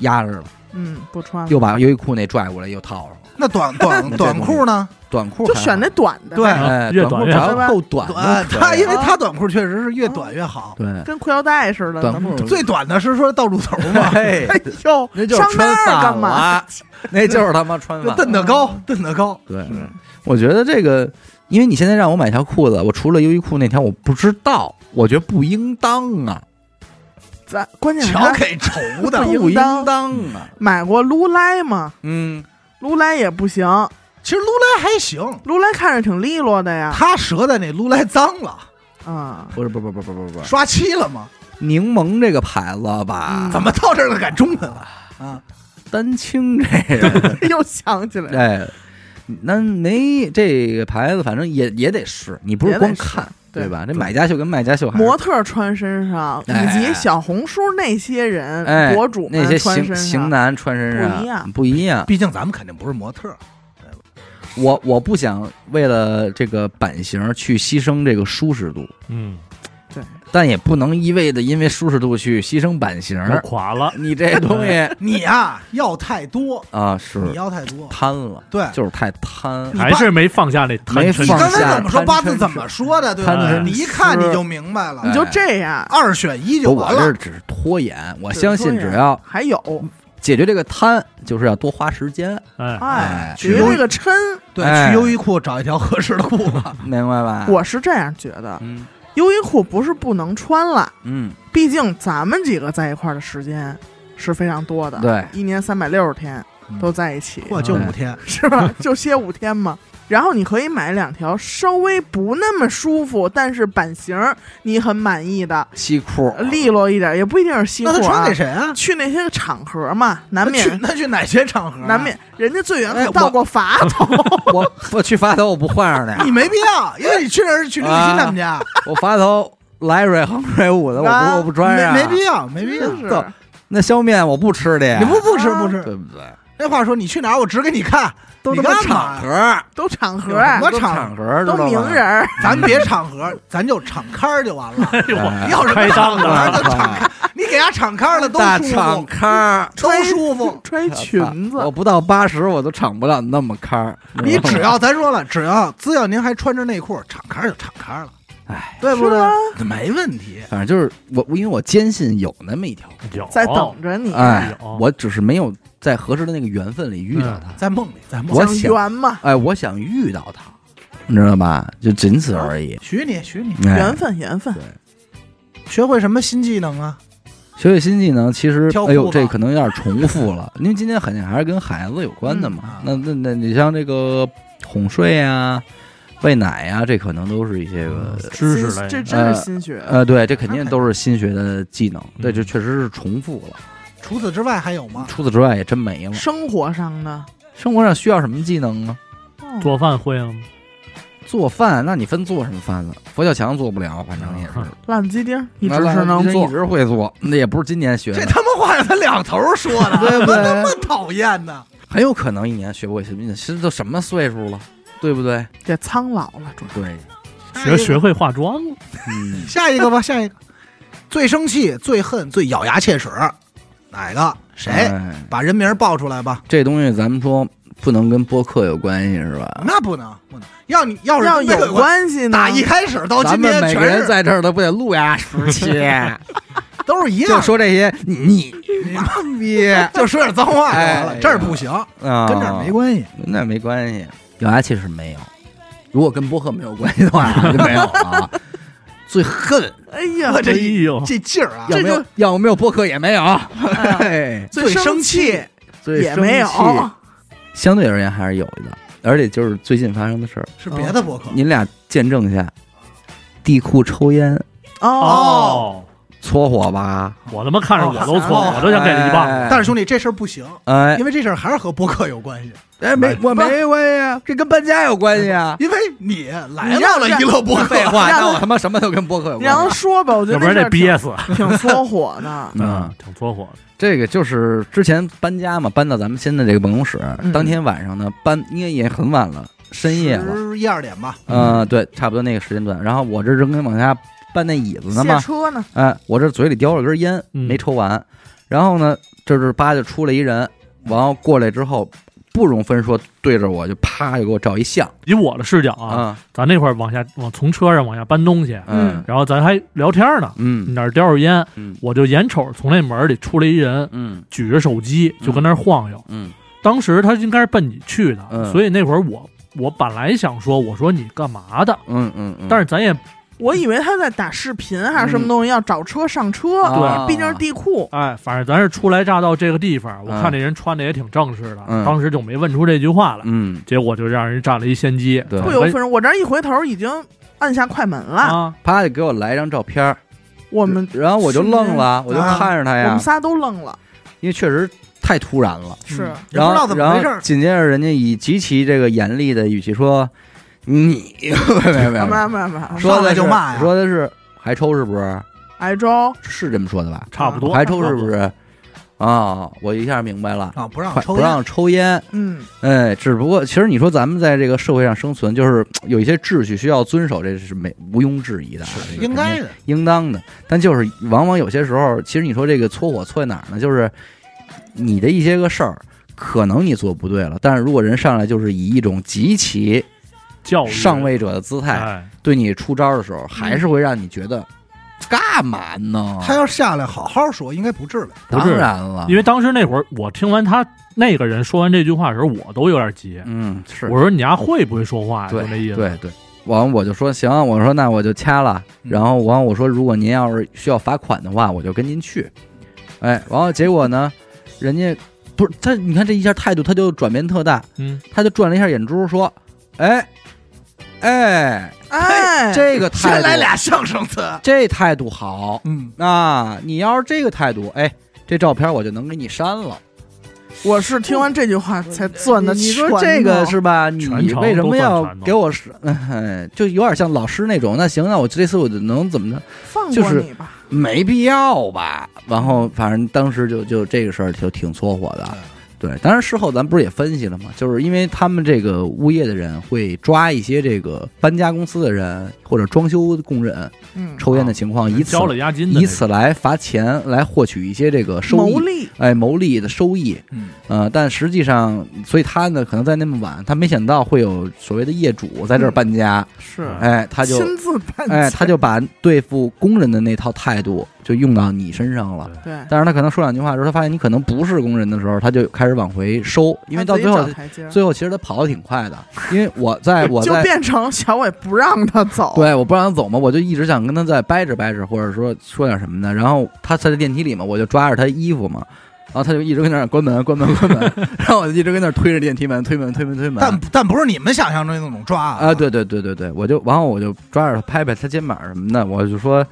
S1: 压着了，
S3: 嗯，不穿了，
S1: 又把优衣库那拽过来又套上了，
S2: 那短
S1: <laughs>
S2: 短短裤呢？
S1: 短裤
S3: 就
S1: 还
S3: 选
S1: 好
S3: 那短的呗，
S2: 对
S1: 哎，
S4: 嗯越
S1: 短
S4: 短
S1: 裤
S4: 越
S1: 只
S3: 好
S1: 要够短就
S2: 短，
S1: 可以
S2: <laughs> 它因为
S1: 了
S2: 它短裤确实是越短越好。
S1: 对
S3: 跟裤腰带似的。
S1: 短裤
S3: 怎么 <laughs>
S2: 最短的是说到乳头
S1: <laughs>
S2: 嘛，
S1: 哎
S3: 哎呦，
S1: 那就是
S3: 上
S1: 穿
S3: 那儿
S1: 反
S3: 干嘛？
S1: 了， <laughs> 那就是他妈穿反了。
S2: 蹬得高，蹬得
S1: <laughs>
S2: 高。
S1: 对，我觉得这个，因为你现在让我买条裤子，我除了优衣库那条我不知道，我觉得不应当啊，
S3: 咱关键是
S2: 瞧
S3: 他
S2: 给愁的
S3: 不。
S1: 不
S3: 应
S1: 应
S3: 当
S1: 当啊。
S3: 买过撸来吗？
S1: 嗯，
S3: 撸来也不行，
S2: 其实撸来还行，
S3: 撸来看着挺利落的
S1: 啊
S3: 呀。
S2: 他折的那撸来脏了，
S1: <laughs>
S3: 啊，
S1: 不是，不是不是不是不是不是，
S2: 刷漆了吗？
S1: 柠檬这个牌子吧，
S3: 嗯
S2: 怎么到这儿了改中文了啊？
S1: 丹青这个，
S3: <laughs> 又想起来了，
S1: 哎，那没这个牌子，反正也也得试，你不是
S3: 也得
S1: 光
S3: 试
S1: 看
S3: 对
S1: 对吧？这买家秀跟卖家秀还是
S3: 模特穿身上，
S1: 哎
S3: 以及小红书那些
S1: 哎
S3: 人博主
S1: 那
S3: 们
S1: 些
S3: 穿
S1: 型
S3: 身
S1: 型
S3: 上，
S1: 男穿身上啊
S3: 不一样
S1: 不一样。
S2: 毕竟咱们肯定不是模特，
S1: 我我不想为了这个版型去牺牲这个舒适度，
S4: 嗯，
S3: 对，
S1: 但也不能一味的因为舒适度去牺牲版型。
S4: 要垮了，
S1: 你这东
S3: <laughs>
S1: 西
S2: 你呀要太多，
S1: 啊，是
S2: 你要太多，
S1: 贪了，
S2: 对。
S1: 就是太贪。
S2: 你
S4: 还是没放下那贪
S1: 没
S4: 嗔
S2: 你
S1: 放
S2: 刚
S1: 下
S2: 才怎么说
S1: 贪嗔
S2: 八字怎么说的？对吧
S1: 贪
S4: 嗔？痴
S2: 你一看你就明白了
S1: 哎
S3: 你，就这样，
S2: 二选一就
S1: 不我
S2: 完
S1: 这
S2: 了。
S1: 只是拖延，我
S3: 只是
S1: 相信
S3: 拖
S1: 只
S3: 延
S1: 要嗯
S3: 还有
S1: 解决这个贪，就是要多花时间，
S4: 哎，
S1: 哎
S3: 哎，觉得
S2: 去
S3: 这个抻，
S2: 对，
S1: 哎
S2: 去优衣库找一条合适的裤
S1: <laughs>
S2: 子。
S1: 明白吧？
S3: 我是这样觉得，
S1: 啊嗯
S3: 优衣库不是不能穿了，
S1: 嗯，
S3: 毕竟咱们几个在一块儿的时间是非常多的，
S1: 对，
S3: 一年三百六十天
S1: 嗯
S3: 都在一起，
S2: 我就五天，
S3: 是吧？就歇五天嘛。然后你可以买两条稍微不那么舒服，但是版型儿你很满意的，
S1: 西裤
S3: 利落一点，也不一定是西裤
S2: 那他
S3: 啊
S2: 穿给。谁啊？
S3: 去那些场合嘛，难
S2: 那去
S3: 免
S2: 那去哪些场合啊？
S3: 难免，人家最
S1: 哎
S3: 远
S1: 我
S3: 到过法头，
S1: 我我去发头，我不换上那
S2: 你
S1: 样，
S2: 没必要，因为你去那是去刘雨欣他们家，
S1: 我发头来水衡水五啊的，我
S3: 啊
S1: 不我不穿上，
S2: 没没必要，没必要
S3: 真。是
S1: 走那削面我不吃的呀，
S2: 你不不吃
S3: 啊
S2: 不吃？
S1: 对不对？
S2: 那话说，你去哪儿我指给你看，
S1: 都
S2: 你
S1: 他妈
S2: 干
S1: 场
S2: 嘛呀？
S1: 合，
S3: 都场合
S2: 有什
S3: 啊
S2: 么，
S1: 都
S2: 场
S1: 场合，
S3: 都
S1: 知道吧
S3: 名人，儿，
S2: 咱别场合，咱就场刊儿就完了。
S4: 哎呦我
S1: 哎
S2: 要是
S4: 开张
S2: 了，
S4: 了
S2: 就敞开，你给他敞开啊了都
S1: 啊大
S2: 舒
S1: 敞
S2: 服，
S1: 开儿，
S2: 都舒服。
S3: 穿裙
S1: 我
S3: 子，
S1: 不到八十我都敞不了那么开儿。
S2: 你只要咱说了，只要只要您还穿着内裤，敞开就敞开了，
S1: 哎，
S2: 对不
S3: 是吗
S2: 对？没问题。
S1: 反正就是我，我因为我坚信有那么一条，
S4: 有
S3: 在等着你，
S1: 哎
S4: 有，
S1: 我只是没有在合适的那个缘分里遇到它。
S2: 在梦里，在梦
S1: 我
S2: 里，
S1: 想
S3: 想圆嘛，
S1: 哎，我想遇到它，你知道吧？就仅此而已。
S2: 许你许你，
S1: 哎
S3: 缘分缘分，
S2: 学会什么新技能啊？
S1: 学会新技能，其实
S2: 挑裤
S1: 哎
S2: 子
S1: 呦，这可能有点重复 <laughs> 了，因为今天肯定还是跟孩子有关的嘛。那
S2: 嗯
S1: 那那你像这个哄睡啊、喂奶呀、这可能都是一些个
S4: 嗯知识
S3: 新
S4: 类
S3: 这
S4: 的，
S3: 真是新学，
S1: 呃，对，这嗯肯定嗯都是新学的技能，对，这确实是重复了。
S2: 除此之外还有吗？
S1: 除此之外也真没了。
S3: 生活上的，
S1: 生活上需要什么技能呢？啊
S3: 嗯
S4: 做饭会吗？
S1: 做饭，那你分做什么饭呢？佛跳墙做不了，反正也是，
S3: 辣子鸡丁儿一直
S1: 那
S3: 是能
S1: 人嗯一
S3: 做，
S1: 直会做，那也不是今年学
S2: 这
S1: 的，
S2: 他妈话让他两头说的，
S1: 对不
S2: 怎
S1: 对？
S2: 么那么讨厌呢？
S1: 很有可能一年学不会什么技能，其实都什么岁数了，对不对？
S3: 这苍老了，主要
S1: 对，
S2: 哎
S4: 学学会化妆了，
S1: 嗯，
S2: 下一个吧，下一个。最生气、最恨、最咬牙切齿，哪个？谁？
S1: 哎
S2: 把人名报出来吧。
S1: 这东西咱们说不能跟播客有关系是吧？
S2: 那不能，不能。要你要是
S3: 要
S2: 那个
S3: 有关系呢，
S2: 打一开始到
S1: 咱
S2: 今
S1: 们
S2: 天
S1: 每个
S2: 全
S1: 人
S2: 是
S1: 在这儿都不得录呀十 <laughs> 期，
S2: 都是一样
S1: 就
S2: 的，
S1: 说这些，你你妈 <laughs> 逼啊，
S2: 就说点脏话就完
S1: 哎呀
S2: 了，这儿不行，跟这儿没关系。
S1: 跟啊那没关系，咬牙切齿没有。啊如果跟播客没有关系的话， <laughs> 就没有了啊。最恨
S3: 哎呀，
S2: 我
S4: 哎
S2: 这一
S4: 呦，
S2: 这劲儿啊，
S1: 哦要没有要没有播客也没 <laughs> 有，哎嘿
S2: 最生气
S1: 最
S3: 也
S1: 生
S3: 没有，哦
S1: 气相对而言还是有的，而且就是最近发生的事儿，
S2: 是别的博客，
S1: 您俩见证一下。地库抽烟
S3: 哦，
S4: 哦，
S1: 搓火吧，
S4: 我他妈看着我都错，
S3: 哦
S4: 我都想给你一棒。
S1: 哎
S2: 但是兄弟这事儿不行，
S1: 哎
S2: 因为这事儿还是和博客有关系。
S1: 哎，没我
S2: 不
S1: 没关系啊，这跟搬家有关系啊。
S2: 因为你来
S3: 你让
S2: 到了
S3: 这
S2: 娱乐播客，
S1: 废话，
S3: 让
S1: 那 <laughs> 我他妈什么都跟播客有
S3: 你让
S1: 关
S3: 他
S1: 系。。
S3: 说吧，我觉得
S4: 要不然
S3: 这
S4: 得憋死。
S3: 挺挺搓火的
S1: 嗯，
S4: 挺搓火的。
S1: 这个就是之前搬家嘛，搬到咱们现在这个办公室，
S3: 嗯
S1: 当天晚上呢，搬应该也很晚了，深夜了，
S2: 十一二点吧，
S1: 嗯、对，差不多那个时间段。然后我这正跟往下搬 <laughs> 那椅子呢
S3: 卸
S1: 嘛，
S3: 车呢？
S1: 哎，我这嘴里叼了根烟，
S4: 嗯
S1: 没抽完。然后呢，这是吧就出来一人，然后过来之后，不容分说对着我就啪就给我照一相
S4: 以我的视角啊，
S1: 啊，
S4: 咱那会儿往下往从车上往下搬东西，
S1: 嗯
S4: 然后咱还聊天呢，
S1: 嗯
S4: 哪儿叼着烟，
S1: 嗯
S4: 我就眼瞅从那门里出来一人，
S1: 嗯
S4: 举着手机就跟那儿晃悠。
S1: 嗯
S4: 当时他应该是奔你去的，
S1: 嗯
S4: 所以那会儿我我本来想说，我说你干嘛的？
S1: 嗯嗯嗯，
S4: 但
S1: 是
S4: 是咱也
S3: 我以为他在打视频还是什么
S1: 嗯
S3: 东西，要找车上车。
S1: 啊
S3: 毕竟是地库。
S4: 哎，反正咱是初来乍到这个地方，我
S1: 嗯
S4: 看这人穿的也挺正式的，
S1: 嗯
S4: 当时就没问出这句话来，
S1: 嗯
S4: 结果就让人占了一先机。
S1: 对
S3: 不由分说，我这儿一回头已经按下快门了。
S4: 啊，
S1: 啪就给我来一张照片儿，
S3: 我们
S1: 然后我就愣
S2: 啊
S1: 了，我就看着他
S3: 我们
S1: 哎呀，
S3: 仨都愣了，
S1: 因为确实太突然了。
S3: 是
S2: 也不
S1: 然
S2: 知道
S1: 后
S2: 怎么回
S1: 然
S2: 事
S1: 后
S2: 儿。
S1: 紧接着人家以极其这个严厉的语气说：“
S2: <laughs>
S1: 你没有没有没
S3: 啊没
S1: 有，
S3: 有没有没有，
S1: 说
S2: 上
S1: 的
S2: 来
S1: 是
S2: 就骂呀
S1: 说的是还抽是不是？
S3: 挨招
S1: 是这么说的吧？
S4: 差不多
S1: 还抽是不？是？啊，我一下明白了，
S2: 啊，不让
S1: 快
S2: 抽
S1: 不让抽烟。
S3: 嗯，
S1: 哎，只不过其实你说咱们在这个社会上生存，就是有一些秩序需要遵守，这是没毋庸置疑的啊，这个
S2: 应
S1: 肯
S2: 该
S1: 定
S2: 的，
S1: 应当的。但就是往往有些时候，其实你说这个搓火搓在哪儿呢？就是你的一些个事儿。可能你做不对了，但是如果人上来就是以一种极其
S4: 教育
S1: 上位者的姿态
S4: 哎，
S1: 对你出招的时候，还是会让你觉得干嘛呢？
S2: 他要下来好好说，应该不至了。
S4: 不
S1: 当
S4: 是
S1: 然了，
S4: 因为当时那会儿我听完他那个人说完这句话的时候，我都有点急，
S1: 嗯是
S4: 我说你丫会不会说话呀？就
S1: 对
S4: 那意思。
S1: 对对，完我就说行，我说那我就掐了，
S2: 嗯
S1: 然后完我说如果您要是需要罚款的话，我就跟您去。哎，完了结果呢，人家不是他，你看这一下态度他就转变特大，
S4: 嗯，
S1: 他就转了一下眼珠说，哎哎，
S3: 哎，
S1: 这个态
S2: 先
S1: 度
S2: 来俩相声词，
S1: 这态度好
S2: 嗯，
S1: 啊，你要是这个态度，哎，这照片我就能给你删了。
S3: 我是听完这句话才攥的。
S1: 你你说这个是吧？你
S4: 全程
S1: 为什么要
S4: 都攥拳头
S1: 给我是？哎就有点像老师那种。那行，那我这次我就能怎么着？
S3: 放
S1: 就
S3: 过
S1: 是
S3: 你吧，
S1: 没必要吧。然后反正当时就就这个事儿就挺搓火的。对，当然事后咱不是也分析了吗？就是因为他们这个物业的人会抓一些这个搬家公司的人或者装修工人
S3: 嗯，
S1: 抽烟的情况，以此
S4: 啊交了押金的那
S1: 以
S4: 个，
S1: 此来罚钱，来获取一些这个收
S3: 牟
S1: 益，
S3: 利，
S1: 哎，牟利的收益。
S2: 嗯，
S1: 呃，但实际上，所以他呢，可能在那么晚，他没想到会有所谓的业主在这
S3: 嗯
S1: 儿搬家，
S3: 是
S1: 哎，他就
S3: 亲自办起，
S1: 哎，他就把对付工人的那套态度就用到你身上了。
S3: 对，
S1: 但是他可能说两句话的时候，他发现你可能不是工人的时候，他就开始往回收，因为到最
S3: 他
S1: 后
S3: 自己，找台阶儿
S1: 最后其实他跑得挺快的，因为我在我
S3: <laughs> 就
S1: 在
S3: 变成小伟不让他走，
S1: 对我不让他走嘛，我就一直想跟他再掰扯掰扯，或者说说点什么的。然后他在电梯里嘛，我就抓着他衣服嘛，然后他就一直跟那儿关门关门关门，然后我就一直跟那儿推着电梯门推门推门推门。
S2: 但但不是你们想象中那种抓
S1: 嗯啊，，对对对对对，我就然后我就抓着他拍拍他肩膀什么的，我就说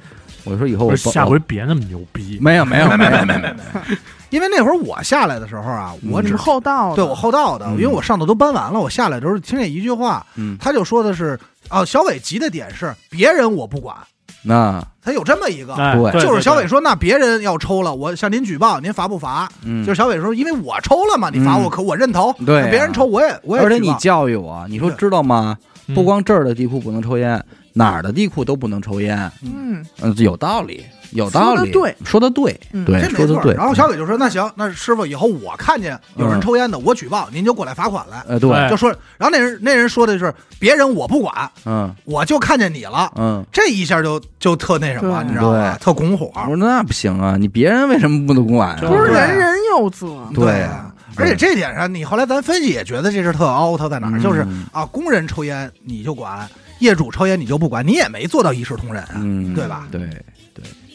S1: 我说以后我
S4: 不
S1: 不
S4: 是下回别那么牛逼。
S1: 没有没有
S2: 没
S1: 没
S2: 没没
S1: 没
S2: 没没没，因为那会儿我下来的时候啊，我
S3: 你
S2: 只
S3: 们厚道的，
S2: 对我厚道的，
S1: 嗯
S2: 因为我上头都搬完了，我下来的时候听见一句话，
S1: 嗯，
S2: 他就说的是哦，小伟急的点是别人我不管，
S1: 那
S2: 他有这么一个。
S4: 哎，
S1: 嗯对
S4: 对
S2: 就是小伟
S4: 对
S2: 说：“那别人要抽了，我向您举报，您罚不罚？”
S1: 嗯
S2: 就是小伟说：“因为我抽了嘛，你罚我，
S1: 嗯
S2: 可我认头。
S1: 对啊
S2: 别人抽我也我也
S1: 而且
S2: 举
S1: 你
S2: 报
S1: 教育我，你说
S2: 对
S1: 知道吗？
S4: 嗯
S1: 不光这儿的地库不能抽烟，哪儿的地库都不能抽烟。
S3: 嗯，
S1: 嗯，有道理，有道理，
S3: 说得对，
S1: 说的对，
S3: 嗯
S1: 对，
S2: 真没
S1: 哎说的
S2: 错。”
S1: 对。嗯
S2: 然后小伟就说：“那行，那师傅以后我看见有人抽烟的，我举报，您就过来罚款来。
S1: 呃，对，
S4: 哎
S2: 就说，然后那人那人说的是别人我不管，
S1: 嗯
S2: 我就看见你了，
S1: 嗯。
S2: 这一下就就特那什么，
S3: 对
S2: 你知道吧？
S1: 对
S2: 特拱火。
S1: 我说那不行啊，你别人为什么不能管啊？
S4: 就
S3: 不是
S2: 对
S3: 人人有责，
S1: 对
S2: 啊
S1: 啊，
S2: 而且这点上，你后来咱分析也觉得这事儿特 out 在哪儿，
S1: 嗯
S2: 就是啊，工人抽烟你就管，业主抽烟你就不管，你也没做到一视同仁啊，
S1: 嗯，
S2: 对吧？
S1: 对对。嗯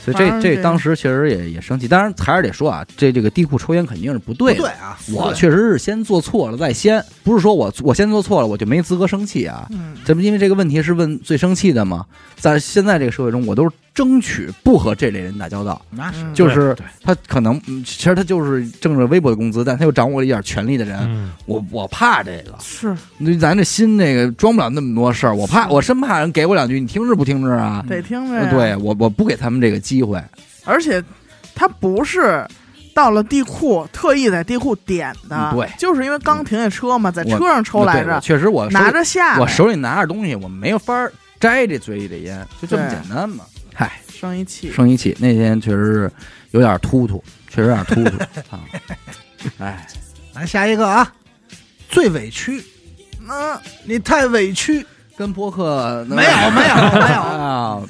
S1: 所以这
S3: 反正
S1: 这
S3: 这
S1: 当时确实也也生气，当然还是得说啊，这这个地库抽烟肯定是不对
S2: 不
S1: 的。
S2: 对啊，
S1: 我确实是先做错了再先，不是说我我先做错了我就没资格生气啊。
S3: 嗯，
S1: 这不因为这个问题是问最生气的吗？在现在这个社会中，我都是争取不和这类人打交道。
S2: 那是
S3: 嗯
S1: 就是
S4: 对对
S1: 他可能嗯其实他就是挣着微薄的工资，但他又掌握了一点权力的人，
S4: 嗯，
S1: 我我怕这个。
S3: 是
S1: 那咱这心那个装不了那么多事儿，我怕我深怕人给我两句，你听着不听着啊？
S3: 得听呗。
S1: 呃，对我我不给他们这个机会，
S3: 而且他不是到了地库特意在地库点的
S1: 嗯，对
S3: 就是因为刚停下车嘛，在
S1: 我
S3: 车上抽来
S1: 呃对我
S3: 着，
S1: 确实我手
S3: 拿着下来，
S1: 我手里拿着东西，我没法儿摘这嘴里的烟，就这么
S3: 对
S1: 简单嘛。嗨，
S3: 生一气，
S1: 生一气那天确实是有点突突，确实有点突
S2: <laughs>
S1: 突啊。哎，
S2: 来下一个啊，最委屈，
S3: 嗯，
S2: 你太委屈，
S1: 跟播客 <laughs>
S2: 没有没有没有，
S1: 啊，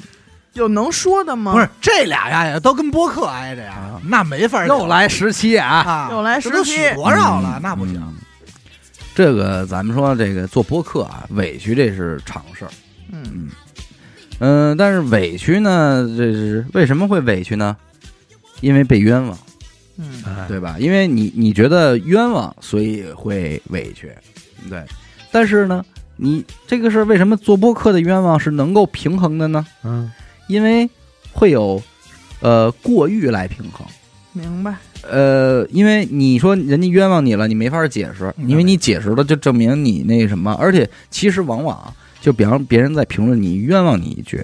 S3: 有能说的吗？
S2: 不是这俩呀也都跟播客挨着呀
S1: 啊，
S2: 那没法聊
S1: 又来十七啊。
S2: 啊，
S3: 又来
S2: 这都
S3: 十七
S2: 许多绕了，那不行。
S1: 嗯这个咱们说这个做播客啊，委屈这是常事儿。
S3: 嗯，
S1: 嗯、但是委屈呢，这是为什么会委屈呢？因为被冤枉，
S3: 嗯
S4: 哎
S1: 对吧？因为你你觉得冤枉，所以会委屈，对。但是呢，你这个事儿为什么做播客的冤枉是能够平衡的呢？
S4: 嗯，
S1: 因为会有呃过誉来平衡。
S3: 明白，
S1: 呃，因为你说人家冤枉你了，你没法解释，
S2: 嗯
S1: 因为你解释了就证明你那什么，而且其实往往啊就比方别人在评论你冤枉你一句，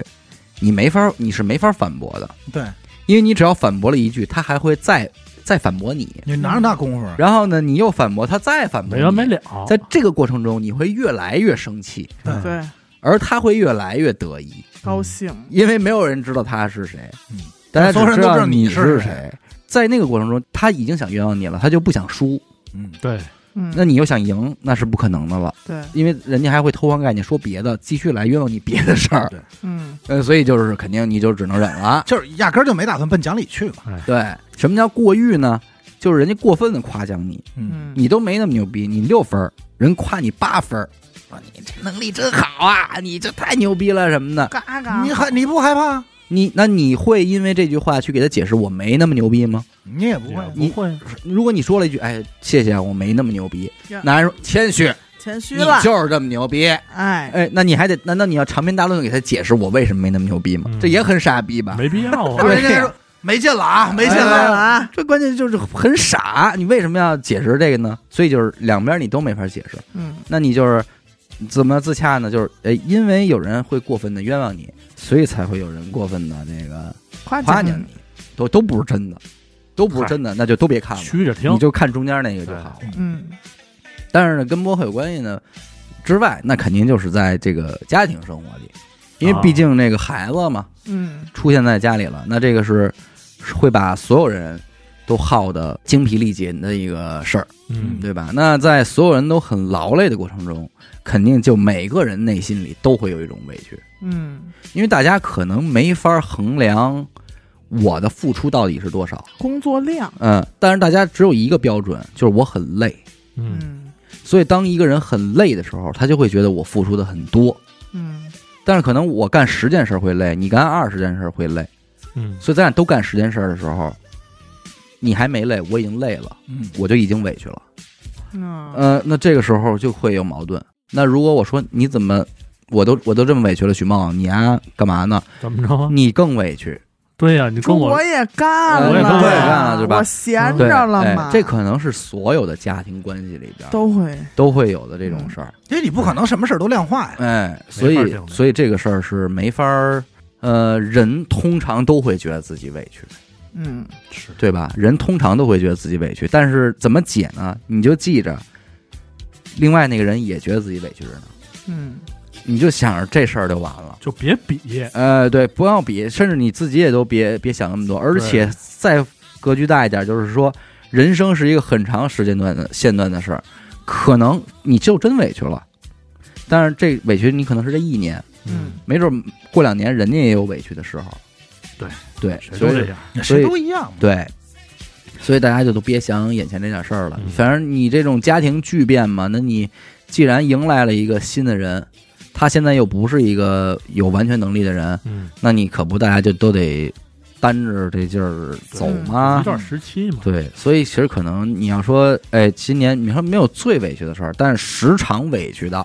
S1: 你没法你是没法反驳的，
S2: 对
S1: 因为你只要反驳了一句，他还会再再反驳你，
S2: 你哪有那功夫？
S1: 然后呢你又反驳他再反驳
S4: 没完没
S1: 你，
S4: 了，
S1: 在这个过程中你会越来越生气，
S2: 嗯
S3: 对，
S1: 而他会越来越得意，
S3: 高兴，
S1: 因为没有人知道他是谁
S2: 嗯，
S1: 大家只
S2: 所有人都知道
S1: 你
S2: 你是
S1: 谁。在那个过程中，他已经想冤枉你了，他就不想输。
S2: 嗯，
S4: 对，
S3: 嗯，
S1: 那你又想赢，那是不可能的了，
S3: 对，
S1: 因为人家还会偷换概念，说别的，继续来冤枉你别的事儿。
S2: 对，。
S3: 嗯，
S1: 呃，所以就是肯定你就只能忍了
S2: 就是压根儿就没打算奔讲理去嘛。
S1: 对，什么叫过誉呢？就是人家过分的夸奖你，
S3: 嗯，
S1: 你都没那么牛逼，你六分儿，人夸你八分儿，说你这能力真好啊，你这太牛逼了什么的。
S3: 嘎嘎，
S2: 你害你不害怕？
S1: 你那你会因为这句话去给他解释我没那么牛逼吗？
S2: 你也不
S4: 也
S2: 会。
S1: 你
S4: 不会，
S1: 如果你说了一句，哎，谢谢啊，我没那么牛逼
S3: 呀，
S1: 男人说谦虚，
S3: 谦虚
S1: 你
S3: 了，
S1: 就是这么牛逼。
S3: 哎，
S1: 哎，那你还得？难道你要长篇大论地给他解释我为什么没那么牛逼吗？
S4: 嗯
S1: 这也很傻逼吧？
S4: 没必要
S2: 然
S4: 啊
S2: 后，
S1: 对
S2: 人家说没劲了啊，没
S3: 没
S2: 劲
S3: 见
S1: 哎
S3: 来
S2: 了
S3: 了。啊，
S1: 这关键就是很傻，你为什么要解释这个呢？所以就是两边你都没法解释，
S3: 嗯，
S1: 那你就是怎么自洽呢？就是呃，因为有人会过分的冤枉你，所以才会有人过分的那个
S3: 夸
S1: 夸
S3: 奖
S1: 奖你，都都不是真的，都不是真的，那就都别看了，
S4: 虚着听
S1: 你，就看中间那个就好了。
S3: 嗯，
S1: 但是呢，跟播客有关系呢之外，那肯定就是在这个家庭生活里，因
S4: 啊
S1: 为毕竟那个孩子嘛。
S3: 嗯，
S1: 出现在家里了，那这个是是会把所有人都耗得精疲力竭的一个事儿，
S4: 嗯，
S1: 对吧？那在所有人都很劳累的过程中，肯定就每个人内心里都会有一种委屈，
S3: 嗯，
S1: 因为大家可能没法衡量我的付出到底是多少，
S3: 工作量，
S1: 嗯，但是大家只有一个标准，就是我很累。
S4: 嗯，
S3: 嗯
S1: 所以当一个人很累的时候，他就会觉得我付出的很多。
S3: 嗯，
S1: 但是可能我干十件事儿会累，你干二十件事儿会累，
S4: 嗯，
S1: 所以咱俩都干十件事儿的时候，你还没累，我已经累了，
S2: 嗯，
S1: 我就已经委屈了。
S3: 嗯，
S1: 呃，那这个时候就会有矛盾。那如果我说你怎么，我都我都这么委屈了，许梦，你啊干嘛呢？
S4: 怎么着啊？
S1: 你更委屈，
S4: 对呀，你
S3: 说
S4: 跟我
S3: 我也干
S1: 呃
S3: 了，
S4: 我也跟我也
S1: 干了对吧
S3: 我闲
S1: 对，
S3: 着了嘛
S1: 哎，，这可能是所有的家庭关系里边
S3: 都会，
S1: 都会有的这种事儿。
S2: 因为你不可能什么事儿都量化呀。
S1: 哎，所
S4: 嗯没法
S1: 以
S4: 这样的
S1: 所以这个事儿是没法儿。呃，人通常都会觉得自己委屈，
S3: 嗯，
S4: 是
S1: 对吧？人通常都会觉得自己委屈，但是怎么解呢？你就记着，另外那个人也觉得自己委屈着呢，
S3: 嗯，
S1: 你就想着这事儿就完了。
S4: 就别比，
S1: 呃，对，不要比，甚至你自己也都别别想那么多，而且再格局大一点，就是说，人生是一个很长时间段的线段的事儿，可能你就真委屈了，但是这委屈你可能是这一年，
S3: 嗯，
S1: 没准过两年人家也有委屈的时候。
S4: 对
S1: 对，
S4: 嗯谁
S1: 所以
S4: 都这样，
S1: 所以
S2: 谁都一样嘛。
S1: 对，所以大家就都别想眼前这点事儿了。
S4: 嗯
S1: 反正你这种家庭巨变嘛，那你既然迎来了一个新的人，他现在又不是一个有完全能力的人，
S4: 嗯，
S1: 那你可不大家就都得单着这劲儿走吗
S4: 一？段时期嘛，
S1: 对，所以其实可能你要说，哎，今年你说没有最委屈的事儿，但是时常委屈的，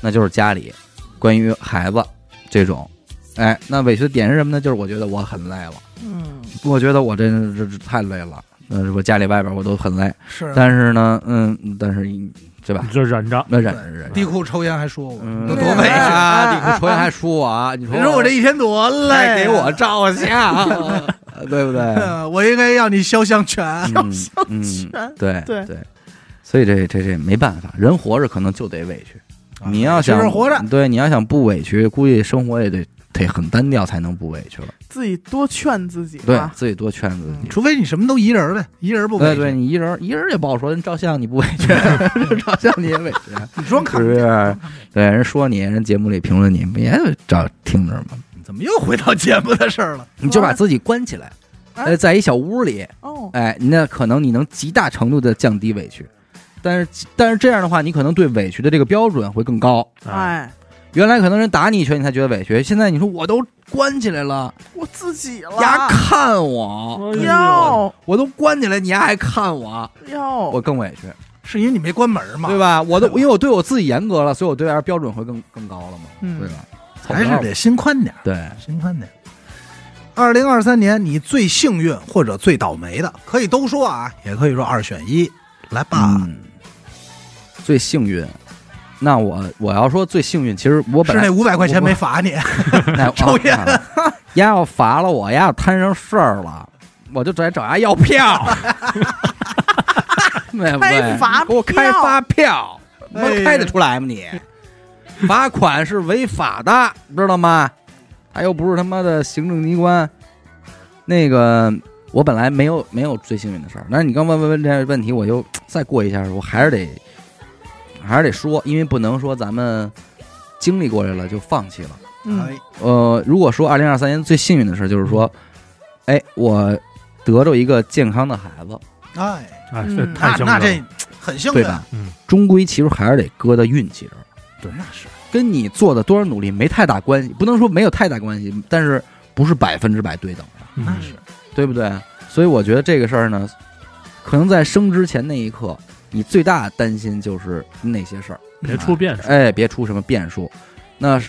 S1: 那就是家里关于孩子这种，哎，那委屈的点是什么呢？就是我觉得我很累了，
S3: 嗯，
S1: 我觉得我真是这太累了，嗯、我家里外边我都很累，
S2: 是
S1: 但是呢，嗯，但是对吧
S4: 你？就忍着。
S1: 那忍着忍着
S2: 地。库抽烟还说我，
S1: 嗯
S2: 那多委屈！
S1: 啊！你说抽烟还说我啊？你
S2: 你说我这一天多累，啊
S1: 来给我照相， <laughs> 对
S2: <laughs>
S1: 不对？
S2: 嗯，我应该让你肖像权。
S1: 嗯
S3: 权
S1: 嗯，对
S3: 对
S1: 对，所以这这这没办法，人活着可能就得委屈。你要
S2: 啊就
S1: 想
S2: 是活着，
S1: 对，你要想不委屈，估计生活也得得很单调才能不委屈了。
S3: 自己多劝自己
S1: 对
S3: 吧。
S1: 自己多劝自己。
S2: 除非你什么都一人儿呗，一人儿不委
S1: 对
S2: 屈。
S1: 对，你一人一人也不好说，人照相你不委屈， <laughs> 照相你也委
S2: <laughs>
S1: 屈，
S2: 你装
S1: 是
S2: 看
S1: 不
S2: 不见，
S1: 是？对，人说你，人节目里评论你，不也照听着吗？
S2: 怎么又回到节目的事
S1: <laughs>
S2: 儿了？
S1: 你就把自己关起来，
S3: 啊
S1: 哎，在一小屋里，
S3: 哦，
S1: 哎，那可能你能极大程度的降低委屈，但是但是这样的话，你可能对委屈的这个标准会更高。
S4: 哎，
S3: 哎，
S1: 原来可能人打你一拳你才觉得委屈，现在你说我都关起来了，
S3: 我自己了。
S1: 丫看我，
S4: 哎呦
S3: 哟
S1: 我都关起来，你丫还看我，
S3: 哟，
S1: 我更委屈，
S2: 是因为你没关门儿嘛？
S1: 对吧？我都因为我对我自己严格了，所以我对外标准会更更高了嘛，
S3: 嗯
S1: 对吧？
S2: 还是得心宽点儿，
S1: 对，
S2: 心宽点儿。二零二三年你最幸运或者最倒霉的，可以都说啊，也可以说二选一。来吧，
S1: 嗯，最幸运。那我我要说最幸运，其实我
S2: 是
S1: 本来哦
S2: 那五百块钱
S1: 我
S2: 没
S1: <laughs>
S2: 罚你，
S1: 那
S2: 抽烟，
S1: 啊丫要罚了我，丫要摊上事儿了，我就得找丫要票， <laughs> 对不对
S3: 开罚？
S1: 给我开
S3: 票
S1: 发票，他妈
S2: 哎呀
S1: 开得出来吗你？罚款是违法的，知道吗？他又不是他妈的行政机关。那个，我本来没有没有最幸运的事儿，但是你刚问问问这问题，我又再过一下，我还是得还是得说，因为不能说咱们经历过来了就放弃了。
S3: 嗯
S2: 哎
S1: 呃，如果说二零二三年最幸运的事，就是
S4: 嗯
S1: 说，哎，我得着一个健康的孩子，
S2: 哎，
S4: 哎，
S3: 嗯
S4: 这
S2: 那
S4: 太幸运
S2: 那
S4: 了。
S2: 这很幸
S1: 对
S2: 运，
S1: 吧？
S4: 嗯，
S1: 终归其实还是得搁到运气这儿，
S2: 对，那是
S1: 跟你做的多少努力没太大关系，不能说没有太大关系，但是不是百分之百对等的，
S4: 嗯
S2: 那是，
S1: 对不对？所以我觉得这个事儿呢，可能在生之前那一刻，你最大的担心就是那些事儿，
S4: 别出变数。
S1: 哎，别出什么变数，那是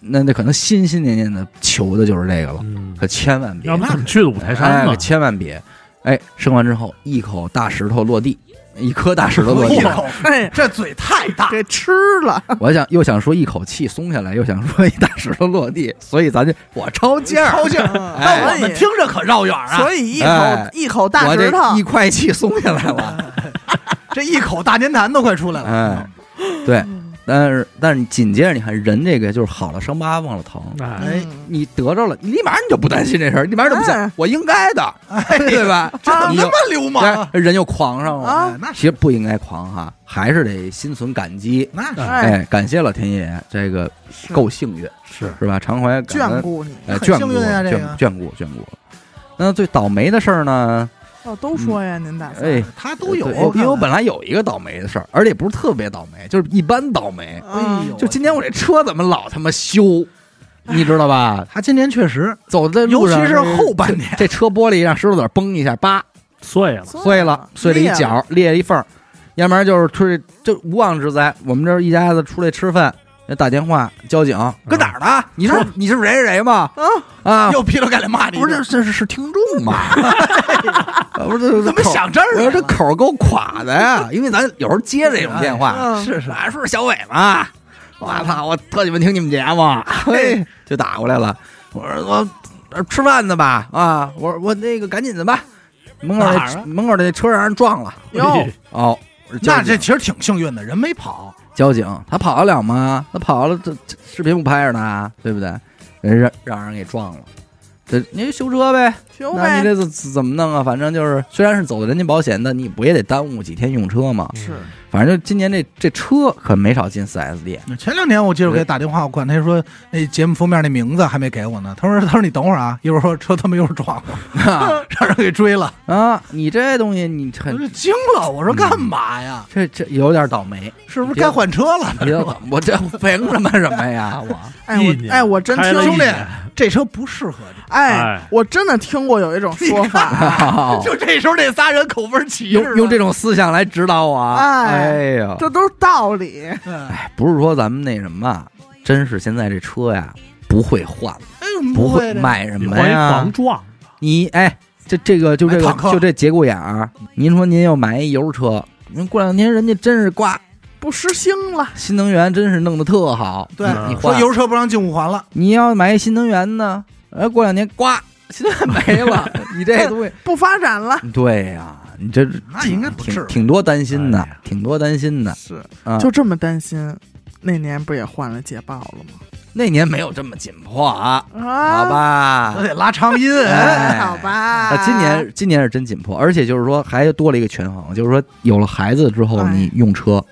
S1: 那那可能心心念念的求的就是这个了，
S4: 嗯，
S1: 可千万别
S4: 要不怎么去的五台山
S1: 哎，
S4: 呢
S1: 可？千万别！哎，生完之后一口大石头落地，一颗大石头落地
S2: 一。口，
S3: 哎，
S2: 这嘴太大，
S3: 给吃了，
S1: 我想又想说一口气松下来，又想说一大石头落地，所以咱就我抄劲儿，
S2: 高兴。
S1: 哎
S2: 那我们听着可绕远啊，
S3: 所以一口
S1: 哎
S3: 一口大
S1: 我
S3: 石头
S1: 这一，块气松下来
S4: <laughs>
S1: 了。
S2: 这一口大粘痰都快出来了。
S1: 哎，对，但是但是你紧接着你看人这个就是好了伤疤忘了疼，
S4: 哎，
S2: 哎
S3: 嗯
S1: 你得着了，你立马你就不担心这事儿，立马就不
S3: 哎
S1: 想我应该的，
S4: 哎
S1: 对吧？
S2: 这怎
S1: 你
S2: 么
S1: 就
S2: 那么流氓啊？
S1: 哎人就狂上了。
S3: 啊
S2: 哎，那
S1: 其实不应该狂哈，还是得心存感激。
S2: 那是
S4: 哎
S1: 哎，感谢老天爷，这个
S3: 是
S1: 够幸运，
S4: 是
S1: 是吧？常怀感
S3: 眷
S1: 恩，
S3: 顾你
S1: 哎，
S2: 很
S1: 眷
S2: 幸
S1: 顾，
S2: 运啊这个
S1: 眷眷顾，眷顾。那最倒霉的事儿呢？
S3: 哦，都说呀，您打算
S1: 哎，
S2: 他都有
S1: 对，因为我本
S2: 来
S1: 来有一个倒霉的事儿，而且不是特别倒霉，就是一般倒霉。
S3: 啊
S2: 哎呦，
S1: 就今天我这车怎么老他妈修，你知道吧？
S2: 他今年确实，
S1: 走在
S2: 尤
S1: 路
S2: 其
S1: 上，
S2: 是后半
S1: 这
S2: 年，
S1: 这车玻璃让石头子儿崩一下，叭
S4: 碎
S2: 啊
S4: 了。
S3: 啊
S1: 碎了，碎了一角，裂了一缝儿。要不然就是出去，就无妄之灾。我们这儿一家子出来吃饭，打电话交警，搁哪儿呢？你是
S2: 啊
S1: 你是谁谁谁吗？
S3: 啊
S1: 啊，
S2: 又劈头盖脸骂你一
S1: 不
S2: 顿，
S1: 是这这是是听众吗？
S2: <laughs>
S1: 不是
S2: 怎么？想这儿
S1: 我说
S2: 来了？
S1: 这口儿够垮的呀，因为咱有时候接这种电话，
S3: 嗯
S2: 是是，
S1: 啊，是小伟吗？我操，我特喜欢听你们节
S2: <laughs>
S1: 目，嘿，就打过来了。我说我呃吃饭呢吧？啊，我说我那个赶紧的吧，门口
S2: 哪儿
S1: 那
S2: 啊
S1: 门口那车让人撞了。
S3: 哟，
S1: 哦，我说交
S2: 那
S1: 警
S2: 这其实挺幸运的，人没跑，
S1: 交警他跑得了吗？他跑了，这这视频不拍着呢，对不对？人让让人给撞了，这你就修车呗。
S3: 修
S1: 那你这
S3: 呗，
S1: 怎怎么弄啊？反正就是，虽然是走人家保险的，你不也得耽误几天用车吗？
S4: 是
S1: 反反正就今年这这车可没少进 4S <laughs> 店。
S2: 前两天我记得我给他打电话，我管他说那节目封面那名字还没给我呢。他说：“ <laughs> 他说你等会儿啊，一会儿说车他妈又是撞了，
S1: 啊
S2: 让人给追了。
S1: 啊，你这东西你”
S2: 我
S1: 很
S2: 就 <laughs> 惊了，我说干嘛呀？
S1: 这这有点倒霉，
S2: 是不是该换车了？ <laughs>
S1: 你知道吗我这凭什么什么呀？ <laughs> 我
S3: 哎
S4: 一
S3: 我
S4: 年
S3: 哎我真
S4: 开了
S3: 听
S4: 一
S2: 兄弟
S4: 年，
S2: 这车不适合你。
S3: 哎
S4: 哎
S3: 我真的听过有一种说
S1: <laughs>
S3: 法，
S2: <laughs> 就这时候这仨人口味齐
S1: 哦用用这种思想来指导我，
S3: 哎
S1: 哎呦，
S3: 这都是道理。
S2: 哎，
S1: 哎不是说咱们那什么啊，真是现在这车呀不会换，
S2: 哎
S1: 不会
S2: 卖。
S1: 卖什
S4: 你
S1: 么
S4: 换一
S1: 呀
S4: 防？撞，
S1: 你哎，这这个就这
S2: 买
S1: 个
S2: 坦克
S1: 就这节骨眼儿，您说您要买一油车，您过两天人家真是挂
S3: 不失星了，
S1: 新能源，真是弄得特好。
S2: 对
S4: 嗯
S1: 你
S2: 说
S1: 换，
S2: 油车不让进五环了，
S1: 你要买一新能源呢，哎，过两年呱， <laughs> 新能源没
S2: <laughs>
S1: 了，你这东西，
S3: 不发展了，
S1: 对呀、你这
S2: 那应该不至
S1: 挺
S2: 于。
S1: 挺多担心的
S4: 哎呀，
S1: 挺多担心的。
S3: 是
S1: 啊
S3: 就这么担心。那年不也换了捷豹了吗？
S1: 那年没有这么紧迫啊，好，
S3: 啊，
S1: 吧
S2: 都？得拉长音，
S1: 哎
S3: 好吧。
S1: 啊，今年今年是真紧迫，而且就是说还多了一个权衡，就是说有了孩子之后，
S3: 哎
S1: 你用车，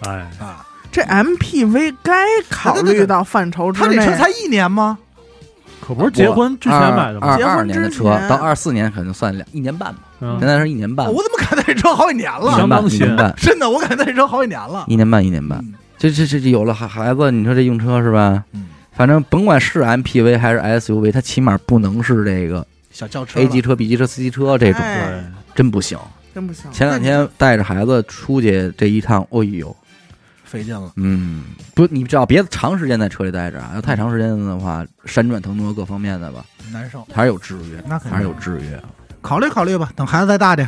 S4: 哎，
S2: 啊，
S3: 这 MPV 该考虑到范畴之
S2: 他这
S3: 内。哎
S2: 车才一年吗？
S4: 可不是结婚之前买的
S1: 二
S4: 吗？
S1: 二
S3: 结婚
S1: 二年的车
S3: 之前
S1: 到二四年可能算两一年半吧，
S4: 嗯
S1: 现在是一年半，
S2: 我怎么感觉这车好几年
S1: 一
S2: 了？
S1: 年
S4: 相
S1: 半，
S4: 当
S1: 一
S4: 新
S1: 年半，
S2: 真的，我感觉这车好几年了。
S1: 一年半，一年半，
S2: 嗯
S1: 这这这这有了孩孩子，你说这用车是吧？
S2: 嗯，
S1: 反正甭管是 MPV 还是 SUV，它起码不能是这个
S2: 小轿车
S1: A
S2: 了
S1: 级车、B 级车、C 级车这种，
S3: 哎
S4: 对，
S1: 真不行。
S3: 真不行，
S1: 前两天带着孩子出去这一趟，哦呦，
S2: 费劲了。
S1: 嗯，不，你只要别长时间在车里待着啊，要太长时间的话，闪转腾挪各方面的吧，
S2: 难受。
S1: 还是有制约，
S2: 那肯定
S1: 还是有制约。啊
S2: 考虑考虑吧，等孩子再大点。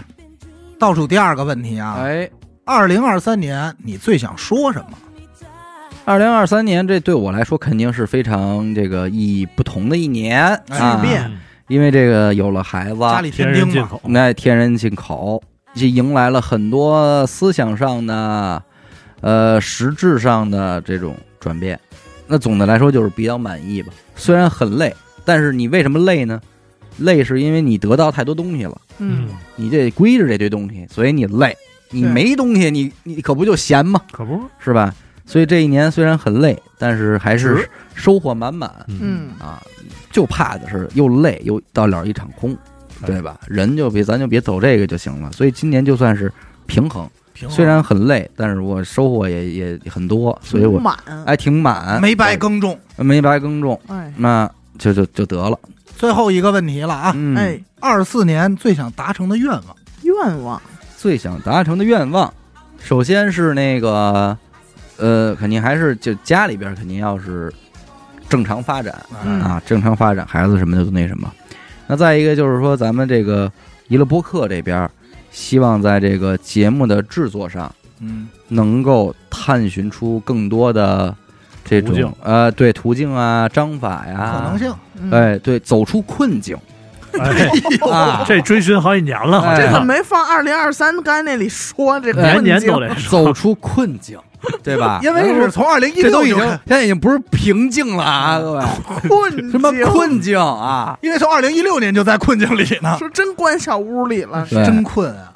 S2: 倒数第二个问题啊，
S1: 哎，
S2: 二零二三年你最想说什么？
S1: 二零二三年这对我来说肯定是非常这个意义不同的一年
S2: 巨
S1: 啊，
S3: 变
S4: 嗯
S1: 因为这个有了孩子，啊
S2: 家里
S4: 天
S2: 添
S4: 人
S2: 丁
S4: 进
S2: 嘛，
S4: 口，
S1: 那天人进口，就迎来了很多思想上的、呃实质上的这种转变。那总的来说就是比较满意吧，虽然很累，但是你为什么累呢？累是因为你得到太多东西了，
S3: 嗯
S4: 嗯，，
S1: 你得归着这堆东西，所以你累。你
S3: 对
S1: 没东西，你你可不就闲吗？
S4: 可不，
S1: 是吧？所以这一年虽然很累，但是还是
S4: 值
S1: 收获满满
S3: 嗯，
S1: 啊！就怕的是又累又到了一场空，
S2: 哎
S1: 对吧？人就别咱就别走这个就行了。所以今年就算是平衡，
S2: 平衡
S1: 虽然很累，但是我收获也也很多，所以我
S3: 满，
S1: 哎挺满，
S2: 嗯没白耕种。
S1: 对没白耕种，
S3: 哎
S1: 那就就就得了。
S2: 最后一个问题了啊，
S1: 嗯，
S3: 哎，
S2: 二四年最想达成的愿望，
S3: 愿望
S1: 最想达成的愿望，首先是那个，呃，肯定还是就家里边儿肯定要是正常发展。
S3: 嗯
S1: 啊，正常发展，孩子什么的都那什么。那再一个就是说，咱们这个娱乐播客这边儿，希望在这个节目的制作上，
S2: 嗯，
S1: 能够探寻出更多的这
S4: 途径
S1: 种呃，对途径啊、章法呀、
S2: 可能性。
S3: 嗯
S1: 哎，对，走出困
S2: <laughs>
S1: 境
S4: 哎，
S1: 啊，
S4: 这追寻好几年了，好
S1: 哎
S3: 这
S1: 个
S3: 怎
S4: 像
S3: 么没放二零二三刚才那里说这个
S4: 年年都
S3: 困
S4: 得
S1: 哎走出困境，对吧？
S2: <laughs> 因为是从二零一
S1: 啊这
S2: 六
S1: 都已
S2: 就
S1: 经
S2: 开，
S1: 现在已经不是瓶颈了啊，各位，
S3: 境困
S1: 什么
S3: 境
S1: 困啊境啊？
S2: 因为从二零一六年就在困境里呢，
S3: 说真关小屋里了，
S1: 对
S2: 真困啊！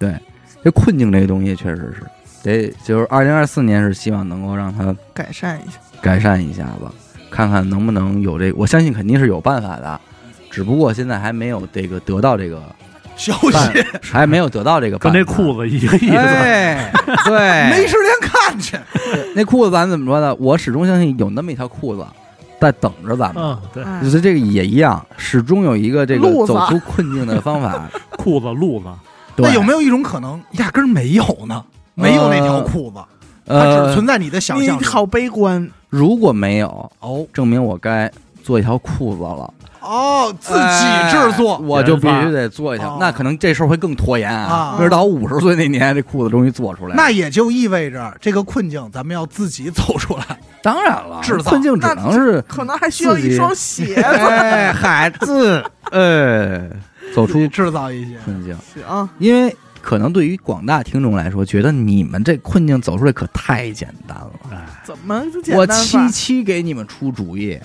S1: 这困境这个东西确实是得，就是二零二四年是希望能够让它
S3: 改善一下。
S1: 改善一下吧，看看能不能有这我相信肯定是有办法的，只不过现在还没有这个得到这个
S2: 消
S1: 办
S2: 息，
S1: 还没有得到这个
S4: 跟
S1: 办法。
S4: 那裤
S1: 子
S4: 子一个意思，
S1: 哎，对，
S2: <laughs> 没时间看去。
S1: 那裤子咱怎么说呢？我始终相信有那么一条裤子在等着咱们。
S4: 嗯，对，
S2: 啊
S3: 哎
S1: 就是这个也一样，始终有一个这个
S3: 路子
S1: 走出困境的方法。
S4: 裤子路子，
S1: 对，
S2: 那 <laughs> 有没有一种可能，压根儿没有呢？没有那条裤子，它只
S1: 呃
S2: 存，在你的想
S3: 你
S2: 象里。
S3: 好悲观，
S1: 如果没有，
S2: 哦
S1: 证明我该做一条裤子了，
S2: 哦，自己制
S1: 哎
S2: 作
S1: 我就必须得做一条
S2: 哦。
S1: 那可能这事儿会更拖延啊，
S2: 啊
S1: 比，如到五十岁那年，这裤子终于做出来了。
S2: 那也就意味着这个困境咱们要自己走出来。
S1: 当然了，
S2: 制造
S1: 困境只能是
S3: 可能还需要一双鞋
S1: <laughs> 哎，孩子，呃，走
S2: 自
S1: 出嗯
S2: 己制造一些，
S1: 困境，
S3: 子啊。
S1: 因为可能对于广大听众来说，觉得你们这困境走出来可太简单了。
S4: 哎，
S3: 怎么就简
S1: 我
S3: 单
S1: 七
S3: 法
S1: 七给你们出主意，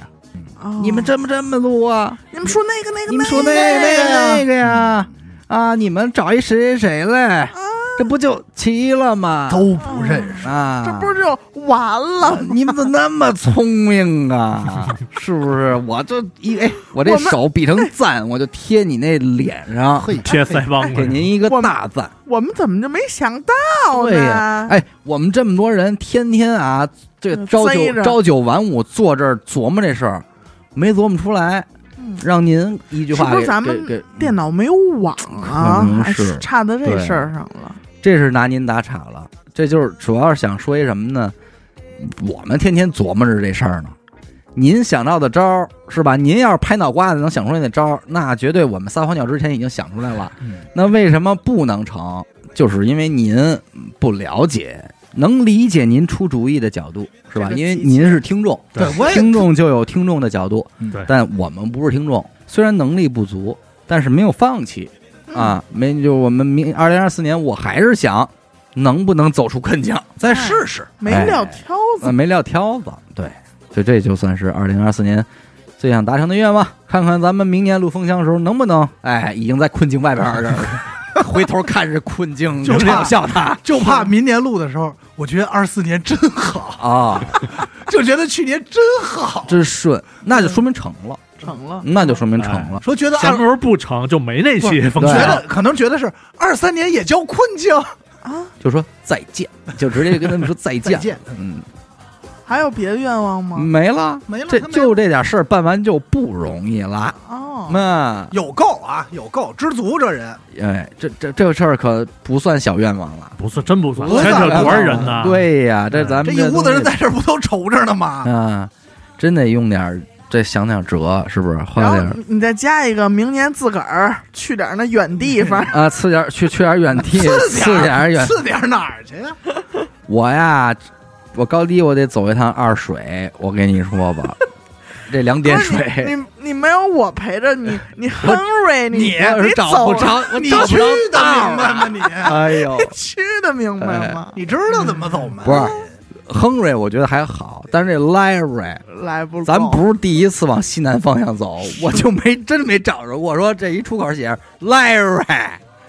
S3: 哦
S1: 你们这么这么录啊？
S3: 你们说那个那个
S1: 你们说那
S3: 那
S1: 个
S3: 个
S1: 那个呀？啊，你们找一谁谁谁来？这不就齐了吗？
S2: 都不认识。
S1: 啊，
S3: 这不是就完了吗？
S1: <laughs> 你们怎么那么聪明
S3: <laughs>
S1: 啊？是不是？我这一哎，我这
S3: 我们
S1: 手比成赞，我就贴你那脸上，
S2: 嘿，
S4: 贴腮帮
S1: 给
S4: 子。
S1: 您一个
S3: 我们
S1: 大赞。
S3: 我们怎么就没想到
S1: 对呀
S3: 呢？，
S1: 哎，我们这么多人，天天啊，这
S3: 嗯
S1: 朝
S3: 塞
S1: 九
S3: 着
S1: 朝九晚五坐这儿琢磨这事儿，没琢磨出来
S3: 嗯。
S1: 让您一句
S3: 是
S1: 话
S3: 不
S1: 给
S3: 是咱
S1: 给
S3: 们
S1: 给嗯
S3: 电脑没有网啊
S1: 可能，
S3: 还
S1: 是
S3: 差在这
S1: 对
S3: 事儿上了。
S1: 这是拿您打岔了，这就是主要是想说一什么呢？我们天天琢磨着这事儿呢。您想到的招儿是吧？您要是拍脑瓜子能想出来那招儿，那绝对我们撒谎鸟之前已经想出来了。
S4: 嗯
S1: 那为什么不能成？就是因为您不了解，能理解您出主意的角度是吧？
S3: 这个
S1: 因为
S3: 季节
S1: 您是听众，
S2: 对，我
S1: 嗯 <laughs>
S2: 也
S1: 听众就有听众的角度
S2: 嗯，
S4: 对
S1: 但我们不是听众，虽然能力不足，但是没有放弃啊，没就我们明二零二四年，我还是想能不能走出困境，
S2: 再试试。
S3: 没
S1: 哎
S3: 撂挑
S1: 呃，
S3: 子，
S1: 没撂挑子，对，所以这就算是二零二四年最想达成的愿望，看看咱们明年录风箱的时候能不能，哎，已经在困境外边儿这儿回头看着困境
S2: 就怕
S1: 嘲笑他
S2: 就怕明年录的时候，我觉得二四年真好，
S1: 啊，
S2: 就觉得去年真好。
S1: 真顺，那就说明成了，
S3: 成了。
S1: 那就说明成了。
S2: 说觉得
S4: 什
S2: 二
S4: 么，时候不成就没那期风
S2: 觉
S1: 对啊
S4: 扇
S2: 得可能觉得是二三年也叫困
S1: <laughs>
S2: 境。
S1: 就说再见，就直接跟他们说再见，
S2: <laughs> 再见，
S1: 嗯，
S3: 还有别的愿望吗？
S1: 没了，
S2: 没了
S1: 这
S2: 他没了
S1: 就这点事儿办完就不容易了。
S3: 哦，
S1: 那
S2: 有够啊，有够，知足这人。
S1: 哎，这这这事儿可不算小愿望了，
S4: 不算真不算
S2: 不，算
S4: 牵扯多少人呢？，
S1: 对呀，这咱
S2: 这
S1: 们
S2: 一屋
S1: 东
S2: 子人
S1: 西
S2: 在这儿不都愁着呢吗？
S1: 啊，真得用点儿，这想点辙，是不是？花
S3: 然
S1: 点
S3: 后
S1: 儿
S3: 你再加一个，明年自个儿去点儿那远地方，
S1: 啊，刺点儿去去点儿远
S2: <laughs>
S1: 地，刺点儿远。
S2: 刺点儿哪儿去啊呀？
S1: 我呀，我高低我得走一趟二水，我跟你说吧，这两点
S3: 不是
S1: 水，
S3: 你你你没有我陪
S1: <laughs>
S3: 着你，你 Henry，你
S1: 我是找
S3: 走啊
S1: 不着，我
S2: 你
S1: 找不
S2: 去
S1: 着
S2: 的
S1: 道
S2: 明
S1: 儿
S2: 白吗？你
S1: 哎呦，
S3: 去的明
S1: 哎
S3: 白吗？
S1: <laughs>
S2: 你知道怎么走吗？
S1: 不是，亨瑞，我觉得还好，但是这 Larry，
S3: 来不够，
S1: 咱不是第一次往西南方向走，我就没真没找着过。说这一出口写着 Larry，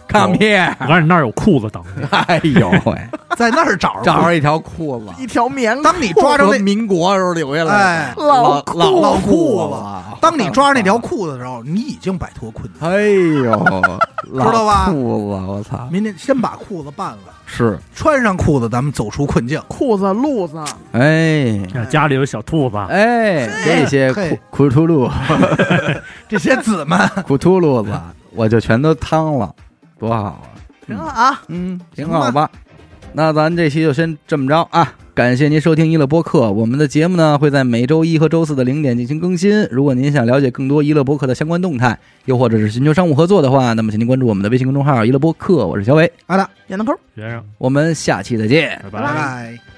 S1: 看
S2: 哦
S1: 片，
S4: 我告诉你那儿有裤子等你。
S1: 哎呦喂，
S2: <laughs> 在那儿找
S1: 找着一条裤子，
S3: 一条棉裤，
S2: 当你抓着
S1: 说
S2: 那
S1: 民国时候留下来
S2: 哎
S1: 的，
S3: 老
S1: 老老
S2: 老
S1: 裤
S2: 裤
S1: 了。
S2: 当你抓着那条，裤子的时候，你已经摆脱困难。
S1: 哎呦，
S2: <laughs> 知道吧
S1: 老裤子，我操，
S2: 明天先把裤子办了，
S1: 是，
S2: 穿上裤子，咱们走出困境。
S3: 裤子、路子，
S1: 哎
S4: 家里有小兔子，
S1: 哎，这些
S2: 嘿
S1: 库库图鲁
S2: 这些
S1: <laughs>
S2: 子们，
S1: 库图鲁子，我就全都趟了，多好啊！
S3: 行了啊，
S1: 嗯，挺好吧。那咱这期就先这么着啊！感谢您收听娱乐播客，我们的节目呢会在每周一和周四的零点进行更新。如果您想了解更多娱乐播客的相关动态，又或者是寻求商务合作的话，那么请您关注我们的微信公众号“娱乐播客”，我是小伟，
S2: 好了，
S3: 闫德抠。
S4: 学生，
S1: 我们下期再见。
S4: 拜
S2: 拜。拜。